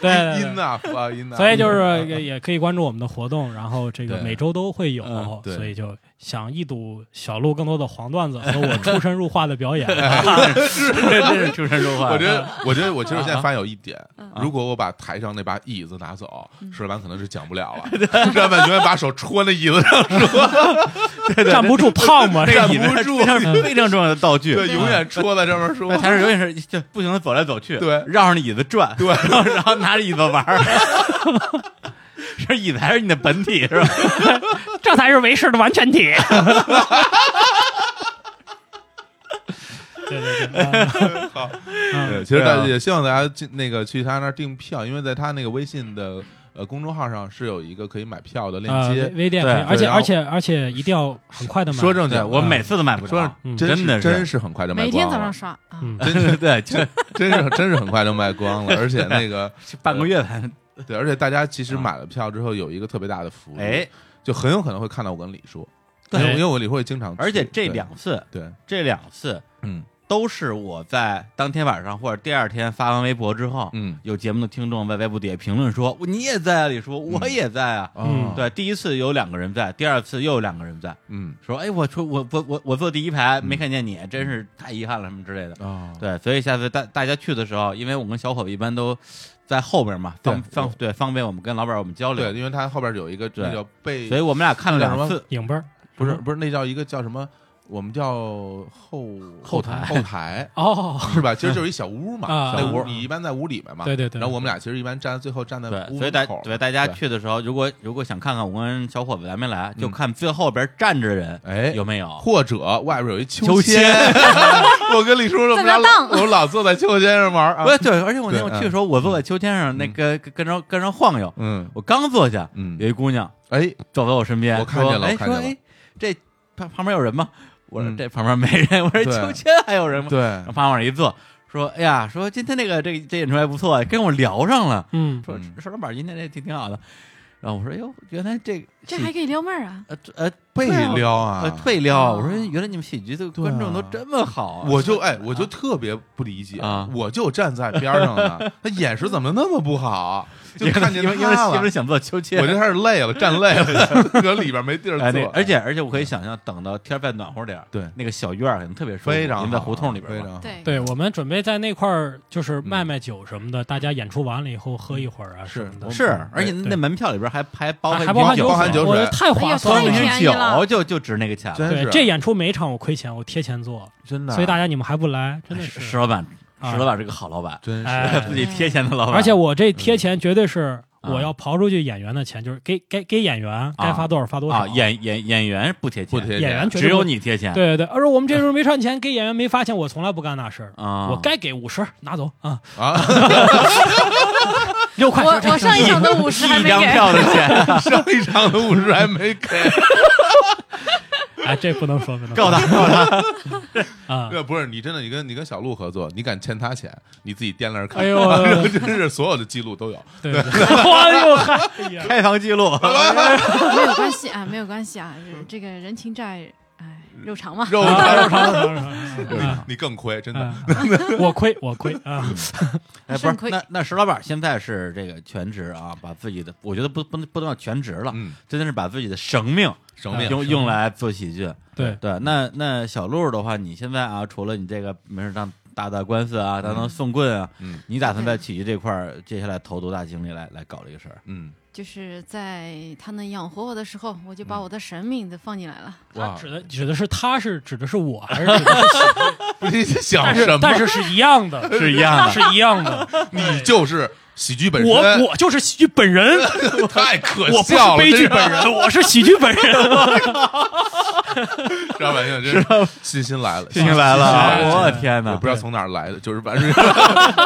对对对
音呐，发音呐，
所以就是也也可以关注我们的活动，然后这个
对
每周都会有
嗯，
对
所以就想一睹小鹿更多的黄 段子和我出神入化的表演。
这 真是出神入化。
我觉得，我觉得，我其实我现在发现有一点，如果我把台上那把椅子拿走，石老板可能是讲不了了。 石老板永远把手戳那椅子上，
站不住胖嘛，
这
是吧
个啊椅子是非 常非常重要的道具，
对，永远戳在上面说
那。台上永远是就不停的走来走去，
对
绕着那椅子转，对，然后 然后拿着椅子玩儿。 这椅子还是你的本体是吧？
这才是为师的完 全体。对对对，啊
好，
嗯
对，其实
对啊
大家也希望大家进那个去他那儿订票，因为在他那个微信的呃公众号上是有一个可以买票的链
呃，微
接。
微店可
对
以，而且
然后
而且而且一定要很快的买。
说正
对
经，
我每次都买不
说
着，
嗯
真
真的是
真是很快就卖光
每天早
了
上刷啊，
嗯，
真是
对，就
真是真是很快就卖光了，而且那个
就半个月 才
对，而且大家其实买了票之后有一个特别大的福利，
哎，
就很有可能会看到我跟李叔，
对
因为因为我李叔也经常去，
而且这
对
两次，
对，
这两次
嗯
都是我在当天晚上或者第二天发完微博之后，
嗯，
有节目的听众在微博底下评论说你也在啊，李叔，我也在
嗯
啊。
嗯哦，
对，第一次有两个人在，第二次又有两个人在，
嗯
说哎，我说我我我我坐第一排没看见你，真是太遗憾了什么之类的。
哦，
对，所以下次大大家去的时候，因为我跟小伙子一般都在后边嘛，
对
方方对方便我们跟老板我们交流
对，，因为他后边有一个
对
那叫被
所以我们俩看了两次，
影奔儿
不是不是那叫一个叫什么我们叫后
后台
后台
哦，
是吧？其实就是一小屋嘛，
啊
那屋
啊
你一般在屋里面嘛，
对对对
然后我们俩其实一般站最后站在
对，
呃
所
屋
以
门
大
口，
对大家
对
去的时候，如果如果想看看我跟小伙子来没来，就
嗯
看最后边站着人
哎
有没有。
或者外边有一
秋
千
千，
我跟李叔叔我们俩
在那荡
我们老坐在秋千上玩儿啊
不，是对，而且我那
对
我
嗯
去的时候，我坐在秋千上，那
嗯
个跟跟着跟着晃悠，
嗯，
我刚坐下，
嗯
有一姑娘
哎，
走到我身边，
我看见
说
了我
哎，
看
说
见了
哎，这旁旁边有人吗？我说
嗯
这旁边没人，我说
对
秋千还有人吗？
对
然后，啪往上一坐，说哎呀，说今天那个这这演出还不错，啊跟我聊上了，
嗯，
说
嗯
石老板今天这挺挺好的。然后我说哟，原来这个
这
喜
还可以撩妹儿啊！
呃这呃
被
对啊
撩
呃
啊，
退撩，
哦
我说原来你们喜剧的
对啊
观众都这么好、啊，
我就哎，我就特别不理解
啊
我就站在边上呢，他眼神怎么那么不好？就
因为
看见
因为因为
他
媳妇
了，
想坐秋千，
我就开始累了，站累了，搁里边没地儿
哎那
坐，
而且而且我可以想象，等到天儿再暖和点儿，
对
那个小院儿可能特别舒服，
非
因
常
为在胡同里边
非
嘛
常好
对，
对，我们准备在那块儿就是卖卖酒什么的，大家演出完了以后喝一会儿啊
是
什么的，
是，而且
对
那门票里边还还包
还
含
啊还包含
酒，
包含酒
水，我觉得
水
太划算
包
哎
一
了。
呀太
瓶
便宜了
酒就就值那个钱了，
真
对
是，
这演出每场我亏钱，我贴钱做，
真的，
所以大家你们还不来，真的
石石
是。
老板，
啊
石老板是个好老板，
真是
哎
自己贴钱的老板，
而且我这贴钱绝对是
嗯
我要刨出去演员的钱，就是给给给演员该发多少发多少
啊，，演演演员不贴钱，
不贴
演员绝对
只有
不
你贴钱，
对对对，而我们这时候没赚钱，给演员没发钱，我从来不干那事儿。
啊，
我该给五十拿走 啊，
啊，
六块。
我
这
我上一场的五十还
一
没
张
给，
票的 钱
上一场的五十还没给，
哎，这不能说，不能
够
说
了够了，
啊！
这不是你真的，你跟你跟小鹿合作，你敢欠他钱，你自己掂量着看，
哎呦
真是所有的记录都有，
对 对，对哎呦嗨哎呀，
开房记录，
没有关系啊，没有关系 啊，这个人情债，哎，肉偿嘛。
肉
啊
肠
肉肠肉肠肉肠肉肠
你更亏，真的
啊，我亏我亏啊！
哎，不
肾
是，
亏
那那石老板现在是这个全职啊，把自己的，我觉得不不能不能叫全职了，
嗯，
真的是把自己的生命
生命
用用来做喜剧。
对
对，那那小鹿的话，你现在啊，除了你这个没事当打打官司啊，当当送棍啊，
嗯
你打算在喜剧这块儿接下来投多大精力来来搞这个事儿？
嗯，
就是在他能养活我的时候，我就
嗯
把我的神命都放进 来了。
他
哇，
指的指的是他是指的是我还是指的是喜剧？
你想
但
什么
是？但是是一样的，
是一样的
是一样的。
你就是喜剧本身，
我我就是喜剧本人，
太可
我不
笑了，
是悲剧本人，我是喜剧 本人。
知道吧？现在真是信心来了，
听来了
是
啊，
是
我天
我
哪
不！知道从哪儿来的，就是反正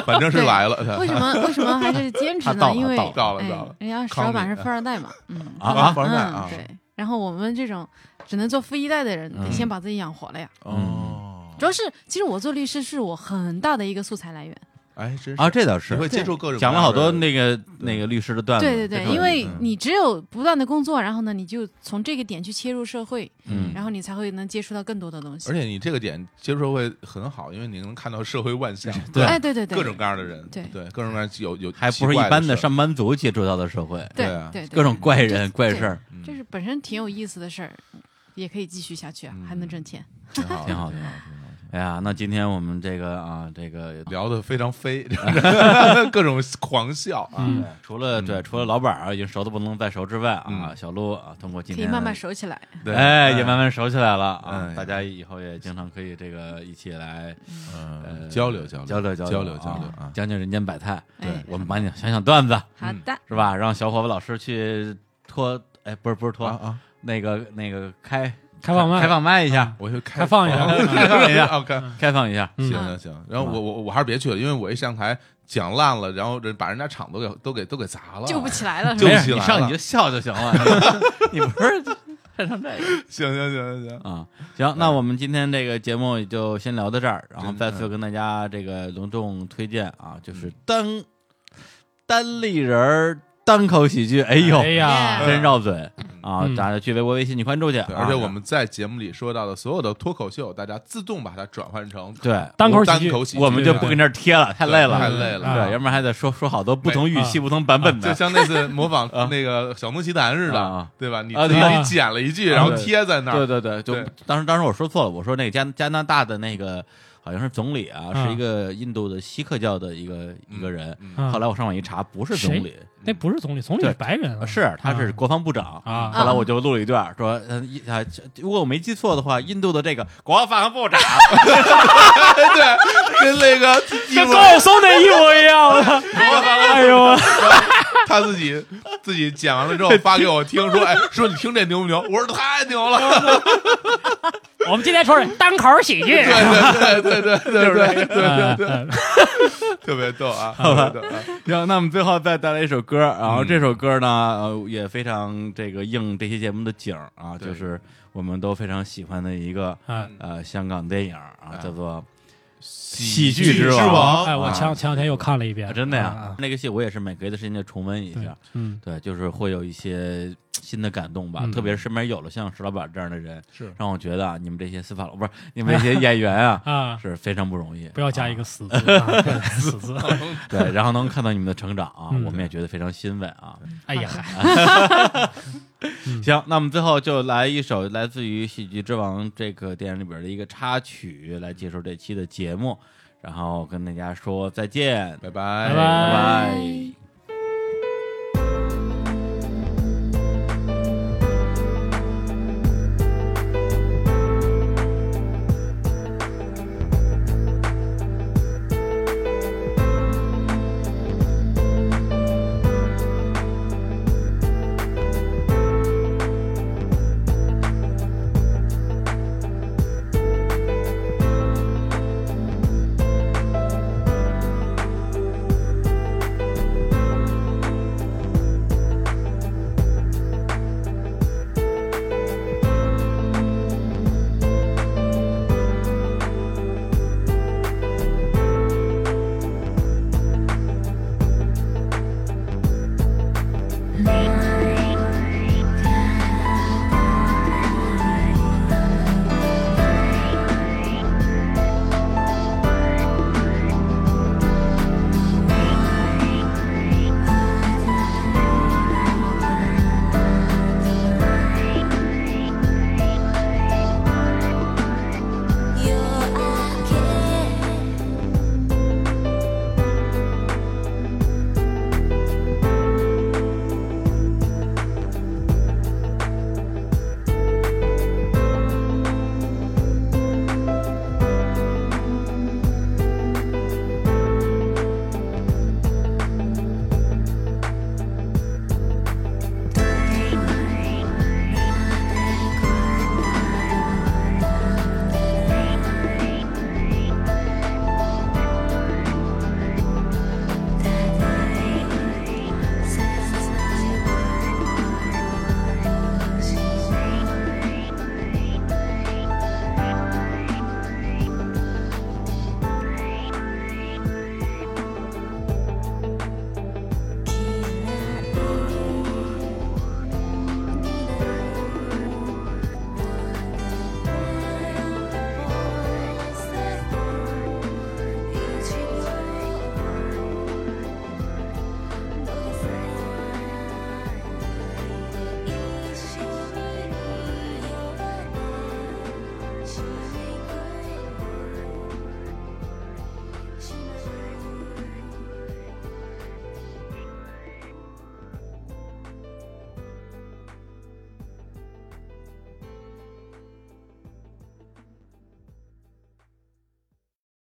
反正是来了，
为什么为什么还是兼职
他啊到
呢？
了
因为
到了
到了
哎
到了
人家石
康
老板
你
是富二代嘛，嗯
啊啊
富二代啊嗯
嗯，对。然后我们这种只能做富一代的人，得先把自己养活了呀。
嗯
哦，
主要是，其实我做律师是我很大的一个素材来源。
哎，真
啊，
是
这倒
你
是
会接触各种
讲了好多
各样的
那个那个律师的段子，
对对对，
这种
因为
嗯
你只有不断的工作，然后呢，你就从这个点去切入社会，
嗯
然后你才会能接触到更多的东西
而。且你这个点接触社会很好，因为你能看到社会万象，
对
哎，对对对，
各种各样的人，
对
对，各种各样有有
还不
奇
是一
怪的
般的
事儿
上班族接触到的社会，
对
对啊
对对
各种怪人怪
对
事儿，
嗯
这是本身挺有意思的事儿，也可以继续下去啊，
嗯
还能挣钱。
挺好，
挺好挺好。哎呀，那今天我们这个啊，这个
聊的非 常飞，各种狂笑啊，
对除了对除了老板啊已经熟的不能再熟之外啊，
嗯
小鹿啊通过今
可以
天
慢慢，熟起来。
对，
哎，也慢慢熟起来了啊
哎。
大家以后也经常可以这个一起来呃
嗯交流交流
交流
交
交
流交流
啊
啊，
讲讲人间百态。
哎，
我们帮你想想段子
好
嗯
的，
是吧？让小伙子老师去拖，哎，不是不是
啊
拖，
啊，
那个那个开
开放麦，
开放麦一啊下，
我就
开放一下
开放一下，OK，
开放一下。
嗯
行行行，然后我我我还是别去了，因为我一上台讲烂了，然后人把人家场都给都给都给砸了，
救不起来了，是
就
吧
没
起
事，你
来
上
了
你就笑就行 了，你不是擅长这个。
行行行行行，
啊，行，那我们今天这个节目也就先聊到这儿，然后
哎真嗯
再次跟大家这个隆重推荐啊，就是单单立人儿单口喜剧，哎呦，
哎呀，
真绕嘴啊！
嗯
大家去微博、微信去关注去，
对，
啊
而且我们在节目里说到的所有的脱口秀，大家自动把它转换成
啊对。
单口喜
单
剧，
口喜剧，
我们就不跟这儿贴了，太累了，
太累啊
了
对，要不然还得说说好多不同语气、不同版本
就
的。
像那次模仿那个小东奇谭似
啊
的
啊，
对吧？你
啊
自己
对
你剪了一句，然后贴在那
对
儿，
对对，就
对
当时当时我说错了，我说那个加加拿大的那个好像是总理啊，
嗯
是一个印度的锡克教的一个一个人。
嗯
啊
后来我上网一查，不是总理，
那不是总理，总理
对
是白人啊，
呃是他是国防部长
啊
后来我就录了一段，说，呃一啊，这如果我没记错的话，印度的这个国防 部长
跟那个
跟高晓松那一模一样的。哎呦，
他自己自己剪完了之后发给我听，说：“哎，说你听这牛不牛？”我说：“太牛了！”
我们今天说是单口喜剧，
对对对对对对对对
嗯
对，
嗯
特别逗啊！特别逗啊
然后，那我们最后再带来一首歌，然后这首歌呢，呃也非常这个应这期节目的景儿啊，
对
就是我们都非常喜欢的一个
嗯
呃香港电影啊，叫做
喜
剧之
之
王
王，
哎，我前
啊
两前两天又看了一遍
啊，真的
啊
呀
啊，
那个戏我也是每隔一段时间就重温一下，
嗯，
对，就是会有一些新的感动吧，
嗯
特别是身边有了像石老板这样的人，
是，
让我觉得啊，你们这些司法老不是你们这些演员啊
啊，
是非常不容易，
不要加一
个。
个死 字，啊死字，
对，然后能看到你们的成长啊，
嗯
我们也觉得非常欣慰啊。
哎呀嗨，嗯
行，那我们最后就来一首来自于《喜剧之王》这个电影里边的一个插曲，来结束这期的节目，然后跟大家说再见，
拜拜
拜
拜拜
拜